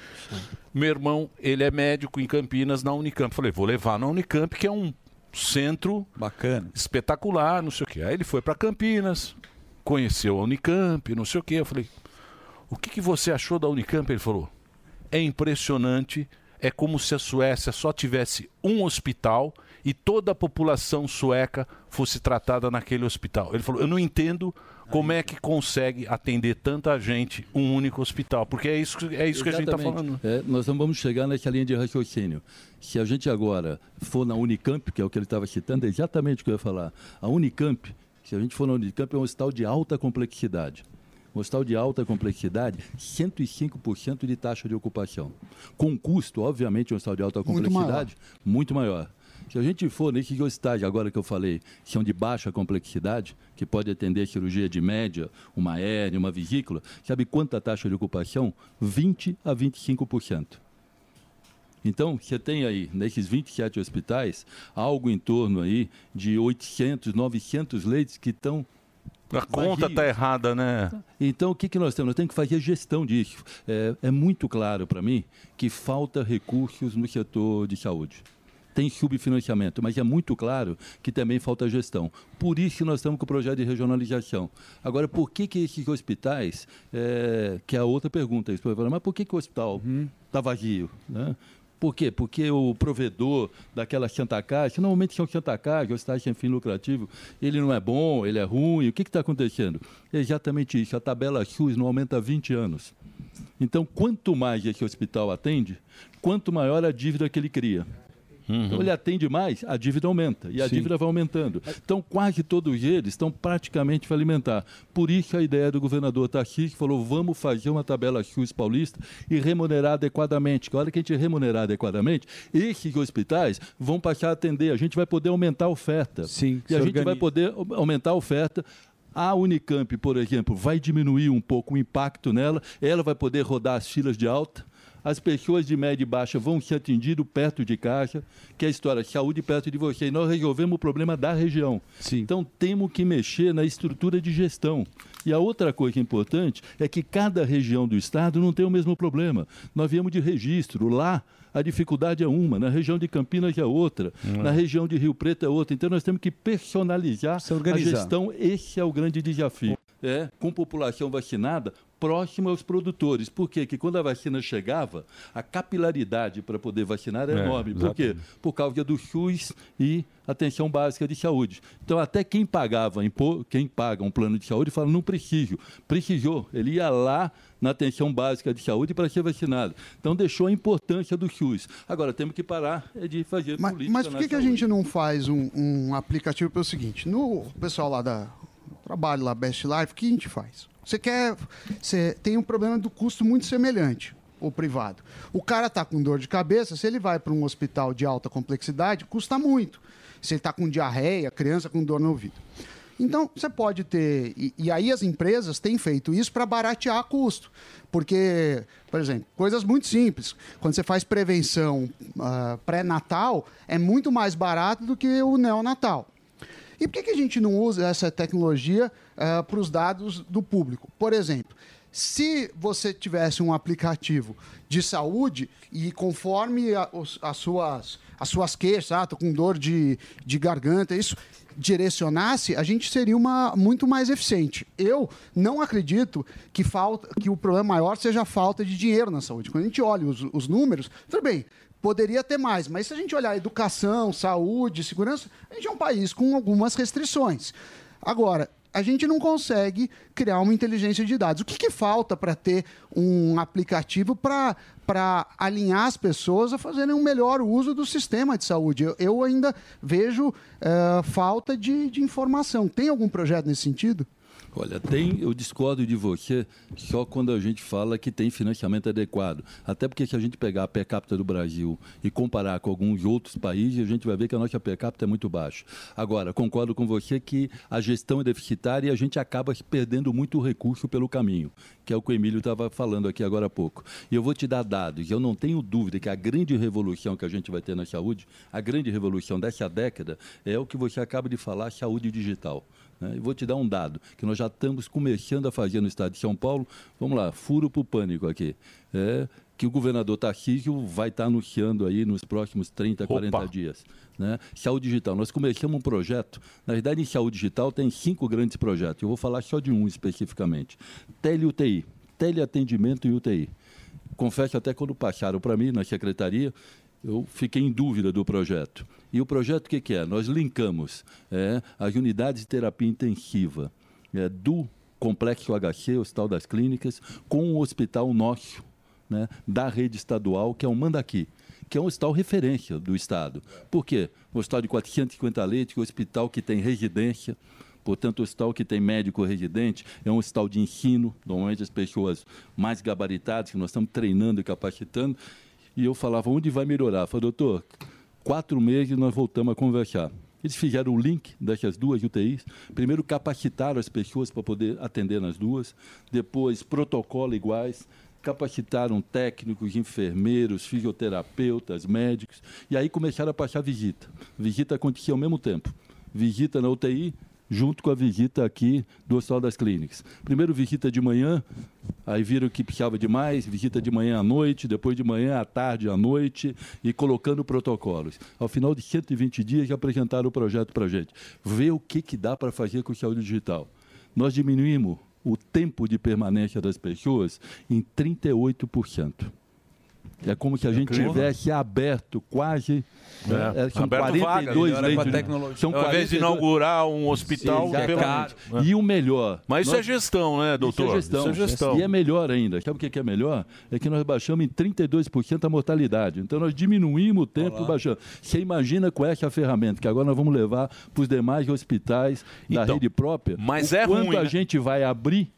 S5: Meu irmão, ele é médico em Campinas, na Unicamp. Eu falei: Vou levar na Unicamp, que é um centro
S7: bacana,
S5: espetacular, não sei o quê. Aí ele foi pra Campinas, conheceu a Unicamp, não sei o quê. Eu falei: o que, que você achou da Unicamp? Ele falou: é impressionante, é como se a Suécia só tivesse um hospital e toda a população sueca fosse tratada naquele hospital. Ele falou: eu não entendo como é que consegue atender tanta gente um único hospital, porque é isso, que- é isso que a gente está
S25: Exatamente.
S5: falando.
S25: É, nós não vamos chegar nessa linha de raciocínio. Se a gente agora for na Unicamp, que é o que ele estava citando, é exatamente o que eu ia falar. A Unicamp, se a gente for na Unicamp, é um hospital de alta complexidade. Um hospital de alta complexidade, 105% de taxa de ocupação. Com custo, obviamente, um hospital de alta
S6: Muito maior.
S25: complexidade, muito maior. Se a gente for nesses hospitais, agora que eu falei, que são de baixa complexidade, que pode atender cirurgia de média, uma hérnia, uma vesícula, sabe quanta taxa de ocupação? 20 a 25%. Então, você tem aí, nesses 27 hospitais, algo em torno aí de 800, 900 leitos que estão
S5: A conta
S25: vazios.
S5: tá errada, né?
S25: Então, o que, que nós temos? Nós temos que fazer gestão disso. É, é muito claro para mim que falta recursos no setor de saúde. Tem subfinanciamento, mas é muito claro que também falta gestão. Por isso que nós estamos com o projeto de regionalização. Agora, por que, que esses hospitais, é, que é a outra pergunta, eles podem falar, mas por que, que o hospital está vazio? né? Por quê? Porque o provedor daquela Santa Caixa, normalmente são Santa Caixa, hospitais sem fim lucrativo, ele não é bom, ele é ruim. O que está acontecendo? É Exatamente isso. A tabela SUS não aumenta há 20 anos. Então, quanto mais esse hospital atende, quanto maior a dívida que ele cria. Então, ele atende mais, a dívida aumenta. E a
S5: Sim.
S25: dívida vai aumentando. Então, quase todos eles estão praticamente para alimentar. Por isso, a ideia do governador Tarcísio que falou: vamos fazer uma tabela SUS paulista e remunerar adequadamente. Que a hora que a gente remunerar adequadamente, esses hospitais vão passar a atender. A gente vai poder aumentar a oferta. Sim, e
S7: se
S25: a gente vai
S7: organiza.
S25: poder au- aumentar a oferta. A Unicamp, por exemplo, vai diminuir um pouco o impacto nela, ela vai poder rodar as filas de alta. As pessoas de média e baixa vão ser atendidas perto de caixa, que é a história saúde perto de você. E nós resolvemos o problema da região. Então temos que mexer na estrutura de gestão. E a outra coisa importante é que cada região do estado não tem o mesmo problema. Nós viemos de registro. Lá a dificuldade é uma, na região de Campinas é outra, na região de Rio Preto é outra. Então nós temos que personalizar a
S7: organizar.
S25: gestão. Esse é o grande desafio. É, com população vacinada próxima aos produtores. Por quê? Que quando a vacina chegava, a capilaridade para poder vacinar era
S5: É,
S25: enorme. Por quê? Por causa do SUS e atenção básica de saúde. Então, até quem pagava, impo- quem paga um plano de saúde, fala, não preciso. Precisou. Ele ia lá na atenção básica de saúde para ser vacinado. Então, deixou a importância do SUS. Agora, temos que parar é de fazer política né,
S6: Mas por
S25: na
S6: que, que a
S25: saúde.
S6: gente não faz um, um aplicativo pelo seguinte? No o pessoal lá da o trabalho lá, Best Life, o que a gente faz? Você quer. Você tem um problema do custo muito semelhante, o privado. O cara tá com dor de cabeça, se ele vai para um hospital de alta complexidade, custa muito. Se ele tá com diarreia, criança com dor no ouvido. Então, você pode ter. E, e aí as empresas têm feito isso para baratear custo. Porque, por exemplo, coisas muito simples. Quando você faz prevenção ah, pré-natal, é muito mais barato do que o neonatal. E por que, que a gente não usa essa tecnologia para os dados do público? Por exemplo, se você tivesse um aplicativo de saúde e conforme a- os- as, suas, as suas queixas, ah, tô com dor de, de garganta, isso direcionasse, a gente seria uma muito mais eficiente. Eu não acredito que falta que o problema maior seja a falta de dinheiro na saúde. Quando a gente olha os, os números, tudo bem, Poderia ter mais, mas se a gente olhar educação, saúde, segurança, a gente é um país com algumas restrições. Agora, a gente não consegue criar uma inteligência de dados. O que, que falta para ter um aplicativo para alinhar as pessoas a fazerem um melhor uso do sistema de saúde? Eu, eu ainda vejo eh, falta de, de informação. Tem algum projeto nesse sentido?
S25: Olha, tem, eu discordo de você só quando a gente fala que tem financiamento adequado. Até porque se a gente pegar a per capita do Brasil e comparar com alguns outros países, a gente vai ver que a nossa per capita é muito baixa. Agora, concordo com você que a gestão é deficitária e a gente acaba perdendo muito recurso pelo caminho, que é o que o Emílio estava falando aqui agora há pouco. E eu vou te dar dados. Eu não tenho dúvida que a grande revolução que a gente vai ter na saúde, a grande revolução dessa década, é o que você acaba de falar, saúde digital. Né? E vou te dar um dado, que nós já estamos começando a fazer no estado de São Paulo. Vamos lá, furo para o pânico aqui. É, que o governador Tarcísio vai estar anunciando aí nos próximos 30, 40 dias. Né? Saúde digital. Nós começamos um projeto. Na verdade, em saúde digital tem cinco grandes projetos. Eu vou falar só de um especificamente. Tele-UTI, teleatendimento e UTI. Confesso até quando passaram para mim na secretaria, eu fiquei em dúvida do projeto. E o projeto o que, que é? Nós linkamos é, as unidades de terapia intensiva é, do Complexo HC, Hospital das Clínicas, com o hospital nosso, né, da rede estadual, que é o Mandaqui, que é um hospital referência do Estado. Por quê? Um hospital de 450 leitos, um hospital que tem residência, portanto, um hospital que tem médico residente, é um hospital de ensino, normalmente as pessoas mais gabaritadas, que nós estamos treinando e capacitando, e eu falava, onde vai melhorar? Eu Falei, doutor, quatro meses nós voltamos a conversar. Eles fizeram o link dessas duas UTIs. Primeiro, capacitaram as pessoas para poder atender nas duas. Depois, protocolo iguais. capacitaram técnicos, enfermeiros, fisioterapeutas, médicos, e aí começaram a passar visita. Visita acontecia ao mesmo tempo. Visita na UTI, junto com a visita aqui do Hospital das Clínicas. Primeiro visita de manhã, aí viram que pichava demais, visita de manhã à noite, depois de manhã à tarde à noite, e colocando protocolos. Ao final de 120 dias, já apresentaram o projeto para a gente. Ver o que, que dá para fazer com saúde digital. Nós diminuímos o tempo de permanência das pessoas em 38%. É como se a gente
S14: Incrível.
S25: tivesse aberto quase.
S14: É.
S25: né, são
S14: Aberto
S25: 42
S14: vagas, melhora com a
S25: leitos. né?
S14: tecnologia.
S25: São
S14: Ao invés de
S25: 42
S14: inaugurar um hospital,
S25: Exatamente.
S14: pelo menos.
S5: né?
S25: E o melhor.
S14: Mas isso é gestão, né, doutor?
S25: é Isso é gestão.
S14: Isso é gestão.
S25: E é melhor ainda. Sabe o que que é melhor? É que nós baixamos em 32% a mortalidade. Então nós diminuímos o tempo
S14: Olá.
S25: baixando. Você imagina com essa ferramenta que agora nós vamos levar para os demais hospitais da
S14: Então,
S25: rede própria.
S14: mas
S25: o
S14: é
S25: quanto
S14: ruim,
S25: a
S14: né?
S25: gente vai abrir.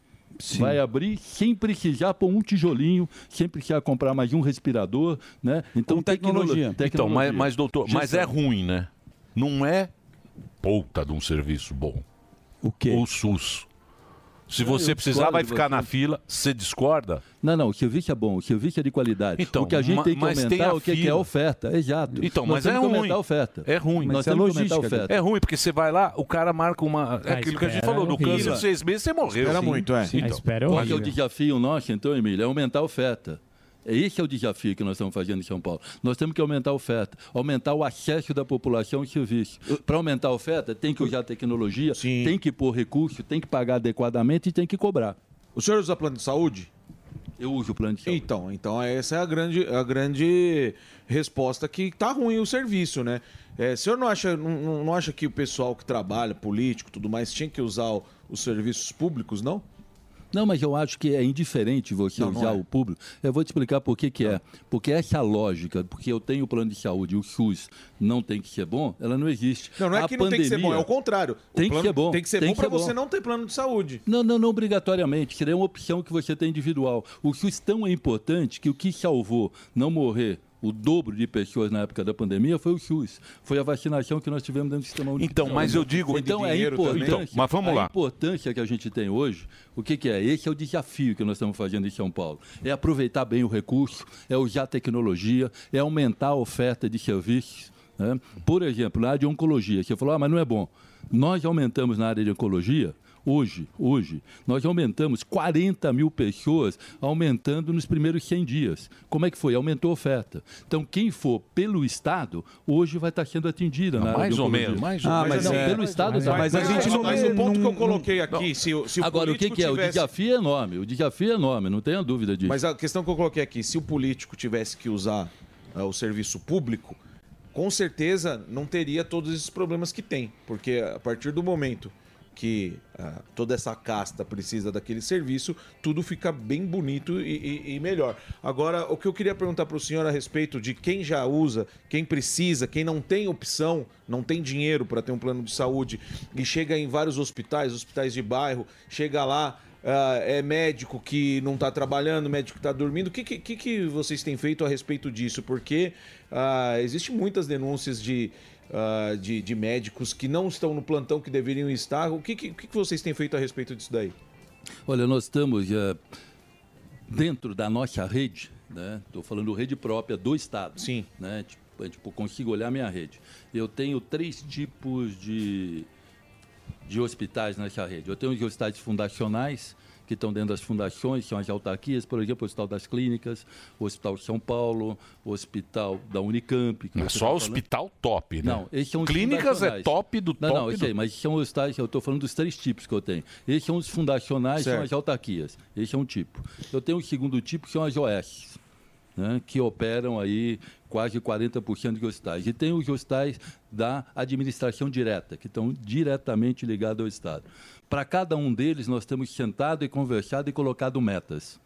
S25: Vai abrir sem precisar pôr um tijolinho, sem precisar comprar mais um respirador, né? Então, tecnologia.
S14: Então, mas,
S25: tecnologia.
S14: mas, doutor, mas é
S25: Gestão.
S14: ruim, né? Não é puta de um serviço bom.
S25: O quê?
S14: O SUS. Se
S25: Ah,
S14: você
S25: eu
S14: precisar, vai
S25: discordo de
S14: ficar na
S25: você.
S14: fila. Você discorda?
S25: Não, não, o serviço é bom, o serviço é de qualidade.
S14: Então,
S25: o que a gente
S14: ma-
S25: tem que
S14: mas tem
S25: aumentar
S14: a
S25: é o que, que é a
S14: fila.
S25: oferta, exato.
S14: Então,
S25: Nós
S14: mas
S25: temos
S14: é
S25: que
S14: ruim.
S25: aumentar a oferta.
S14: É ruim.
S25: Nós temos que aumentar a oferta.
S14: É ruim, porque você vai lá, o cara marca uma.
S25: Ah,
S14: É aquilo que a gente
S25: espera,
S14: falou,
S25: é
S14: do
S25: horrível.
S14: câncer de seis meses, você morreu. Sim, sim.
S25: Então, qual que é o desafio nosso, então, Emílio? É aumentar a oferta. Esse é o desafio que nós estamos fazendo em São Paulo. Nós temos que aumentar a oferta, aumentar o acesso da população ao serviço. Para aumentar a oferta, tem que usar tecnologia, tem que pôr recurso, tem que pagar adequadamente e tem que cobrar.
S9: O senhor usa plano de saúde?
S25: Eu uso o plano de
S9: saúde. Então, então essa é a grande, a grande resposta que tá ruim o serviço, né? É, o senhor não acha, não- não, não acha que o pessoal que trabalha, político tudo mais, tinha que usar o- os serviços públicos, não?
S25: Não, mas eu acho que é indiferente você
S9: Não, não
S25: usar
S9: é.
S25: o público. Eu vou te explicar por que, que é. Porque essa lógica, porque eu tenho o plano de saúde, o SUS não tem que ser bom, ela não existe.
S9: Não, não é
S25: A
S9: que não tem que ser bom, é
S25: pandemia-
S9: o contrário. O
S25: Tem que
S9: plano-
S25: ser bom.
S9: Tem que ser bom pra você não ter plano de saúde.
S25: Não, não, não obrigatoriamente. Seria uma opção que você tem individual. O SUS tão é importante que o que salvou não morrer o dobro de pessoas na época da pandemia foi o SUS. Foi a vacinação que nós tivemos dentro do sistema único. de
S14: Então,
S25: saúde.
S14: mas eu digo-
S25: Então, é
S14: Dinheiro também.
S25: importante.
S14: Então, mas vamos
S25: a
S14: lá.
S25: importância que a gente tem hoje, o que, que é? Esse é o desafio que nós estamos fazendo em São Paulo. É aproveitar bem o recurso, é usar a tecnologia, é aumentar a oferta de serviços. né? Por exemplo, na área de oncologia, você falou, ah, mas não é bom. Nós aumentamos na área de oncologia, hoje, hoje, nós aumentamos 40 mil pessoas, aumentando nos primeiros 100 dias. Como é que foi? Aumentou a oferta. Então, quem for pelo Estado, hoje vai estar sendo atingida. na área
S14: mais
S25: de
S14: ou
S25: oncologia.
S14: menos, mais ou
S25: Ah,
S14: menos.
S25: mas não,
S14: Mas é-
S25: pelo Estado tá.
S9: Mas, mas o ponto que eu coloquei aqui, se, o- se o
S25: Agora, o que,
S9: político
S25: que é? O
S9: tivesse-
S25: desafio é enorme. O desafio é enorme, não tenha dúvida disso.
S9: Mas a questão que eu coloquei aqui, se o político tivesse que usar ah, o serviço público, com certeza não teria todos esses problemas que tem, porque a partir do momento que ah, toda essa casta precisa daquele serviço, tudo fica bem bonito e, e- e melhor. Agora, o que eu queria perguntar para o senhor a respeito de quem já usa, quem precisa, quem não tem opção, não tem dinheiro para ter um plano de saúde e chega em vários hospitais, hospitais de bairro, chega lá, ah, é médico que não está trabalhando, médico que está dormindo. O que, que- que, que vocês têm feito a respeito disso? Porque ah, existem muitas denúncias de, ah, de, de médicos que não estão no plantão que deveriam estar. O que, que, o que que vocês têm feito a respeito disso daí?
S25: Olha, nós estamos eh, dentro da nossa rede, né? Estou falando rede própria do Estado. Sim. Né? Tipo, é, tipo, consigo olhar minha rede. Eu tenho três tipos de, de hospitais nessa rede. Eu tenho os hospitais fundacionais, que estão dentro das fundações, são as autarquias, por exemplo, o Hospital das Clínicas, o Hospital de São Paulo, o Hospital da Unicamp. que
S14: Não é
S25: você
S14: só
S25: tá
S14: hospital top, né?
S25: Não, esses são os
S14: Clínicas é
S25: fundacionais.
S14: top do
S25: não,
S14: top
S25: Não, eu
S14: do-
S25: sei, mas são os tais, eu estou falando dos três tipos que eu tenho. Esses são os fundacionais, são
S14: Certo.
S25: as autarquias. Esse é um tipo. Eu tenho um segundo tipo, que são as OS, né, que operam aí quase 40% de hospitais. E tem os hospitais da administração direta, que estão diretamente ligados ao Estado. Para cada um deles, nós temos sentado e conversado e colocado metas.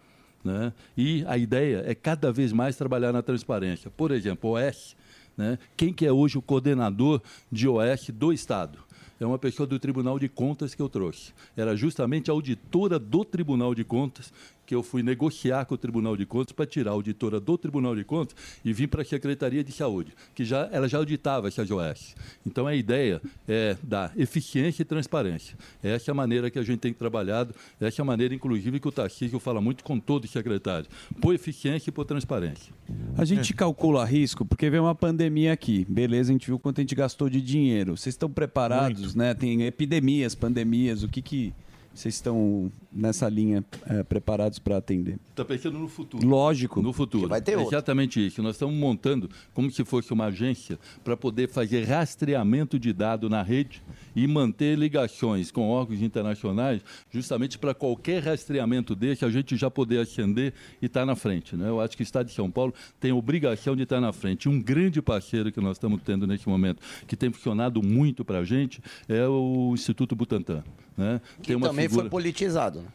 S25: né? E a ideia é cada vez mais trabalhar na transparência. Por exemplo, OS, né? quem que é hoje o coordenador de OS do Estado? é uma pessoa do Tribunal de Contas que eu trouxe. Era justamente a auditora do Tribunal de Contas que eu fui negociar com o Tribunal de Contas para tirar a auditora do Tribunal de Contas e vir para a Secretaria de Saúde, que já, ela já auditava essa OS. Então, a ideia é dar eficiência e transparência. Essa é a maneira que a gente tem trabalhado, essa é a maneira, inclusive, que o Tarcísio fala muito com todo o secretário, por eficiência e por transparência.
S7: A gente calcula risco porque veio uma pandemia aqui. Beleza, a gente viu quanto a gente gastou de dinheiro. Vocês estão preparados, né? Tem epidemias, pandemias, o que que vocês estão nessa linha eh, preparados para atender?
S25: Está Tá pensando no futuro.
S7: Lógico.
S25: No futuro.
S7: vai ter
S25: É
S7: outro.
S25: Exatamente isso. Nós estamos montando como se fosse uma agência para poder fazer rastreamento de dado na rede e manter ligações com órgãos internacionais, justamente para qualquer rastreamento desse a gente já poder ascender e estar na frente. Né? Eu acho que o Estado de São Paulo tem a obrigação de estar na frente. Um grande parceiro que nós estamos tendo neste momento, que tem funcionado muito para a gente, é o Instituto Butantan. Né?
S4: Que também foi politizado. né?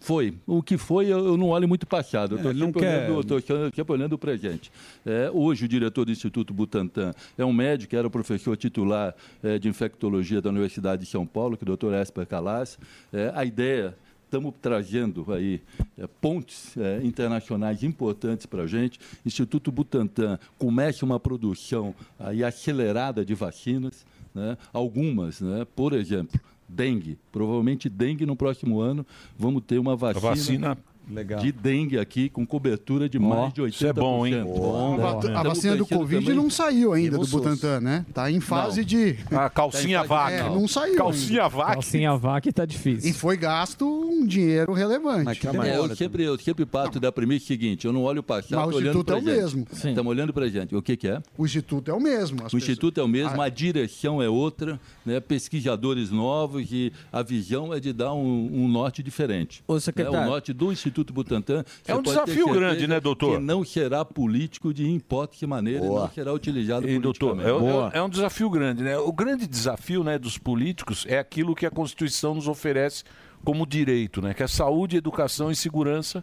S25: Foi. O que foi, eu, eu não olho muito passado. Eu
S4: É,
S25: estou
S4: não
S25: sempre,
S4: quer-
S25: olhando- eu tô sempre- sempre olhando o presente. É, hoje, o diretor do Instituto Butantan é um médico, era o professor titular é, de infectologia da Universidade de São Paulo, que é o doutor Esper Calas. É, a ideia. Estamos trazendo aí é, pontes é, internacionais importantes para a gente. Instituto Butantan começa uma produção aí acelerada de vacinas, né? algumas, né? por exemplo, dengue. Provavelmente dengue no próximo ano vamos ter uma vacina,
S5: vacina Legal.
S25: de dengue aqui com cobertura de
S5: Ó,
S25: mais de 80%.
S5: isso é bom, hein? Bom,
S25: Né?
S6: A vacina- A
S25: Estamos
S6: vacina do
S25: pensando
S6: Covid
S25: também-
S6: não saiu ainda do
S25: Emoções.
S6: Butantan, né? Tá em fase de.
S5: A Ah, calcinha
S6: Tá em fase-
S5: vaca.
S6: É, não saiu.
S5: Calcinha
S6: ainda.
S5: vaca.
S8: Calcinha vaca tá difícil.
S6: E foi gasto um dinheiro relevante.
S25: É, eu, sempre, eu sempre parto da premissa seguinte, eu não olho o passado,
S6: Mas o
S25: estou olhando
S6: Instituto
S25: para
S6: é o mesmo.
S25: Estamos olhando para gente. O que, que é?
S6: O Instituto é o mesmo. as
S25: o
S6: pessoas- Ah.
S25: Instituto é o mesmo, a direção é outra, né? pesquisadores novos e a visão é de dar um, um norte diferente.
S8: Ô,
S25: Né?
S8: secretário.
S25: O norte do Instituto Butantan.
S5: É
S25: você
S5: um
S25: pode ter
S5: desafio
S25: certeza
S5: grande, né, doutor?
S25: Que não será político de hipótese maneira, e não será utilizado
S5: E, doutor, é,
S25: politicamente.
S5: é- é um desafio grande, né? O grande desafio né, dos políticos é aquilo que a Constituição nos oferece como direito, né? Que é saúde, educação e segurança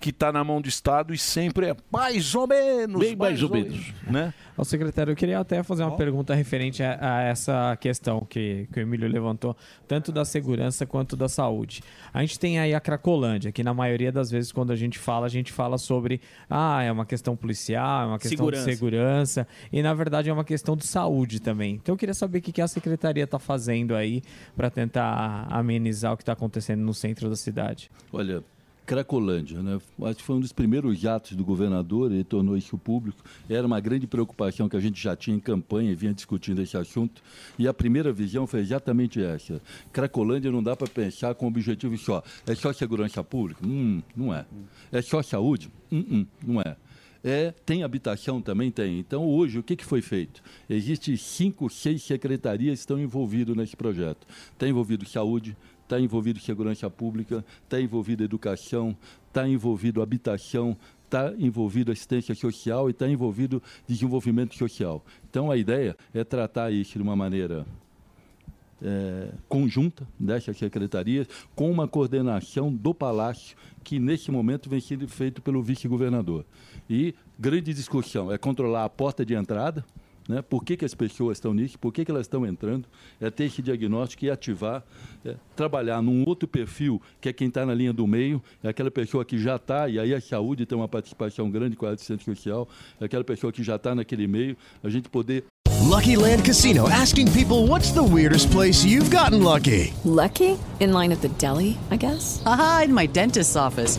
S5: que está na mão do Estado e sempre é mais ou menos.
S8: Bem mais ou menos.
S5: Né?
S8: Ô, secretário, eu queria até fazer uma pergunta referente a, a essa questão que, que o Emílio levantou, tanto da segurança quanto da saúde. A gente tem aí a Cracolândia, que na maioria das vezes quando a gente fala, a gente fala sobre ah, é uma questão policial, é uma questão
S12: Segurança.
S8: de segurança, e na verdade é uma questão de saúde também. Então eu queria saber o que que a secretaria está fazendo aí para tentar amenizar o que está acontecendo no centro da cidade.
S25: Olha, Cracolândia, né? Acho que foi um dos primeiros atos do governador, ele tornou isso público. Era uma grande preocupação que a gente já tinha em campanha e vinha discutindo esse assunto. E a primeira visão foi exatamente essa. Cracolândia não dá para pensar com um objetivo só. É só segurança pública? Hum, não é. É só saúde? Hum, hum, não é. É, tem habitação também? Tem. Então, hoje, o que, que foi feito? Existem cinco, seis secretarias que estão envolvidas nesse projeto. Está envolvido saúde, está envolvido segurança pública, está envolvido educação, está envolvido habitação, está envolvido assistência social e está envolvido desenvolvimento social. Então, a ideia é tratar isso de uma maneira é, conjunta né, dessas secretarias, com uma coordenação do Palácio, que neste momento vem sendo feito pelo vice-governador. E grande discussão é controlar a porta de entrada, né? por que, que as pessoas estão nisso, por que, que elas estão entrando, é ter esse diagnóstico e ativar, é, trabalhar num outro perfil, que é quem está na linha do meio, é aquela pessoa que já está, e aí a saúde tem uma participação grande com a assistência social, é aquela pessoa que já está naquele meio, a gente poder
S26: Lucky Land Casino asking people what's the weirdest place you've gotten lucky?
S1: Lucky? In line at the deli, I guess? Aha, in my dentist's office.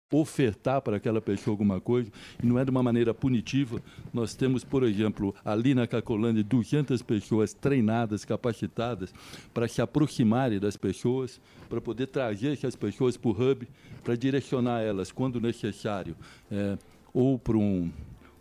S25: ofertar para aquela pessoa alguma coisa, e não é de uma maneira punitiva. Nós temos, por exemplo, ali na Cacolândia, 200 pessoas treinadas, capacitadas para se aproximarem das pessoas, para poder trazer essas pessoas para o hub, para direcionar elas, quando necessário, eh, ou para é, um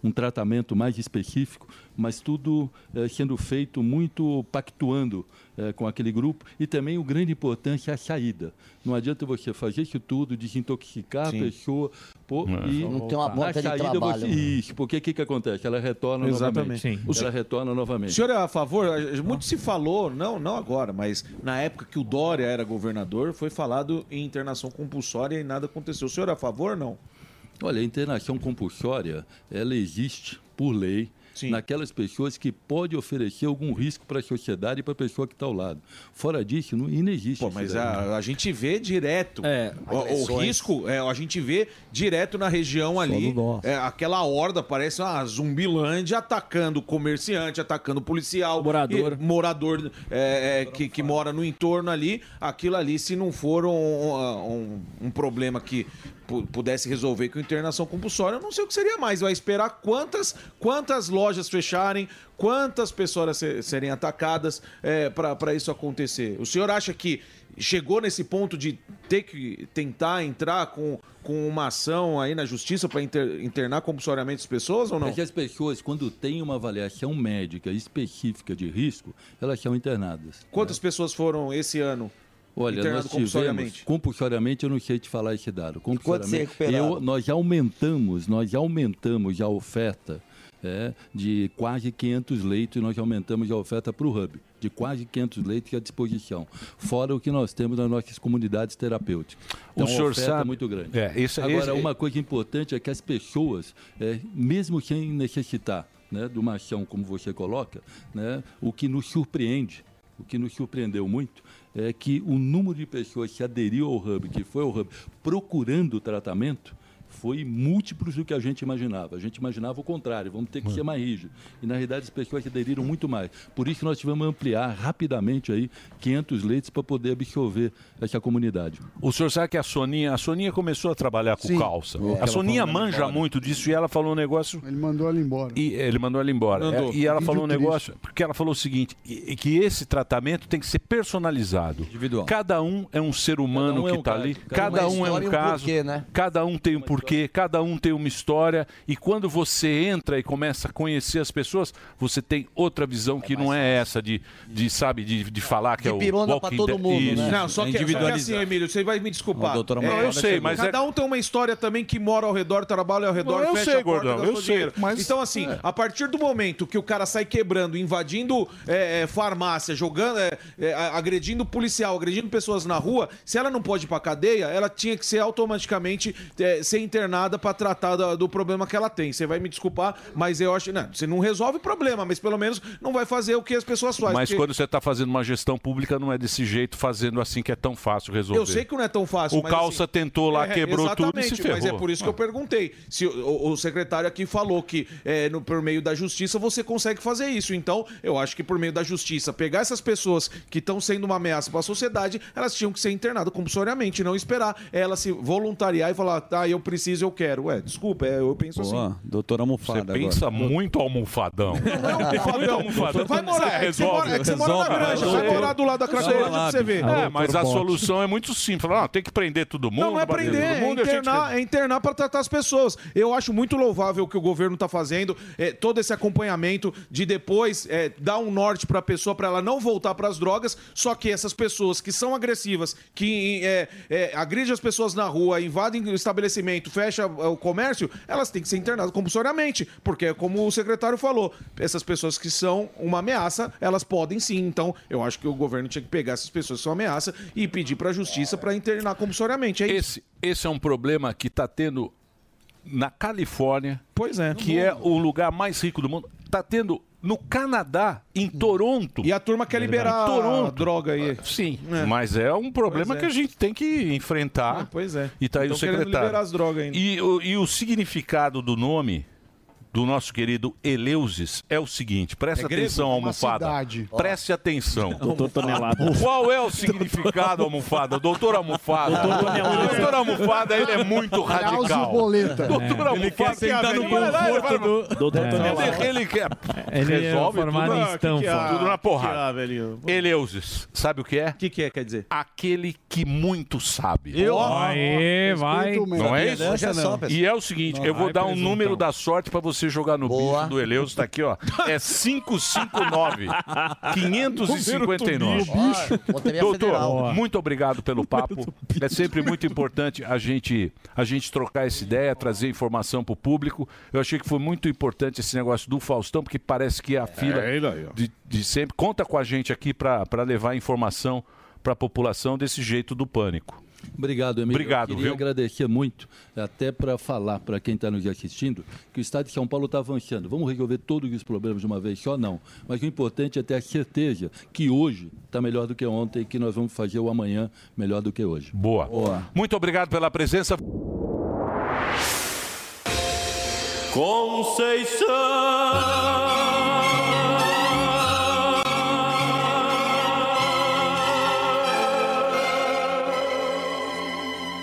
S25: um tratamento mais específico, mas tudo eh, sendo feito muito pactuando eh, com aquele grupo e também o grande importante é a saída. Não adianta você fazer isso tudo, desintoxicar
S27: Sim.
S25: a pessoa pô,
S27: É.
S25: e
S27: Não tem uma
S25: na
S27: porta de
S25: saída
S27: trabalho,
S25: Você,
S27: né?
S25: isso, porque o que, que acontece? Ela retorna
S9: Exatamente. Sim.
S25: novamente. Ela retorna
S9: O
S25: novamente.
S9: senhor é a favor? Muito se falou, não, não agora, mas na época que o Dória era governador, foi falado em internação compulsória e nada aconteceu. O senhor é a favor ou não?
S25: Olha, a internação compulsória, ela existe por lei naquelas pessoas que pode oferecer algum risco para a sociedade e para a pessoa que está ao lado. Fora disso, não inexiste. Pô,
S9: Mas a, a gente vê direto.
S25: É.
S9: o, o
S25: Agressões.
S9: risco, é, a gente vê direto na região ali. é, aquela horda, parece uma zumbilândia atacando comerciante, atacando policial.
S28: Morador.
S9: e- morador é, é, que, que mora no entorno ali. Aquilo ali, se não for um, um- um problema que pu- pudesse resolver com internação compulsória, eu não sei o que seria mais. Vai esperar quantas, quantas lojas fecharem, quantas pessoas se- serem atacadas é, para isso acontecer. O senhor acha que chegou nesse ponto de ter que tentar entrar com, com uma ação aí na justiça para internar compulsoriamente as pessoas ou não?
S25: É que as pessoas, quando têm uma avaliação médica específica de risco, elas são internadas.
S9: Quantas pessoas foram esse ano
S25: É. Olha,
S9: internado
S25: nós tivemos, compulsoriamente, eu não sei te falar esse dado. Compulsoriamente,
S9: recuperaram?
S25: eu- nós aumentamos, nós aumentamos a oferta é, de quase 500 leitos, nós aumentamos a oferta para o Hub, de quase 500 leitos à disposição, fora o que nós temos nas nossas comunidades terapêuticas.
S5: O
S25: Então,
S5: senhor
S25: oferta
S5: sabe-
S25: muito grande.
S5: É, esse-
S25: Agora,
S5: esse-
S25: uma coisa importante é que as pessoas, é, mesmo sem necessitar né, de uma ação como você coloca, né, o que nos surpreende, o que nos surpreendeu muito, é que o número de pessoas que aderiu ao Hub, que foi ao Hub, procurando tratamento, foi múltiplos do que a gente imaginava. A gente imaginava o contrário, vamos ter que ser mais rígido. E, na realidade, as pessoas aderiram muito mais. Por isso, que nós tivemos que ampliar rapidamente aí 500 leitos para poder absorver essa comunidade.
S5: O senhor sabe que a Soninha, a Soninha começou a trabalhar com
S25: Sim.
S5: calça.
S25: É.
S5: A
S25: Ela
S5: Soninha
S25: foi mandada
S5: manja
S25: embora.
S5: muito disso e ela falou um negócio.
S29: Ele mandou ela embora.
S5: E ele mandou ela embora.
S29: Mandou.
S5: É, E ela
S29: Vídeo
S5: falou um
S29: triste.
S5: negócio, porque ela falou o seguinte, e- e que esse tratamento tem que ser personalizado. Individual. Cada um é um ser humano
S27: um é
S5: que
S27: um
S5: está
S27: caso.
S5: ali,
S27: Cada
S5: cada
S27: um é
S5: um
S27: uma
S5: é
S27: história e
S5: um
S27: um
S5: caso,
S27: porquê, né?
S5: cada um tem um porquê, cada um tem uma história e quando você entra e começa a conhecer as pessoas, você tem outra visão que não é essa de, de sabe, de, de falar que é o walking dead. Isso.
S9: Não, só que, só que assim, Emílio, você vai me desculpar.
S5: Ó, doutora né? É Não, É, eu Margarida sei, chegou. mas
S9: Cada
S5: é-
S9: um tem uma história também que mora ao redor, trabalha ao redor,
S5: Não, eu
S9: fecha
S5: sei,
S9: a porta,
S5: gordão,
S9: gastou
S5: eu sei,
S9: dinheiro.
S5: mas-
S9: Então, assim,
S5: É.
S9: a partir do momento que o cara sai quebrando, invadindo é, é, farmácia, jogando, é, é, a- agredindo policial, agredindo pessoas na rua, se ela não pode ir pra cadeia, ela tinha que ser automaticamente é, ser internada pra tratar da- do, problema que ela tem. Você vai me desculpar, mas eu acho. Não, você não resolve o problema, mas pelo menos não vai fazer o que as pessoas fazem.
S5: Mas
S9: porque-
S5: quando você está fazendo uma gestão pública, não é desse jeito, fazendo assim que é tão fácil resolver.
S9: Eu sei que não é tão fácil.
S5: O
S9: mas,
S5: Calça
S9: assim,
S5: tentou lá,
S9: é,
S5: quebrou tudo e
S9: exatamente,
S5: se ferrou. Ah.
S9: Mas é por isso que eu perguntei. Se o- o, o secretário aqui falou que é, no, por meio da justiça você consegue fazer isso. Então, eu acho que por meio da justiça, pegar essas pessoas que estão sendo uma ameaça para a sociedade, elas tinham que ser internadas compulsoriamente, não esperar ela se voluntariar e falar, tá, eu preciso, eu quero. Ué, desculpa, é, eu penso
S7: Ó,
S9: assim.
S7: doutora Almofada
S5: Você pensa
S7: agora.
S5: muito almofadão.
S9: Fabio,
S5: almofadão.
S9: vai morar, é que você mora, é que você mora na
S5: Resolve.
S9: granja, vai
S5: Resolve.
S9: morar do lado da cracolândia pra você ver.
S5: É, mas a solução é muito simples. Falar, "Ah, tem que prender todo mundo.
S9: Não, não é
S5: bater
S9: prender,
S5: todo mundo,
S9: é
S5: e a gente
S9: internar, é internar para tratar as pessoas. Eu acho muito louvável o que o governo está fazendo, é, todo esse acompanhamento de depois é, dar um norte para a pessoa para ela não voltar para as drogas. Só que essas pessoas que são agressivas, que é, é, agridem as pessoas na rua, invadem o estabelecimento, fecha é, o comércio, elas têm que ser internadas compulsoriamente, porque é como o secretário falou, essas pessoas que são uma ameaça, elas podem sim. Então, eu acho que o governo tinha que pegar essas pessoas que são ameaça e pedir para a justiça para internar compulsoriamente. É isso.
S5: esse, esse é um problema que está tendo na Califórnia,
S9: pois é,
S5: que é o lugar mais rico do mundo. Está tendo no Canadá, em Toronto. E
S9: Hum. a turma quer liberar droga aí.
S5: Ah, Sim,
S9: É.
S5: mas é um problema
S9: Pois é.
S5: que a gente tem que enfrentar.
S9: Ah, pois é.
S5: E tá aí
S9: Tão
S5: o
S9: querendo
S5: secretário.
S9: liberar as drogas ainda.
S5: E, o, e o significado do nome do nosso querido Eleusis é o seguinte, presta
S9: É grego?
S5: atenção,
S9: Uma
S5: almofada.
S9: cidade.
S5: Preste
S4: [laughs]
S5: atenção.
S9: Doutor Tonelada.
S5: Qual é o significado, almofada? Doutor almofada.
S4: Doutor é um Tonelada.
S5: Doutor almofada, ele é muito
S4: Aliás,
S5: radical.
S4: o boleta.
S5: Doutor
S4: É. Ele quer
S5: almofada
S4: sentar no
S5: Vai lá, ele vai-
S4: conforto do- Doutor
S5: Ele-
S4: Tonelada.
S5: Ele quer
S4: Ele é
S5: resolve tudo,
S4: formado em
S5: Ah, que que
S4: Stanford.
S5: há? tudo na
S4: Que
S5: porrada.
S4: há, velhinho?
S5: Eleusis, sabe o que é? O
S9: que, que é, quer dizer?
S5: Aquele que muito sabe.
S4: Eu- Aê, vai.
S5: Não é
S4: Sabia
S5: isso?
S4: dessa, não.
S5: E é o seguinte,
S4: Não,
S5: eu vou
S4: vai,
S5: dar um
S4: presuntão.
S5: número da sorte pra você você jogar no bicho do Eleus, tá aqui, ó. É 559 559.
S9: Número do bicho. Loteria
S5: Doutor,
S9: Federal. Boa.
S5: muito obrigado pelo papo. É sempre muito importante a gente, a gente trocar essa ideia, trazer informação pro público. Eu achei que foi muito importante esse negócio do Faustão, porque parece que é a fila
S30: ele aí, ó.
S5: de, de sempre. Conta com a gente aqui para levar informação para a população desse jeito do pânico.
S25: Obrigado, Emílio.
S5: Obrigado,
S25: Eu queria
S5: viu?
S25: agradecer muito, até para falar para quem está nos assistindo, que o Estado de São Paulo está avançando. Vamos resolver todos os problemas de uma vez só? Não. Mas o importante é ter a certeza que hoje está melhor do que ontem e que nós vamos fazer o amanhã melhor do que hoje.
S5: Boa. Muito obrigado pela presença.
S31: Conceição.